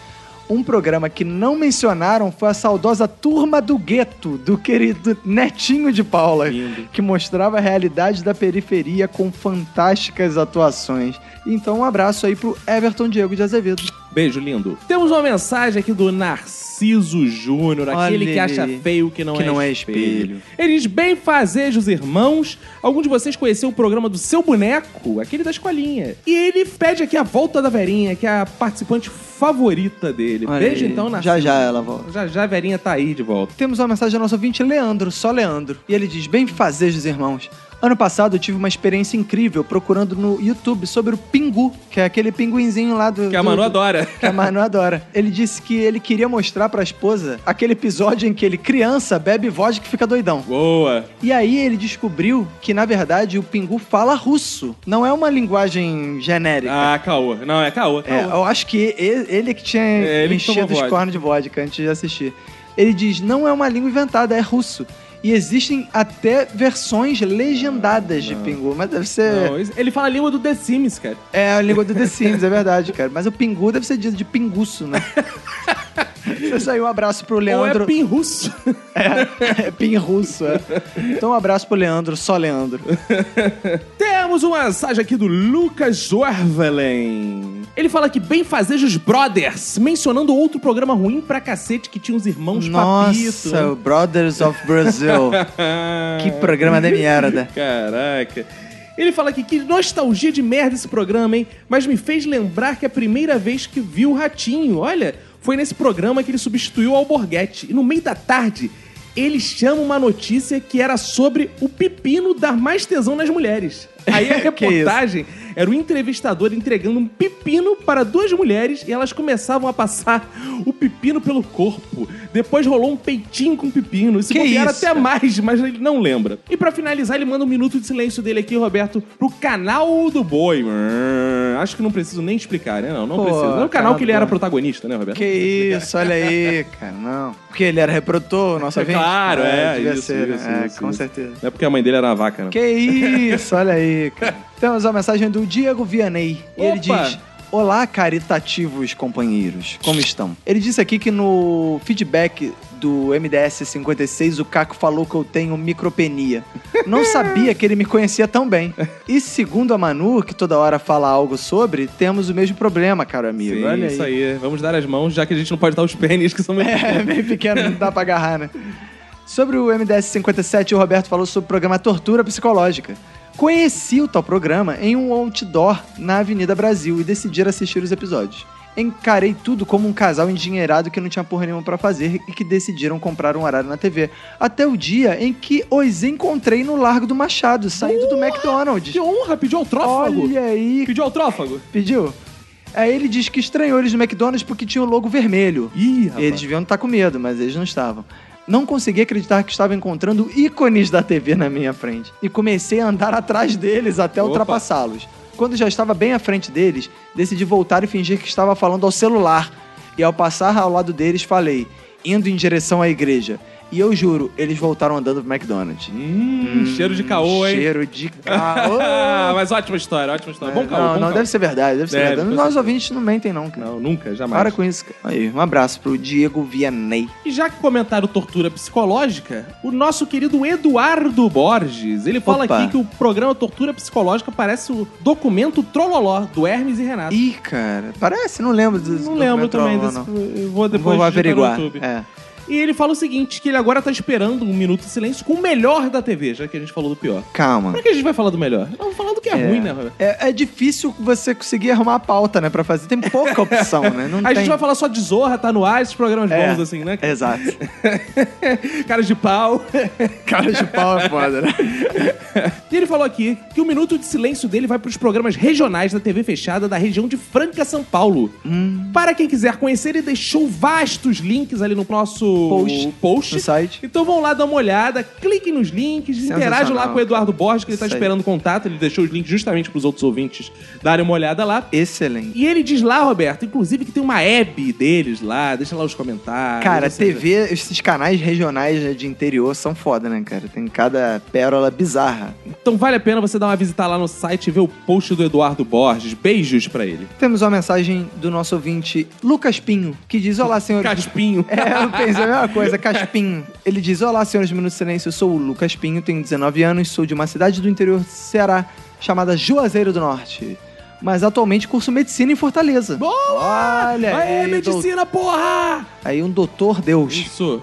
Um programa que não mencionaram foi a saudosa Turma do Gueto, do querido Netinho de Paula, que mostrava a realidade da periferia com fantásticas atuações. Então, um abraço aí pro Everton Diego de Azevedo. Beijo lindo. Temos uma mensagem aqui do Narciso Júnior, Olha aquele que ele. acha feio o que não que é não é espelho. espelho. Eles bem fazejos irmãos. Alguns de vocês conheceram o programa do seu boneco, aquele da escolinha. E ele pede aqui a volta da Verinha, que é a participante favorita dele. Olha Beijo aí. então, Narciso. Já já ela volta. Já já a Verinha tá aí de volta. Temos uma mensagem do nosso ouvinte Leandro, só Leandro. E ele diz: Bem fazejos, irmãos. Ano passado eu tive uma experiência incrível procurando no YouTube sobre o pingu, que é aquele pinguinzinho lá do. Que é a do- Manu do- adora. Que a Manu adora. Ele disse que ele queria mostrar pra esposa aquele episódio em que ele, criança, bebe vodka que fica doidão. Boa. E aí ele descobriu que, na verdade, o pingu fala russo. Não é uma linguagem genérica. Ah, caô. Não, é caô. É, caô. eu acho que e- ele, é que tinha É, ele que enchido tomou os vodka. cornos de vodka antes de assistir. Ele diz: não é uma língua inventada, é russo. E existem até versões legendadas de Pingu, mas deve ser. Ah. Não, isso- ele fala a língua do The Sims, cara. É a língua do The Sims, é verdade, cara. Mas o Pingu deve ser dito de pinguço, né? É isso aí, um abraço pro Leandro. Ou é pin russo. É pin russo, é. Então um abraço pro Leandro, só Leandro. Temos uma mensagem aqui do Lucas Orvelen. Ele fala que bem fazejos brothers, mencionando outro programa ruim pra cacete que tinha os irmãos Papito. Nossa, Brothers of Brazil. que programa de merda. Caraca. Ele fala aqui que nostalgia de merda esse programa, hein? Mas me fez lembrar que é a primeira vez que vi o Ratinho, olha, foi nesse programa que ele substituiu o Alborguete. E no meio da tarde, ele chama uma notícia que era sobre o pepino dar mais tesão nas mulheres. Aí a Que isso? reportagem era o entrevistador entregando um pepino para duas mulheres e elas começavam a passar o pepino pelo corpo. Depois rolou um peitinho com pepino. Isso Que bobear isso, até mais, mas ele não lembra. E pra finalizar, ele manda um minuto de silêncio dele aqui, Roberto, pro canal do boi. Hum, Acho que não preciso nem explicar, né? Não, não Pô, precisa. É o canal canal que ele do era boi. protagonista, né, Roberto? Que isso, olha aí, cara, não. Porque ele era reprodutor, nosso É ouvinte? claro, é, devia isso, ser, né? isso, é, isso, com isso. certeza. Não é porque a mãe dele era uma vaca, né? Que isso, olha aí, cara. Temos a mensagem do Diego Vianney. E Ele Opa! diz. Olá, caritativos companheiros. Como estão? Ele disse aqui que no feedback do MDS 56 o Caco falou que eu tenho micropenia. Não sabia que ele me conhecia tão bem. E segundo a Manu, que toda hora fala algo sobre, temos o mesmo problema, caro amigo. Sim, olha isso aí. Vamos dar as mãos, já que a gente não pode dar os pênis, que são meio... É, bem pequeno, não dá pra agarrar, né? Sobre o MDS 57, o Roberto falou sobre o programa Tortura Psicológica. Conheci o tal programa em um outdoor na Avenida Brasil e decidi assistir os episódios. Encarei tudo como um casal endinheirado que não tinha porra nenhuma pra fazer e que decidiram comprar um horário na TV. Até o dia em que os encontrei no Largo do Machado, saindo do McDonald's. Que honra, pediu altrófago. Olha aí, Pediu altrófago. pediu. Aí ele diz que estranhou eles no McDonald's porque tinha o logo vermelho. Ih, rapaz. Eles deviam estar com medo, mas eles não estavam. Não consegui acreditar que estava encontrando ícones da TV na minha frente. E comecei a andar atrás deles até Opa. ultrapassá-los. Quando já estava bem à frente deles, decidi voltar e fingir que estava falando ao celular. E ao passar ao lado deles, falei, indo em direção à igreja. E eu juro, eles voltaram andando pro McDonald's. Hum, cheiro de caô, hein? Cheiro de caô. É, Ah, mas ótima história, ótima história. bom caô, não, bom não, caô. deve ser verdade, deve ser Deve, verdade. com Nós certeza. ouvintes não mentem, não, cara. Não, nunca, jamais. Para com isso, cara. Aí, um abraço pro Diego Vianney. E já que comentaram tortura psicológica, o nosso querido Eduardo Borges, ele fala Opa. aqui que o programa Tortura Psicológica parece o documento Trololó, do Hermes e Renato. Ih, cara, parece, não lembro desse não lembro documento, também não, desse. não. Eu vou depois Vou digitar averiguar. no YouTube. É. E ele fala o seguinte: que ele agora tá esperando um minuto de silêncio com o melhor da TV, já que a gente falou do pior. Calma. Por que a gente vai falar do melhor? Vamos falar do que é, ruim, né, Roberto? É, é difícil você conseguir arrumar a pauta, né, pra fazer. Tem pouca opção, né? Não A tem. gente vai falar só de Zorra, tá no ar, esses programas É. bons, assim, né? cara? Exato. Caras de pau. Cara de pau é foda, né? E ele falou aqui que o minuto de silêncio dele vai para os programas regionais da TV fechada da região de Franca, São Paulo. Hum. Para quem quiser conhecer, ele deixou vastos links ali no nosso Post. post. No site. Então vão lá dar uma olhada, cliquem nos links, interajam lá com o Eduardo Borges, que ele está Isso aí. esperando contato. Ele deixou os links justamente para os outros ouvintes darem uma olhada lá. Excelente. E ele diz lá, Roberto, inclusive que tem uma app deles lá, deixa lá os comentários. Cara, etc. TV, esses canais regionais né, de interior são foda, né, cara? Tem cada pérola bizarra. Então vale a pena você dar uma visita lá no site e ver o post do Eduardo Borges. Beijos para ele. Temos uma mensagem do nosso ouvinte Lucas Pinho, que diz: Olá, senhores. Caspinho. É, eu pensei a mesma coisa, Caspinho. Ele diz: Olá, senhores do Minuto de Silêncio, eu sou o Lucas Pinho, tenho 19 anos, sou de uma cidade do interior do Ceará chamada Juazeiro do Norte. Mas atualmente curso medicina em Fortaleza. Boa! Olha Aê, aí, é medicina, porra! Aí um doutor Deus. Isso.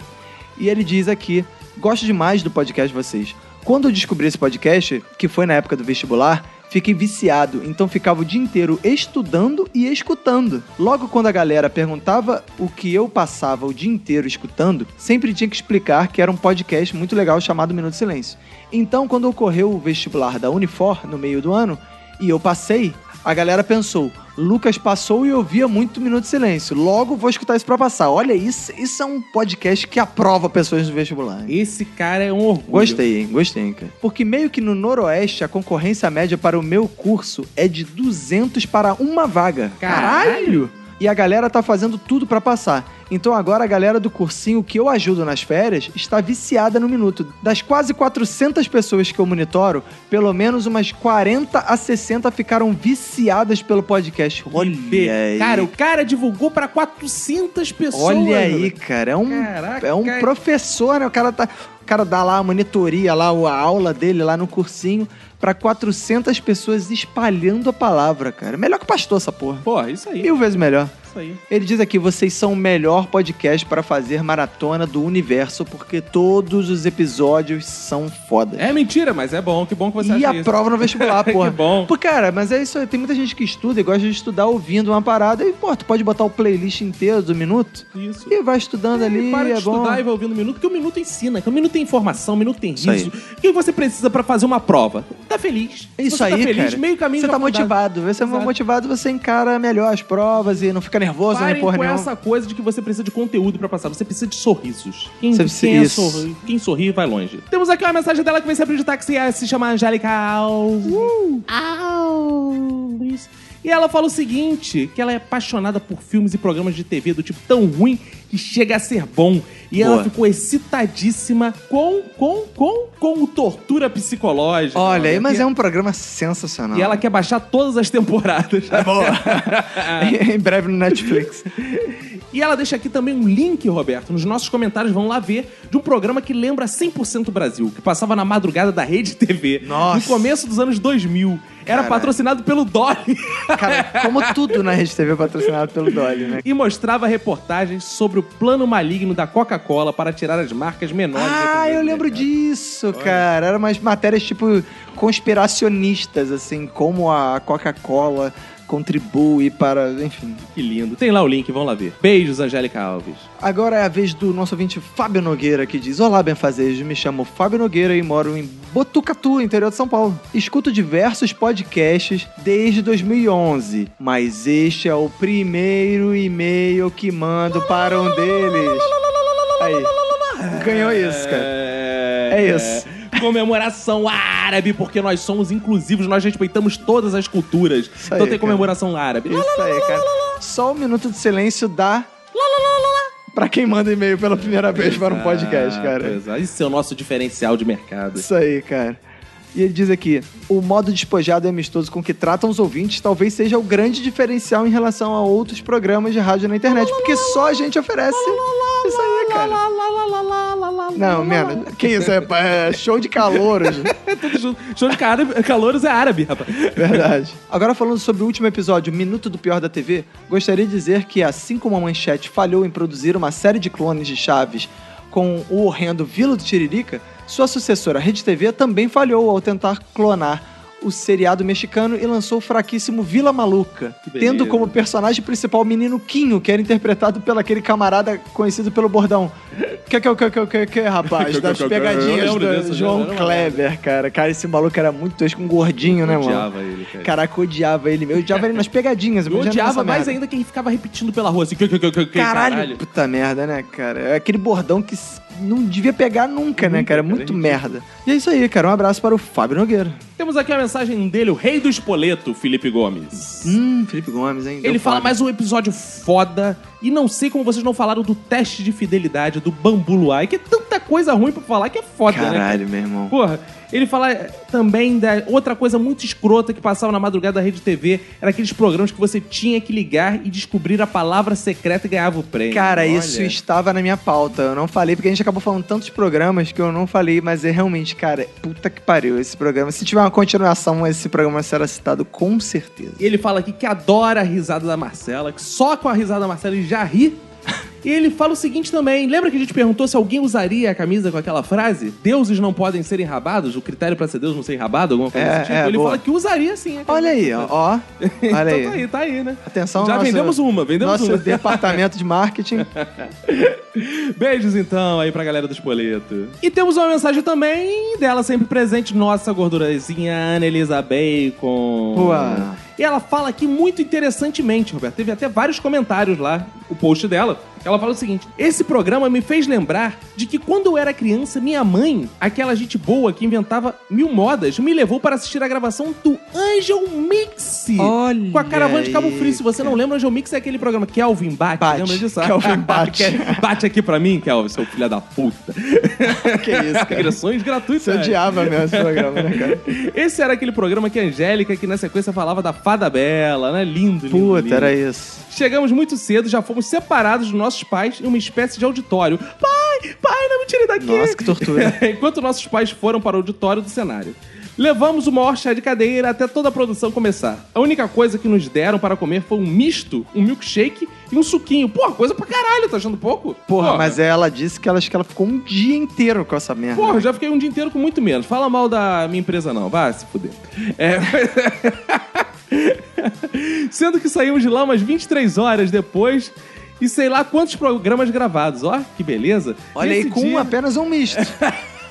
E ele diz aqui: Gosto demais do podcast de vocês. Quando eu descobri esse podcast, que foi na época do vestibular, fiquei viciado, então ficava o dia inteiro estudando e escutando. Logo quando a galera perguntava o que eu passava o dia inteiro escutando, sempre tinha que explicar que era um podcast muito legal chamado Minuto de Silêncio. Então, quando ocorreu o vestibular da Unifor no meio do ano e eu passei, a galera pensou: Lucas passou e ouvia muito Minuto de Silêncio. Logo vou escutar isso pra passar. Olha, isso, isso é um podcast que aprova pessoas no vestibular. hein? Esse cara é um orgulho. Gostei, hein? Gostei, hein, cara. Porque meio que no Noroeste a concorrência média para o meu curso é de 200 para uma vaga. Caralho! e a galera tá fazendo tudo pra passar. Então agora a galera do cursinho que eu ajudo nas férias está viciada no minuto. Das quase 400 pessoas que eu monitoro, pelo menos umas 40 a 60 ficaram viciadas pelo podcast. Be- Olha aí. Cara, o cara divulgou pra 400 pessoas. Olha aí, mano. cara, é um, Caraca. é um professor, né? O cara, tá, o cara dá lá a monitoria, lá o- a aula dele lá no cursinho pra 400 pessoas espalhando a palavra, cara. Melhor que pastor essa porra. Pô, isso aí. Mil vezes melhor. Isso aí. Ele diz aqui, vocês são o melhor podcast para fazer maratona do universo, porque todos os episódios são foda. É mentira, mas é bom. Que bom que você E acha a isso. prova no vestibular, porra. Que bom. Pô, cara, mas é isso aí. Tem muita gente que estuda e gosta de estudar ouvindo uma parada. E, pô, tu pode botar o playlist inteiro do minuto Isso. e vai estudando ali. E para de é estudar bom. e vai ouvindo o minuto, porque o minuto ensina, que o minuto tem informação, o minuto tem Isso aí. riso. O que você precisa pra fazer uma prova? Tá feliz. É Isso você aí, tá feliz, cara. meio caminho Você já tá rodado. motivado. Você é Exato. motivado, você encara melhor as provas e não fica nervoso nem Parem com porra nenhuma. essa coisa de que você precisa de conteúdo pra passar. Você precisa de sorrisos. Quem, Você precisa- quem é isso. sorri, quem sorri vai longe. Temos aqui uma mensagem dela que vem sempre de táxi. ela Se chama Angélica Alves. Alves. E ela fala o seguinte, que ela é apaixonada por filmes e programas de TV do tipo tão ruim que chega a ser bom. E ela Boa. ficou excitadíssima com, com, com, com o Tortura Psicológica. Olha aí, mas E- é um programa sensacional. E ela quer baixar todas as temporadas. É boa. é. em breve no Netflix. E ela deixa aqui também um link, Roberto, nos nossos comentários, vão lá ver, de um programa que lembra 100% Brasil, que passava na madrugada da Rede TV, Nossa. no começo dos anos 2000. Era Caralho. patrocinado pelo Dolly Cara, como tudo na Rede TV é patrocinado pelo Dolly, né? e mostrava reportagens sobre o plano maligno da Coca-Cola para tirar as marcas menores. do Ah, atendimento eu lembro mercado. disso, cara. Eram umas matérias tipo conspiracionistas, assim, como a Coca-Cola contribui para. Enfim. Que lindo. Tem lá o link, vão lá ver. Beijos, Angélica Alves. Agora é a vez do nosso ouvinte Fábio Nogueira, que diz: Olá, benfazejos, me chamo Fábio Nogueira e moro em Botucatu, interior de São Paulo. Escuto diversos podcasts desde 2011, mas este é o primeiro e-mail que mando para um deles. Aí, ganhou isso, cara. É isso. Comemoração árabe, porque nós somos inclusivos, nós respeitamos todas as culturas. aí, então tem cara. comemoração árabe. Isso aí, cara. Só um minuto de silêncio dá. Pra quem manda e-mail pela primeira vez para um podcast, cara. Exato. Isso é o nosso diferencial de mercado. Isso aí, cara. E ele diz aqui: o modo despojado e amistoso com que tratam os ouvintes talvez seja o grande diferencial em relação a outros programas de rádio na internet, porque só a gente oferece isso aí, cara. Não, menos. Que isso? É, é show de calor hoje. Tudo junto. Show de cara, calouros é árabe, rapaz. Verdade. Agora falando sobre o último episódio, Minuto do Pior da TV, gostaria de dizer que, assim como a Manchete falhou em produzir uma série de clones de Chaves com o horrendo Vila do Tiririca, sua sucessora Rede TV também falhou ao tentar clonar o seriado mexicano e lançou o fraquíssimo Vila Maluca, Que beleza. tendo como personagem principal o menino Quinho, que era interpretado pelo aquele camarada conhecido pelo bordão. Que que que que que que rapaz, das Eu pegadinhas lembro do dessa, né? João era uma Kleber, cara. Cara, esse maluco era muito tosco, um gordinho, né, mano? Odiava ele, cara. Caraca, eu odiava ele. Eu odiava ele nas pegadinhas. Eu imagina odiava nessa mais merda. ainda quem ficava repetindo pela rua assim. que- que- que- que- que- Caralho, puta merda, né, cara? É aquele bordão que s- não devia pegar nunca, né, cara? Muito merda. E é isso aí, cara. Um abraço para o Fábio Nogueira. Temos aqui a mensagem dele, o rei do espoleto, Felipe Gomes. Hum, Felipe Gomes, hein? Deu Ele fala fome. mais um episódio foda. E não sei como vocês não falaram do teste de fidelidade do Bambu Luai, que é tanta coisa ruim pra falar que é foda, né? cara? Caralho, meu irmão. Porra, ele fala eh, também da outra coisa muito escrota que passava na madrugada da Rede TV, era aqueles programas que você tinha que ligar e descobrir a palavra secreta e ganhava o prêmio. Cara, Olha. isso estava na minha pauta. Eu não falei, porque a gente acabou falando tantos programas que eu não falei, mas é realmente, cara, puta que pariu esse programa. Se tiver uma continuação, esse programa será citado com certeza. Ele fala aqui que adora a risada da Marcela, que só com a risada da Marcela ele já ri. E ele fala o seguinte também: lembra que a gente perguntou se alguém usaria a camisa com aquela frase? Deuses não podem ser enrabados? O critério pra ser Deus não ser enrabado? Alguma coisa É, desse tipo? é, ele boa. fala que usaria sim. a camisa. Olha aí, ó. ó. Olha Então tá aí. aí, tá aí, né? Atenção, Já nosso- vendemos uma, vendemos nosso uma. departamento de marketing. Beijos então aí pra galera do Espoleto. E temos uma mensagem também dela sempre presente, nossa gordurazinha Ana Elisa Bacon. Boa. E ela fala aqui muito interessantemente, Roberto. Teve até vários comentários lá, o post dela. Ela fala o seguinte: esse programa me fez lembrar de que quando eu era criança, minha mãe, aquela gente boa que inventava mil modas, me levou para assistir a gravação do Angel Mix. Olha com a caravana de Cabo aí, Frio. Se você não lembra, Angel Mix é aquele programa Kelvin Bate. Bate. Lembra disso? Kelvin Bate. bate aqui pra mim, Kelvin, seu filho da puta. Que isso, cara. Agressões gratuitas. Você odiava mesmo esse programa, né, cara? Esse era aquele programa que a Angélica, que na sequência falava da Fada Bela, né? Lindo, lindo. lindo. Puta, era isso. Chegamos muito cedo, já fomos separados dos nossos pais em uma espécie de auditório. Pai, pai, não me tire daqui! Nossa, que tortura. Enquanto nossos pais foram para o auditório do cenário. Levamos o maior chá de cadeira até toda a produção começar. A única coisa que nos deram para comer foi um misto, um milkshake e um suquinho. Pô, coisa pra caralho, tá achando pouco? Porra, mas ela disse que ela, acho que ela ficou um dia inteiro com essa merda. Porra, eu já fiquei um dia inteiro com muito menos. Fala mal da minha empresa, não. Vá se fuder. É, mas- Sendo que saímos de lá umas 23 horas depois e sei lá quantos programas gravados. Ó, que beleza. Olha aí, Nesse com dia- apenas um misto.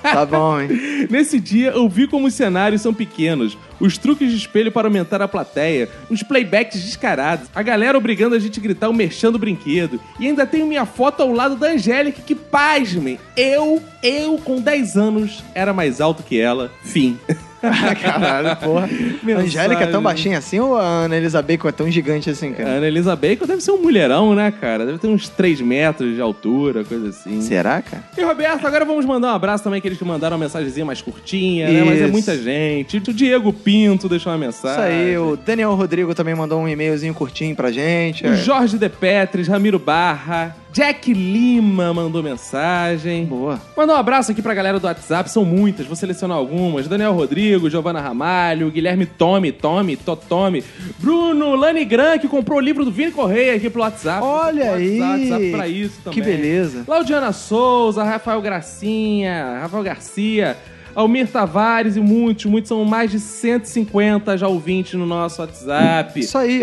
tá bom, hein? Nesse dia, eu vi como os cenários são pequenos, os truques de espelho para aumentar a plateia, os playbacks descarados, a galera obrigando a gente a gritar o merchan do brinquedo. E ainda tenho minha foto ao lado da Angélica, que, pasmem, eu, eu com 10 anos, era mais alto que ela. Fim. É. Caralho, porra. A Mensagem. Angélica é tão baixinha assim ou a Ana Elisa Bacon é tão gigante assim, A cara? Ana Elisa Bacon deve ser um mulherão, né, cara? Deve ter uns 3 metros de altura, coisa assim. Será, cara? E Roberto, agora vamos mandar um abraço também aqueles que mandaram uma mensagenzinha mais curtinha, né? Mas é Isso. muita gente. O Diego Pinto deixou uma Isso mensagem. aí, o Daniel Rodrigo também mandou um e-mailzinho curtinho pra gente. é. O Jorge De Petris, Ramiro Barra, Jack Lima mandou mensagem. Boa. Mandar um abraço aqui pra galera do WhatsApp, são muitas, vou selecionar algumas. Daniel Rodrigo, Giovana Ramalho, Guilherme Tome, Tome, Totome, Bruno Lani Gran, que comprou o livro do Vini Correia aqui pelo WhatsApp. Olha Pelo aí. WhatsApp, WhatsApp pra isso também. Que beleza. Laudiana Souza, Rafael Gracinha, Rafael Garcia, Almir Tavares e muitos, muitos, são mais de 150 já ouvintes no nosso WhatsApp. Isso aí,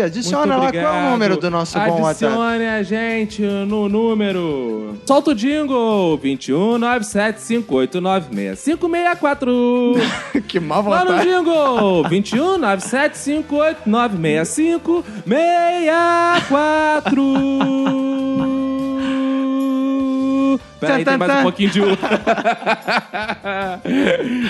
Muito adiciona lá qual é obrigado. o número do nosso bom WhatsApp. Adicione a gente no número. Solta o jingle: 21975896564. que má Lá no vontade. jingle: um, 21975896564. Peraí, tem mais um pouquinho de outra.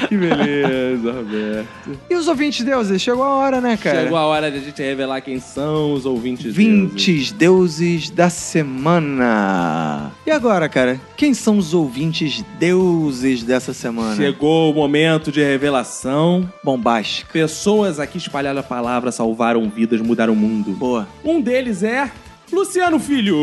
que beleza, Roberto. E os ouvintes deuses? Chegou a hora, né, cara? Chegou a hora de a gente revelar quem são os ouvintes deuses. 20 deuses da semana. E agora, cara, quem são os ouvintes deuses dessa semana? Chegou o momento de revelação. Bombástica. Pessoas aqui espalharam a palavra, salvaram vidas, mudaram o mundo. Boa. Um deles é Luciano Filho.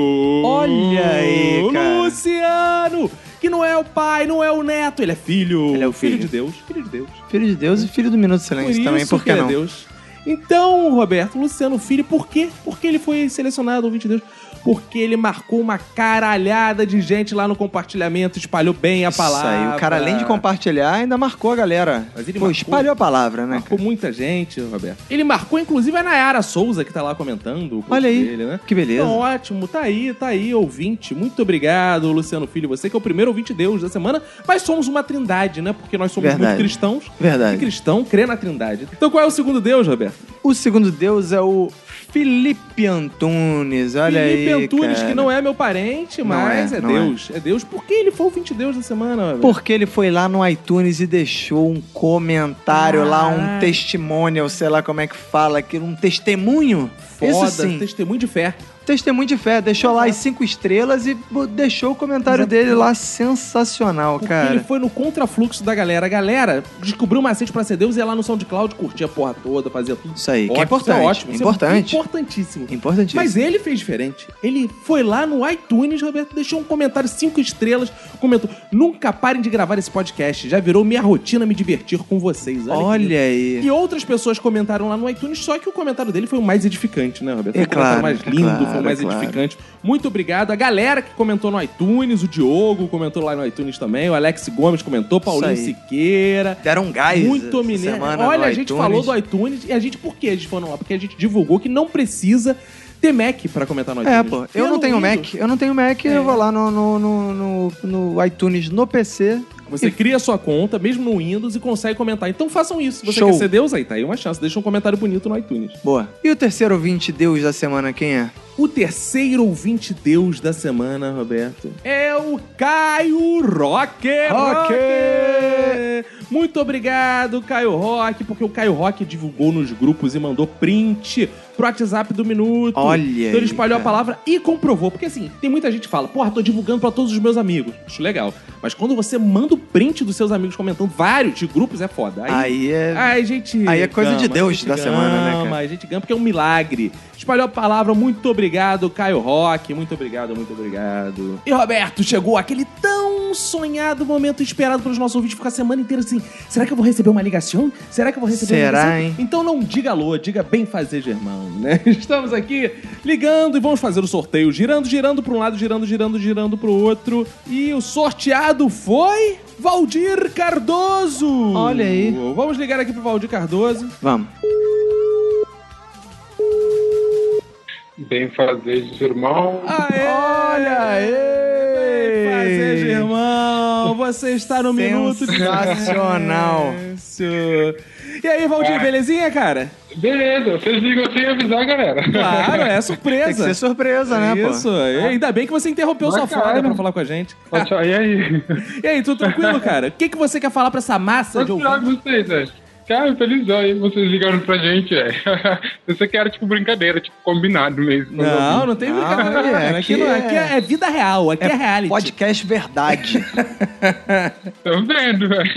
Olha aí, cara. Luciano, que não é o pai, não é o neto, ele é filho. Ele é o filho filho. de Deus, filho de Deus. Filho de Deus e filho do Minuto de Por Silêncio isso também, por que ele é não? Deus. Então, Roberto, Luciano Filho, por quê? Por que ele foi selecionado ouvinte de Deus? Porque ele marcou uma caralhada de gente lá no compartilhamento, espalhou bem a Isso aí, palavra. o cara além de compartilhar, ainda marcou a galera. Mas ele Pô, marcou- espalhou a palavra, né? Marcou muita gente, Roberto. Ele marcou, inclusive, a Nayara Souza, que tá lá comentando o post Olha aí, dele, né? que beleza. Então, ótimo, tá aí, tá aí, ouvinte. Muito obrigado, Luciano Filho, você que é o primeiro ouvinte Deus da semana, mas somos uma trindade, né? Porque nós somos Verdade. muito cristãos. Verdade. E cristão crê na trindade. Então qual é o segundo Deus, Roberto? O segundo deus é o Felipe Antunes, olha Felipe aí, Antunes, cara. que não é meu parente, mas é, é, não Deus. É. Deus. Por que ele foi ouvinte Deus da semana, Roberto? Porque ele foi lá no iTunes e deixou um comentário lá, Ah. um testemunho, sei lá como é que fala aquilo, um testemunho. Foda, Isso sim, testemunho de fé. testemunho de fé. Deixou lá as cinco estrelas e bo- deixou o comentário dele lá sensacional, Porque cara. ele foi no contrafluxo da galera. A galera descobriu o macete pra ser Deus e ia lá no SoundCloud, curtia a porra toda, fazia tudo. Isso aí, que é Ótimo, importante, Isso é ótimo. isso é importante. importantíssimo. Importantíssimo. Mas ele fez diferente. Ele foi lá no iTunes, Roberto, deixou um comentário cinco estrelas, comentou: Nunca parem de gravar esse podcast. Já virou minha rotina me divertir com vocês. Olha, que lindo. Olha aí. E outras pessoas comentaram lá no iTunes, só que o comentário dele foi o mais edificante, né, Roberto? É Foi o comentário claro, mais é lindo, foi o claro, mais é claro. edificante. Muito obrigado. A galera que comentou no iTunes, o Diogo comentou lá no iTunes também, o Alex Gomes comentou, Paulinho aí. Siqueira. Deram um gás. Muito essa mineiro. semana Olha, no a gente iTunes. falou do iTunes e a gente, por que eles foram lá? Porque a gente divulgou que não precisa ter Mac pra comentar no iTunes. É, pô. Eu não tenho Pelo É. Mac. Eu não tenho Mac. Eu vou lá no, no, no, no- no iTunes no PC. Você cria sua conta, mesmo no Windows, e consegue comentar. Então façam isso. Se você Show. quer ser Deus, aí tá aí uma chance. Deixa um comentário bonito no iTunes. Boa. E o terceiro ouvinte Deus da semana, quem é? O terceiro ouvinte Deus da semana, Roberto, é o Caio Rocker. Rocker! Muito obrigado, Caio Rock, porque o Caio Rock divulgou nos grupos e mandou print pro WhatsApp do Minuto. Olha Então ele aí, espalhou a cara. palavra e comprovou. Porque assim, tem muita gente que fala, porra, tô divulgando pra todos os meus amigos. Acho legal. Mas quando você manda o print dos seus amigos comentando, vários de grupos, é foda. Aí, Aí é. Ai, gente. Aí é coisa de Deus a gente da semana, né, cara? A gente gama porque é um milagre. Espalhou a palavra, muito obrigado, Caio Rock. Muito obrigado, muito obrigado. E Roberto, chegou aquele tão sonhado momento esperado pelos nossos ouvintes ficar a semana inteira assim. Será que eu vou receber uma ligação? Será que eu vou receber Será, uma ligação? hein? Então não diga alô, diga bem fazer, Germão, né? Estamos aqui ligando e vamos fazer o sorteio. Girando, girando para um lado, girando, girando, girando pro outro. E o sorteado foi. Valdir Cardoso! Olha aí. Vamos ligar aqui pro Valdir Cardoso. Vamos. Bem fazer, irmão. Aê! Olha aí! Bem fazer, Germão! Você está no Minuto de Sensacional. Silêncio. E aí, Valdir, belezinha, cara? Beleza, vocês ligam sem avisar, galera. Claro, é Tem que surpresa. ser surpresa, né, pô? É Isso, e ainda bem que você interrompeu sua falha pra falar com a gente. Poxa, e aí? E aí, tudo tranquilo, cara? O que, que você quer falar pra essa massa de Quanto ouvinte? trago vocês, velho? Cara, felizão aí, vocês ligaram pra gente, velho. Eu só quero, tipo, brincadeira, tipo, combinado mesmo. Não, não tem brincadeira. olha, cara. Aqui, aqui não- é- aqui é... é vida real, aqui é, reality. Podcast verdade. Tô vendo, velho.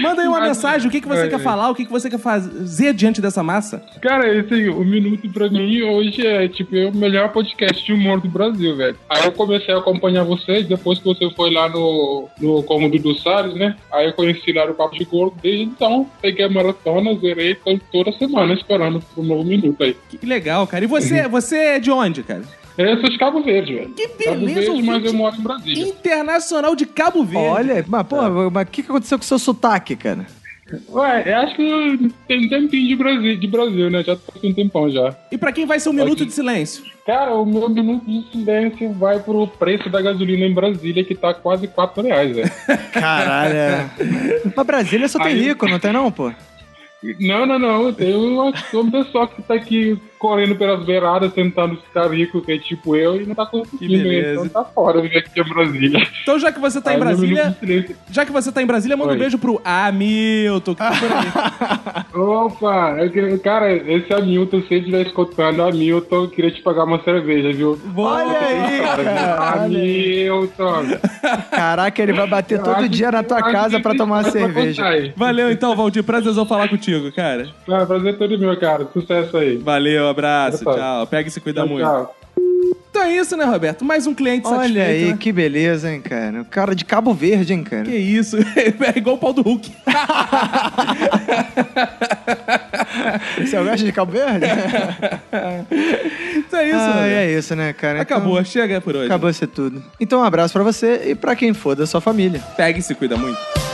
Manda aí uma Mas- mensagem, o que, que você Olha quer aí. falar, o que, que você quer fazer diante dessa massa? Cara, esse, o Minuto pra mim hoje é, tipo, é o melhor podcast de humor do Brasil, velho. Aí eu comecei a acompanhar vocês depois que você foi lá no, no Cômodo do Salles, né? Aí eu conheci lá o Papo de Gordo, desde então peguei a maratona, zerei, tô toda semana esperando pro novo Minuto aí. Que legal, cara. E você, você é de onde, cara? Eu sou de Cabo Verde, velho. Que Cabo beleza, Verde, mas ouvinte. eu moro em Brasília. Internacional de Cabo Verde. Olha, mas, pô, mas o que que aconteceu com o seu sotaque, cara? Ué, eu acho que tem um tempinho de Brasil, de Brasil né? Já tô com um tempão já. E pra quem vai ser um minuto de silêncio? Cara, o meu minuto de silêncio vai pro preço da gasolina em Brasília, que tá quase 4 reais, velho. Caralho. é. mas Brasília só tem Aí- rico, não tem não, pô? Não, não, não. Tem uma, uma pessoa que tá aqui correndo pelas beiradas, tentando ficar rico, que é tipo eu, e não tá conseguindo. beleza. Então tá fora, viu? Aqui é Brasília. Então, já que você tá em Aí, meu Brasília, minuto de silêncio. já que você tá em Brasília, manda um Oi. beijo pro Hamilton. que tá por aí. Opa! eu queria- cara, esse é Hamilton, se você estiver escutando, é Hamilton, eu queria te pagar uma cerveja, viu? Olha aí, cara. Hamilton! Caraca, ele vai bater todo dia na tua casa é pra tomar uma cerveja. Valeu então, Valdir. Prazerzão falar contigo, cara. Ah, prazer todo meu, cara. Sucesso aí. Valeu, abraço, Opa. tchau. Pega e se cuida Tchau, muito. tchau. Então é isso, né, Roberto? Mais um cliente satisfeito. Olha aí, né? que beleza, hein, cara. O cara de Cabo Verde, hein, cara. Que isso? É igual o pau do Hulk. Você gosta de Cabo Verde? Então é isso, ah, Roberto. é isso, né, cara? Então, Acabou, chega por hoje. Acabou ser tudo. Então, um abraço pra você e pra quem for da sua família. Pega e se cuida muito.